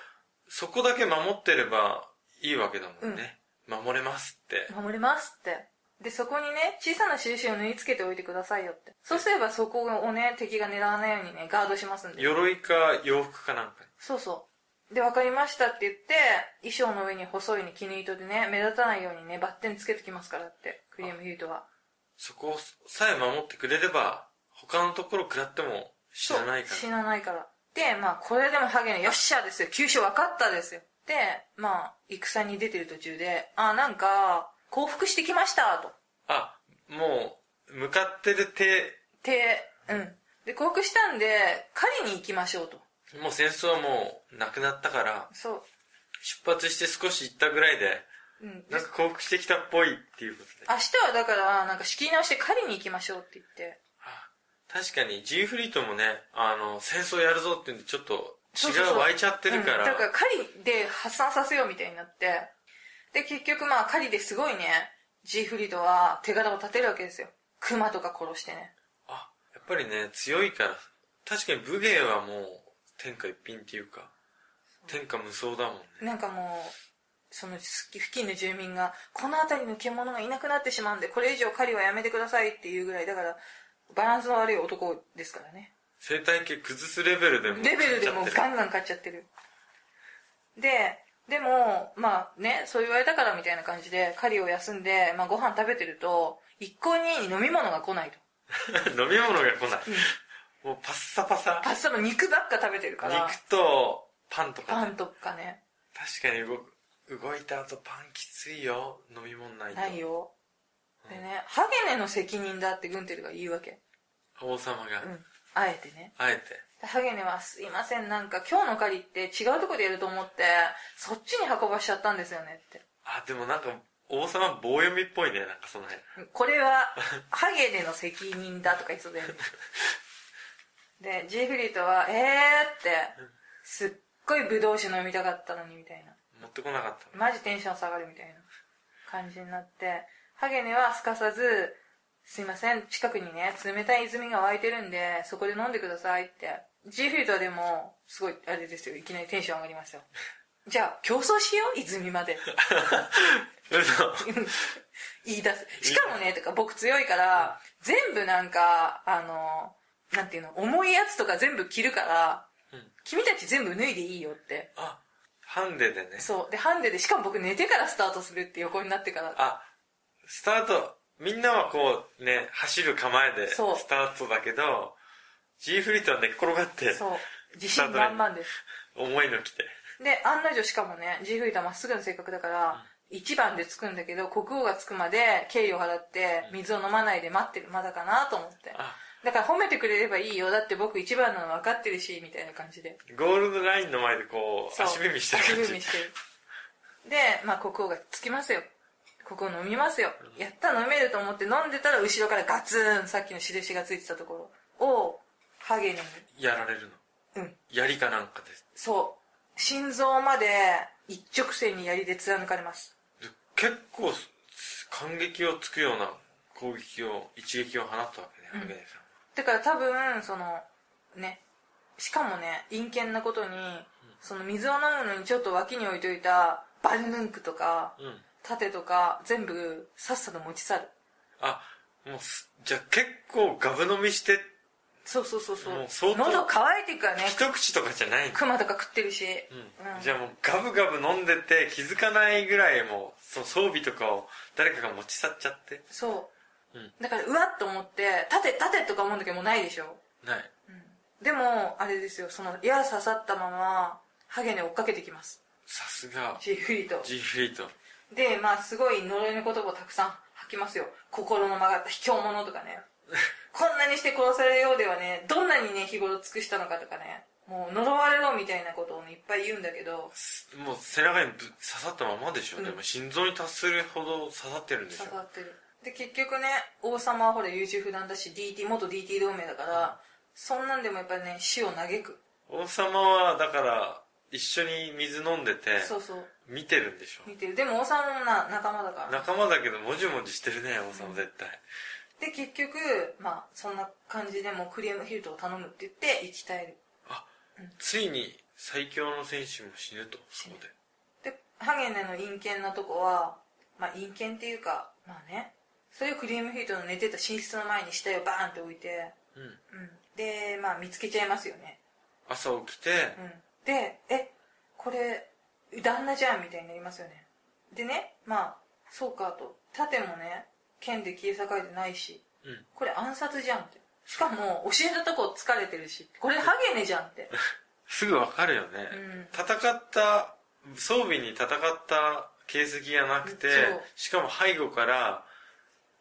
S2: そこだけ守ってればいいわけだもんね、守れますって
S1: う、守りますって。で、そこにね、小さな印を縫い付けておいてくださいよって。そうすればそこをね、敵が狙わないようにね、ガードしますんで。
S2: 鎧か洋服かなんか
S1: そうそう。で、わかりましたって言って、衣装の上に細いね、絹糸でね、目立たないようにね、バッテンつけてきますからって、クリームヒルトは。
S2: そこさえ守ってくれれば他のところ食らっても死なないか
S1: そう死
S2: ら
S1: なないから。で、まあ、これでもハゲのよっしゃですよ。急所分かったですよ。で、まあ、戦に出てる途中で、あ、なんか、降伏してきました、と。
S2: あもう向かってる手
S1: で、うん。で、降伏したんで、狩りに行きましょうと。
S2: もう戦争はもうなくなったから
S1: そう。
S2: 出発して少し行ったぐらいで
S1: うん。で
S2: なんか降伏してきたっぽいっていうことで
S1: 明日はだから、なんか仕切り直して狩りに行きましょうって言って。
S2: あ確かに G フリートもねあの戦争やるぞって言うんでちょっと
S1: そう
S2: 血
S1: そうそう
S2: が湧いちゃってるか
S1: う
S2: ら
S1: んだから狩りで発散させようみたいになって。で、結局まあ狩りですごいね、ジーフリードは手柄を立てるわけですよ。熊とか殺してね。
S2: あやっぱりね強いから確かに武芸はもう天下一品っていうか天下無双だもんね
S1: なんかもう、そのす付近の住民が、この辺りの獣がいなくなってしまうんで、これ以上狩りはやめてくださいっていうぐらい、だから、バランスの悪い男ですからね。
S2: 生態系崩すレベルでも
S1: レベルでもう
S2: 買っちゃ
S1: ガ
S2: ってる
S1: ンガン買っちゃってる。で、でも、まあね、そう言われたからみたいな感じで、狩りを休んで、まあご飯食べてると、一向に飲み物が来ないと。
S2: [LAUGHS] 飲み物が来ない、
S1: うん
S2: もうパッサパサ
S1: パッサも肉ばっか食べてるから、
S2: 肉とパンとか
S1: パ
S2: ね
S1: ンとかね、
S2: 確かに動く動いた後パンきついよ飲み物ないと
S1: ないよ。
S2: うん
S1: でね、ハゲネの責任だってグンテルが言うわけ。
S2: 王様が、
S1: うん。あえてね。
S2: あえて
S1: でハゲネは、すいません、なんか今日の狩りって違うとこでやると思って、そっちに運ばしちゃったんですよねって。
S2: あでもなんか王様棒読みっぽいねなんかその辺
S1: これは、ハゲネの責任だとか言いそうだよね。で、ジーフリートは、えーって、すっごいブドウ酒飲みたかったのにみたいな。
S2: 持ってこなかった [LAUGHS]
S1: マジテンション下がるみたいな感じになって、ハゲネはすかさず、すいません、近くにね、冷たい泉が湧いてるんで、そこで飲んでくださいって。G フィートはでも、すごい、あれですよ、いきなりテンション上がりますよ。じゃあ、競争しよう、泉まで。 [LAUGHS]
S2: 嘘
S1: 言い出す。しかもね、とか僕強いから、全部なんか、あの、なんていうの、重いやつとか全部着るから、
S2: うん
S1: 君たち全部脱いでいいよって。
S2: あハンデでね
S1: そう。で、ハンデで、しかも僕寝てからスタートするって横になってから。
S2: あスタートみんなはこうね走る構えでス
S1: そう
S2: タートだけど G フリートは寝っ転がって [LAUGHS]
S1: そう。自信満々です。
S2: 重いの来て
S1: で、案の定しかもね、ジーフリートはまっすぐの性格だから、一番で着くんだけど、国王が着くまで敬意を払って、水を飲まないで待ってるまだかなと思って。
S2: あ
S1: だから褒めてくれればいいよ。だって僕一番なの分かってるし、みたいな感じで。
S2: ゴールドラインの前でこう
S1: そう
S2: 足踏みしてる感
S1: 足踏み
S2: じ
S1: してる。で、まあ国王が着きますよ。国王飲みますよ。やった、飲めると思って飲んでたら後ろからガツン、さっきの印がついてたところを、ハゲネに。
S2: やられるの
S1: うん。
S2: 槍かなんかです
S1: そう。心臓まで一直線に槍で貫かれます。
S2: で結構すす感激をつくような攻撃を一撃を放ったわけね、ハゲネさん
S1: だから多分、その、ね、しかもね、陰険なことに、その水を飲むのにちょっと脇に置いといたバルヌンクとか、
S2: はうん
S1: 盾とか、全部さっさと持ち去る。
S2: あもうすじゃあ結構ガブ飲みして
S1: そうそうそうそ
S2: も
S1: う
S2: う相当
S1: 喉乾いていくからね
S2: 一口とかじゃないんだ
S1: クマとか食ってるし、
S2: うん
S1: うん
S2: じゃあもうガブガブ飲んでて気づかないぐらいもうその装備とかを誰かが持ち去っちゃって
S1: そう、
S2: うん
S1: だからうわっと思って「立て立て」とか思うんだけどもうないでしょ
S2: ない
S1: でもあれですよその矢刺さったままハゲネ追っかけてきます
S2: さすが
S1: ジーフリーと
S2: G フリート
S1: でまあすごい呪いの言葉をたくさん吐きますよ心の曲がった卑怯者とかねこんなにして殺されるようではねどんなにね日頃尽くしたのかとかねもう呪われろみたいなことをねいっぱい言うんだけど
S2: すもう背中にぶ刺さったままでしょ、
S1: うん
S2: でも心臓に達するほど刺さってるんでしょ
S1: 下がってるで結局ね王様はほら優柔不断だし DT 元 DT 同盟だからそんなんでもやっぱりね死を嘆く
S2: 王様はだから一緒に水飲んでて
S1: そうそう
S2: 見てるんでしょ
S1: 見てるでも王様もな仲間だから
S2: 仲間だけどもじもじしてるね王様絶対、
S1: で結局まあそんな感じでもうクリームヒルトを頼むって言って生き返る
S2: あついに最強の選手も死ぬとそこで
S1: でハゲネの陰険なとこはまあ陰険っていうかまあねそれをクリームヒルトの寝てた寝室の前に死体をバーンって置いて、
S2: うん
S1: うん、でまあ見つけちゃいますよね
S2: 朝起きて、
S1: うんで、え、これ、旦那じゃんみたいになりますよね。でね、まあ、そうかと。盾もね、剣で切り裂かれてないし、
S2: うん
S1: これ暗殺じゃんって。しかも、教えたとこ疲れてるし、これハゲネじゃんって。
S2: すぐわかるよね、
S1: うん
S2: 戦った装備に戦った形跡がなくて
S1: そう
S2: しかも背後から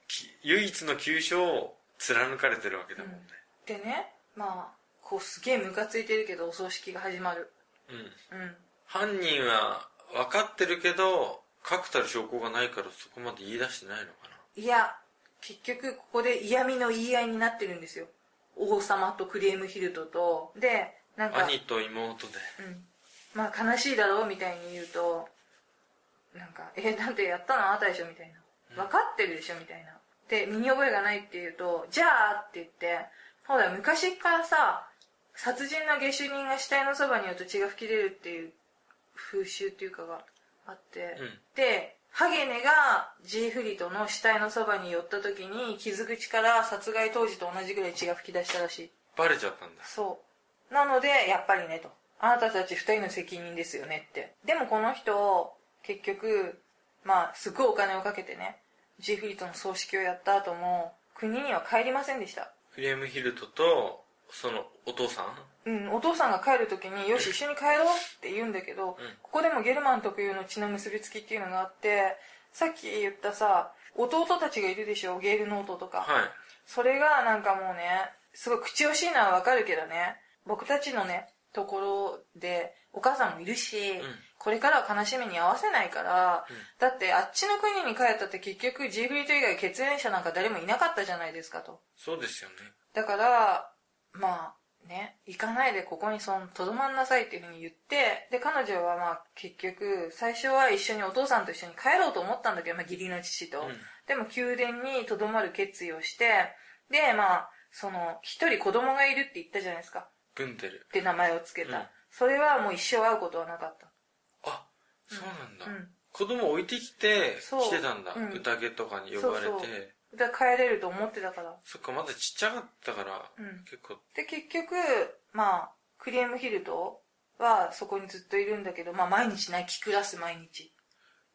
S2: き唯一の急所を貫かれてるわけだもんね
S1: でね、まあ、こうすげえムカついてるけど、お葬式が始まる。
S2: うん、
S1: うん。
S2: 犯人は分かってるけど確たる証拠がないからそこまで言い出してないのか
S1: いや、結局ここで嫌味の言い合いになってるんですよ。王様とクリームヒルトと、で、なん
S2: な
S1: か、
S2: 兄と妹で
S1: うんまあ悲しいだろうみたいに言うとなんか「えなんてやったのあなたでしょ」みたいな「分かってるでしょ」みたいなで身に覚えがないって言うと「じゃあ」って言ってほら昔からさ殺人の下手人が死体のそばにいると血が吹き出るっていう風習っていうかがあって、
S2: うん
S1: でハゲネがジーフリトの死体のそばに寄った時に傷口から殺害当時と同じぐらい血が吹き出したらしい
S2: バレちゃったんだ。
S1: そう。なので、やっぱりね、と。あなたたち二人の責任ですよねって。でもこの人、結局、まあ、すごいお金をかけてね、ジェフリーとの葬式をやった後も、国には帰りませんでした。
S2: ウィリアム・ヒルトと、その、お父さん
S1: うん、お父さんが帰る時によし、一緒に帰ろうって言うんだけど、ここでもゲルマン特有の血の結びつきっていうのがあって、さっき言ったさ、弟たちがいるでしょ、ゲールノートとか。
S2: はい。
S1: それがなんかもうね、すごい口惜しいのはわかるけどね、僕たちのね、ところで、お母さんもいるし、
S2: ん
S1: これからは悲しみに合わせないから、だってあっちの国に帰ったって結局ジーフリート以外血縁者なんか誰もいなかったじゃないですかと。
S2: そうですよね。
S1: だから、まあね、行かないでここにその、とどまんなさいっていうふうに言って、で、彼女はまあ結局、最初は一緒にお父さんと一緒に帰ろうと思ったんだけど、まあ義理の父と。
S2: うん
S1: でも宮殿にとどまる決意をして、で、まあ、その、一人子供がいるって言ったじゃないですか。
S2: グンテル
S1: っ。て名前をつけた。
S2: うん
S1: それはもう一生会うことはなかった。
S2: あ、そうなんだ。
S1: うん
S2: 子供置いてきて、
S1: そう
S2: 来てたんだ。
S1: うん
S2: 宴とかに呼ばれて。
S1: そうそうだから帰れると思ってたから。
S2: そっか、まだちっちゃかったから、
S1: うん
S2: 結構、
S1: で、結局、まあ、クリームヒルトはそこにずっといるんだけど、まあ毎日泣き暮らす毎日。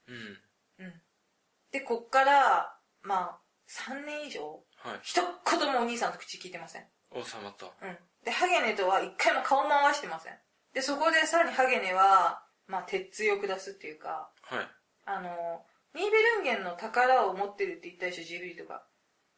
S2: うん。
S1: うん。で、こっから、まあ、3年以上、
S2: はい。
S1: 一言もお兄さんと口聞いてません。
S2: 王様と。
S1: うん。で、ハゲネとは一回も顔回してません。で、そこでさらにハゲネは、まあ、鉄槌を下すっていうか、
S2: はい。
S1: あの、ニーベルンゲンの宝を持ってるって言ったでしょ、ジーフリートが。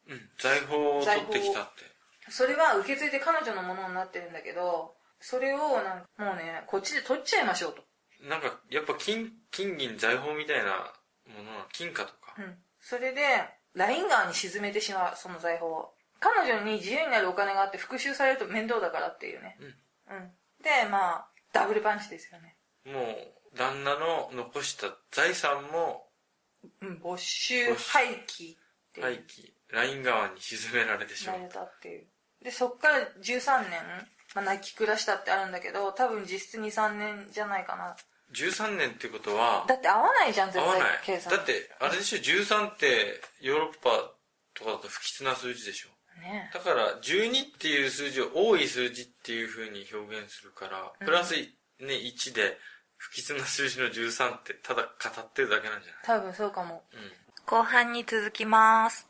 S2: うん。財宝を取ってきたって。
S1: それは受け継いで彼女のものになってるんだけど、それをなんか、もうね、こっちで取っちゃいましょうと。
S2: なんか、やっぱ金、金銀財宝みたいなものなの金貨とか。
S1: うん。それで、ライン川に沈めてしまう、その財宝を。彼女に自由になるお金があって復讐されると面倒だからっていうね。
S2: うん。
S1: うん。で、まあ、ダブルパンチですよね。
S2: もう、旦那の残した財産も、
S1: うん、没収、廃棄っていう。
S2: 廃棄、ライン川に沈められてしま
S1: な
S2: う。
S1: れたっていう。で、そっから13年、まあ、泣き暮らしたってあるんだけど、多分実質2、3年じゃないかな。
S2: 13年ってことは、
S1: だって合わないじゃん、絶
S2: 合わ
S1: 対
S2: ない。
S1: 計算。
S2: だっ。て、あれでしょ、13ってヨーロッパとかだと不吉な数字でしょ。
S1: ね
S2: だから、12っていう数字を多い数字っていう風に表現するから、プラス、ね、1で、不吉な数字の13ってただ語ってるだけなんじゃない
S1: 多分そうかも。
S2: うん。
S1: 後半に続きます。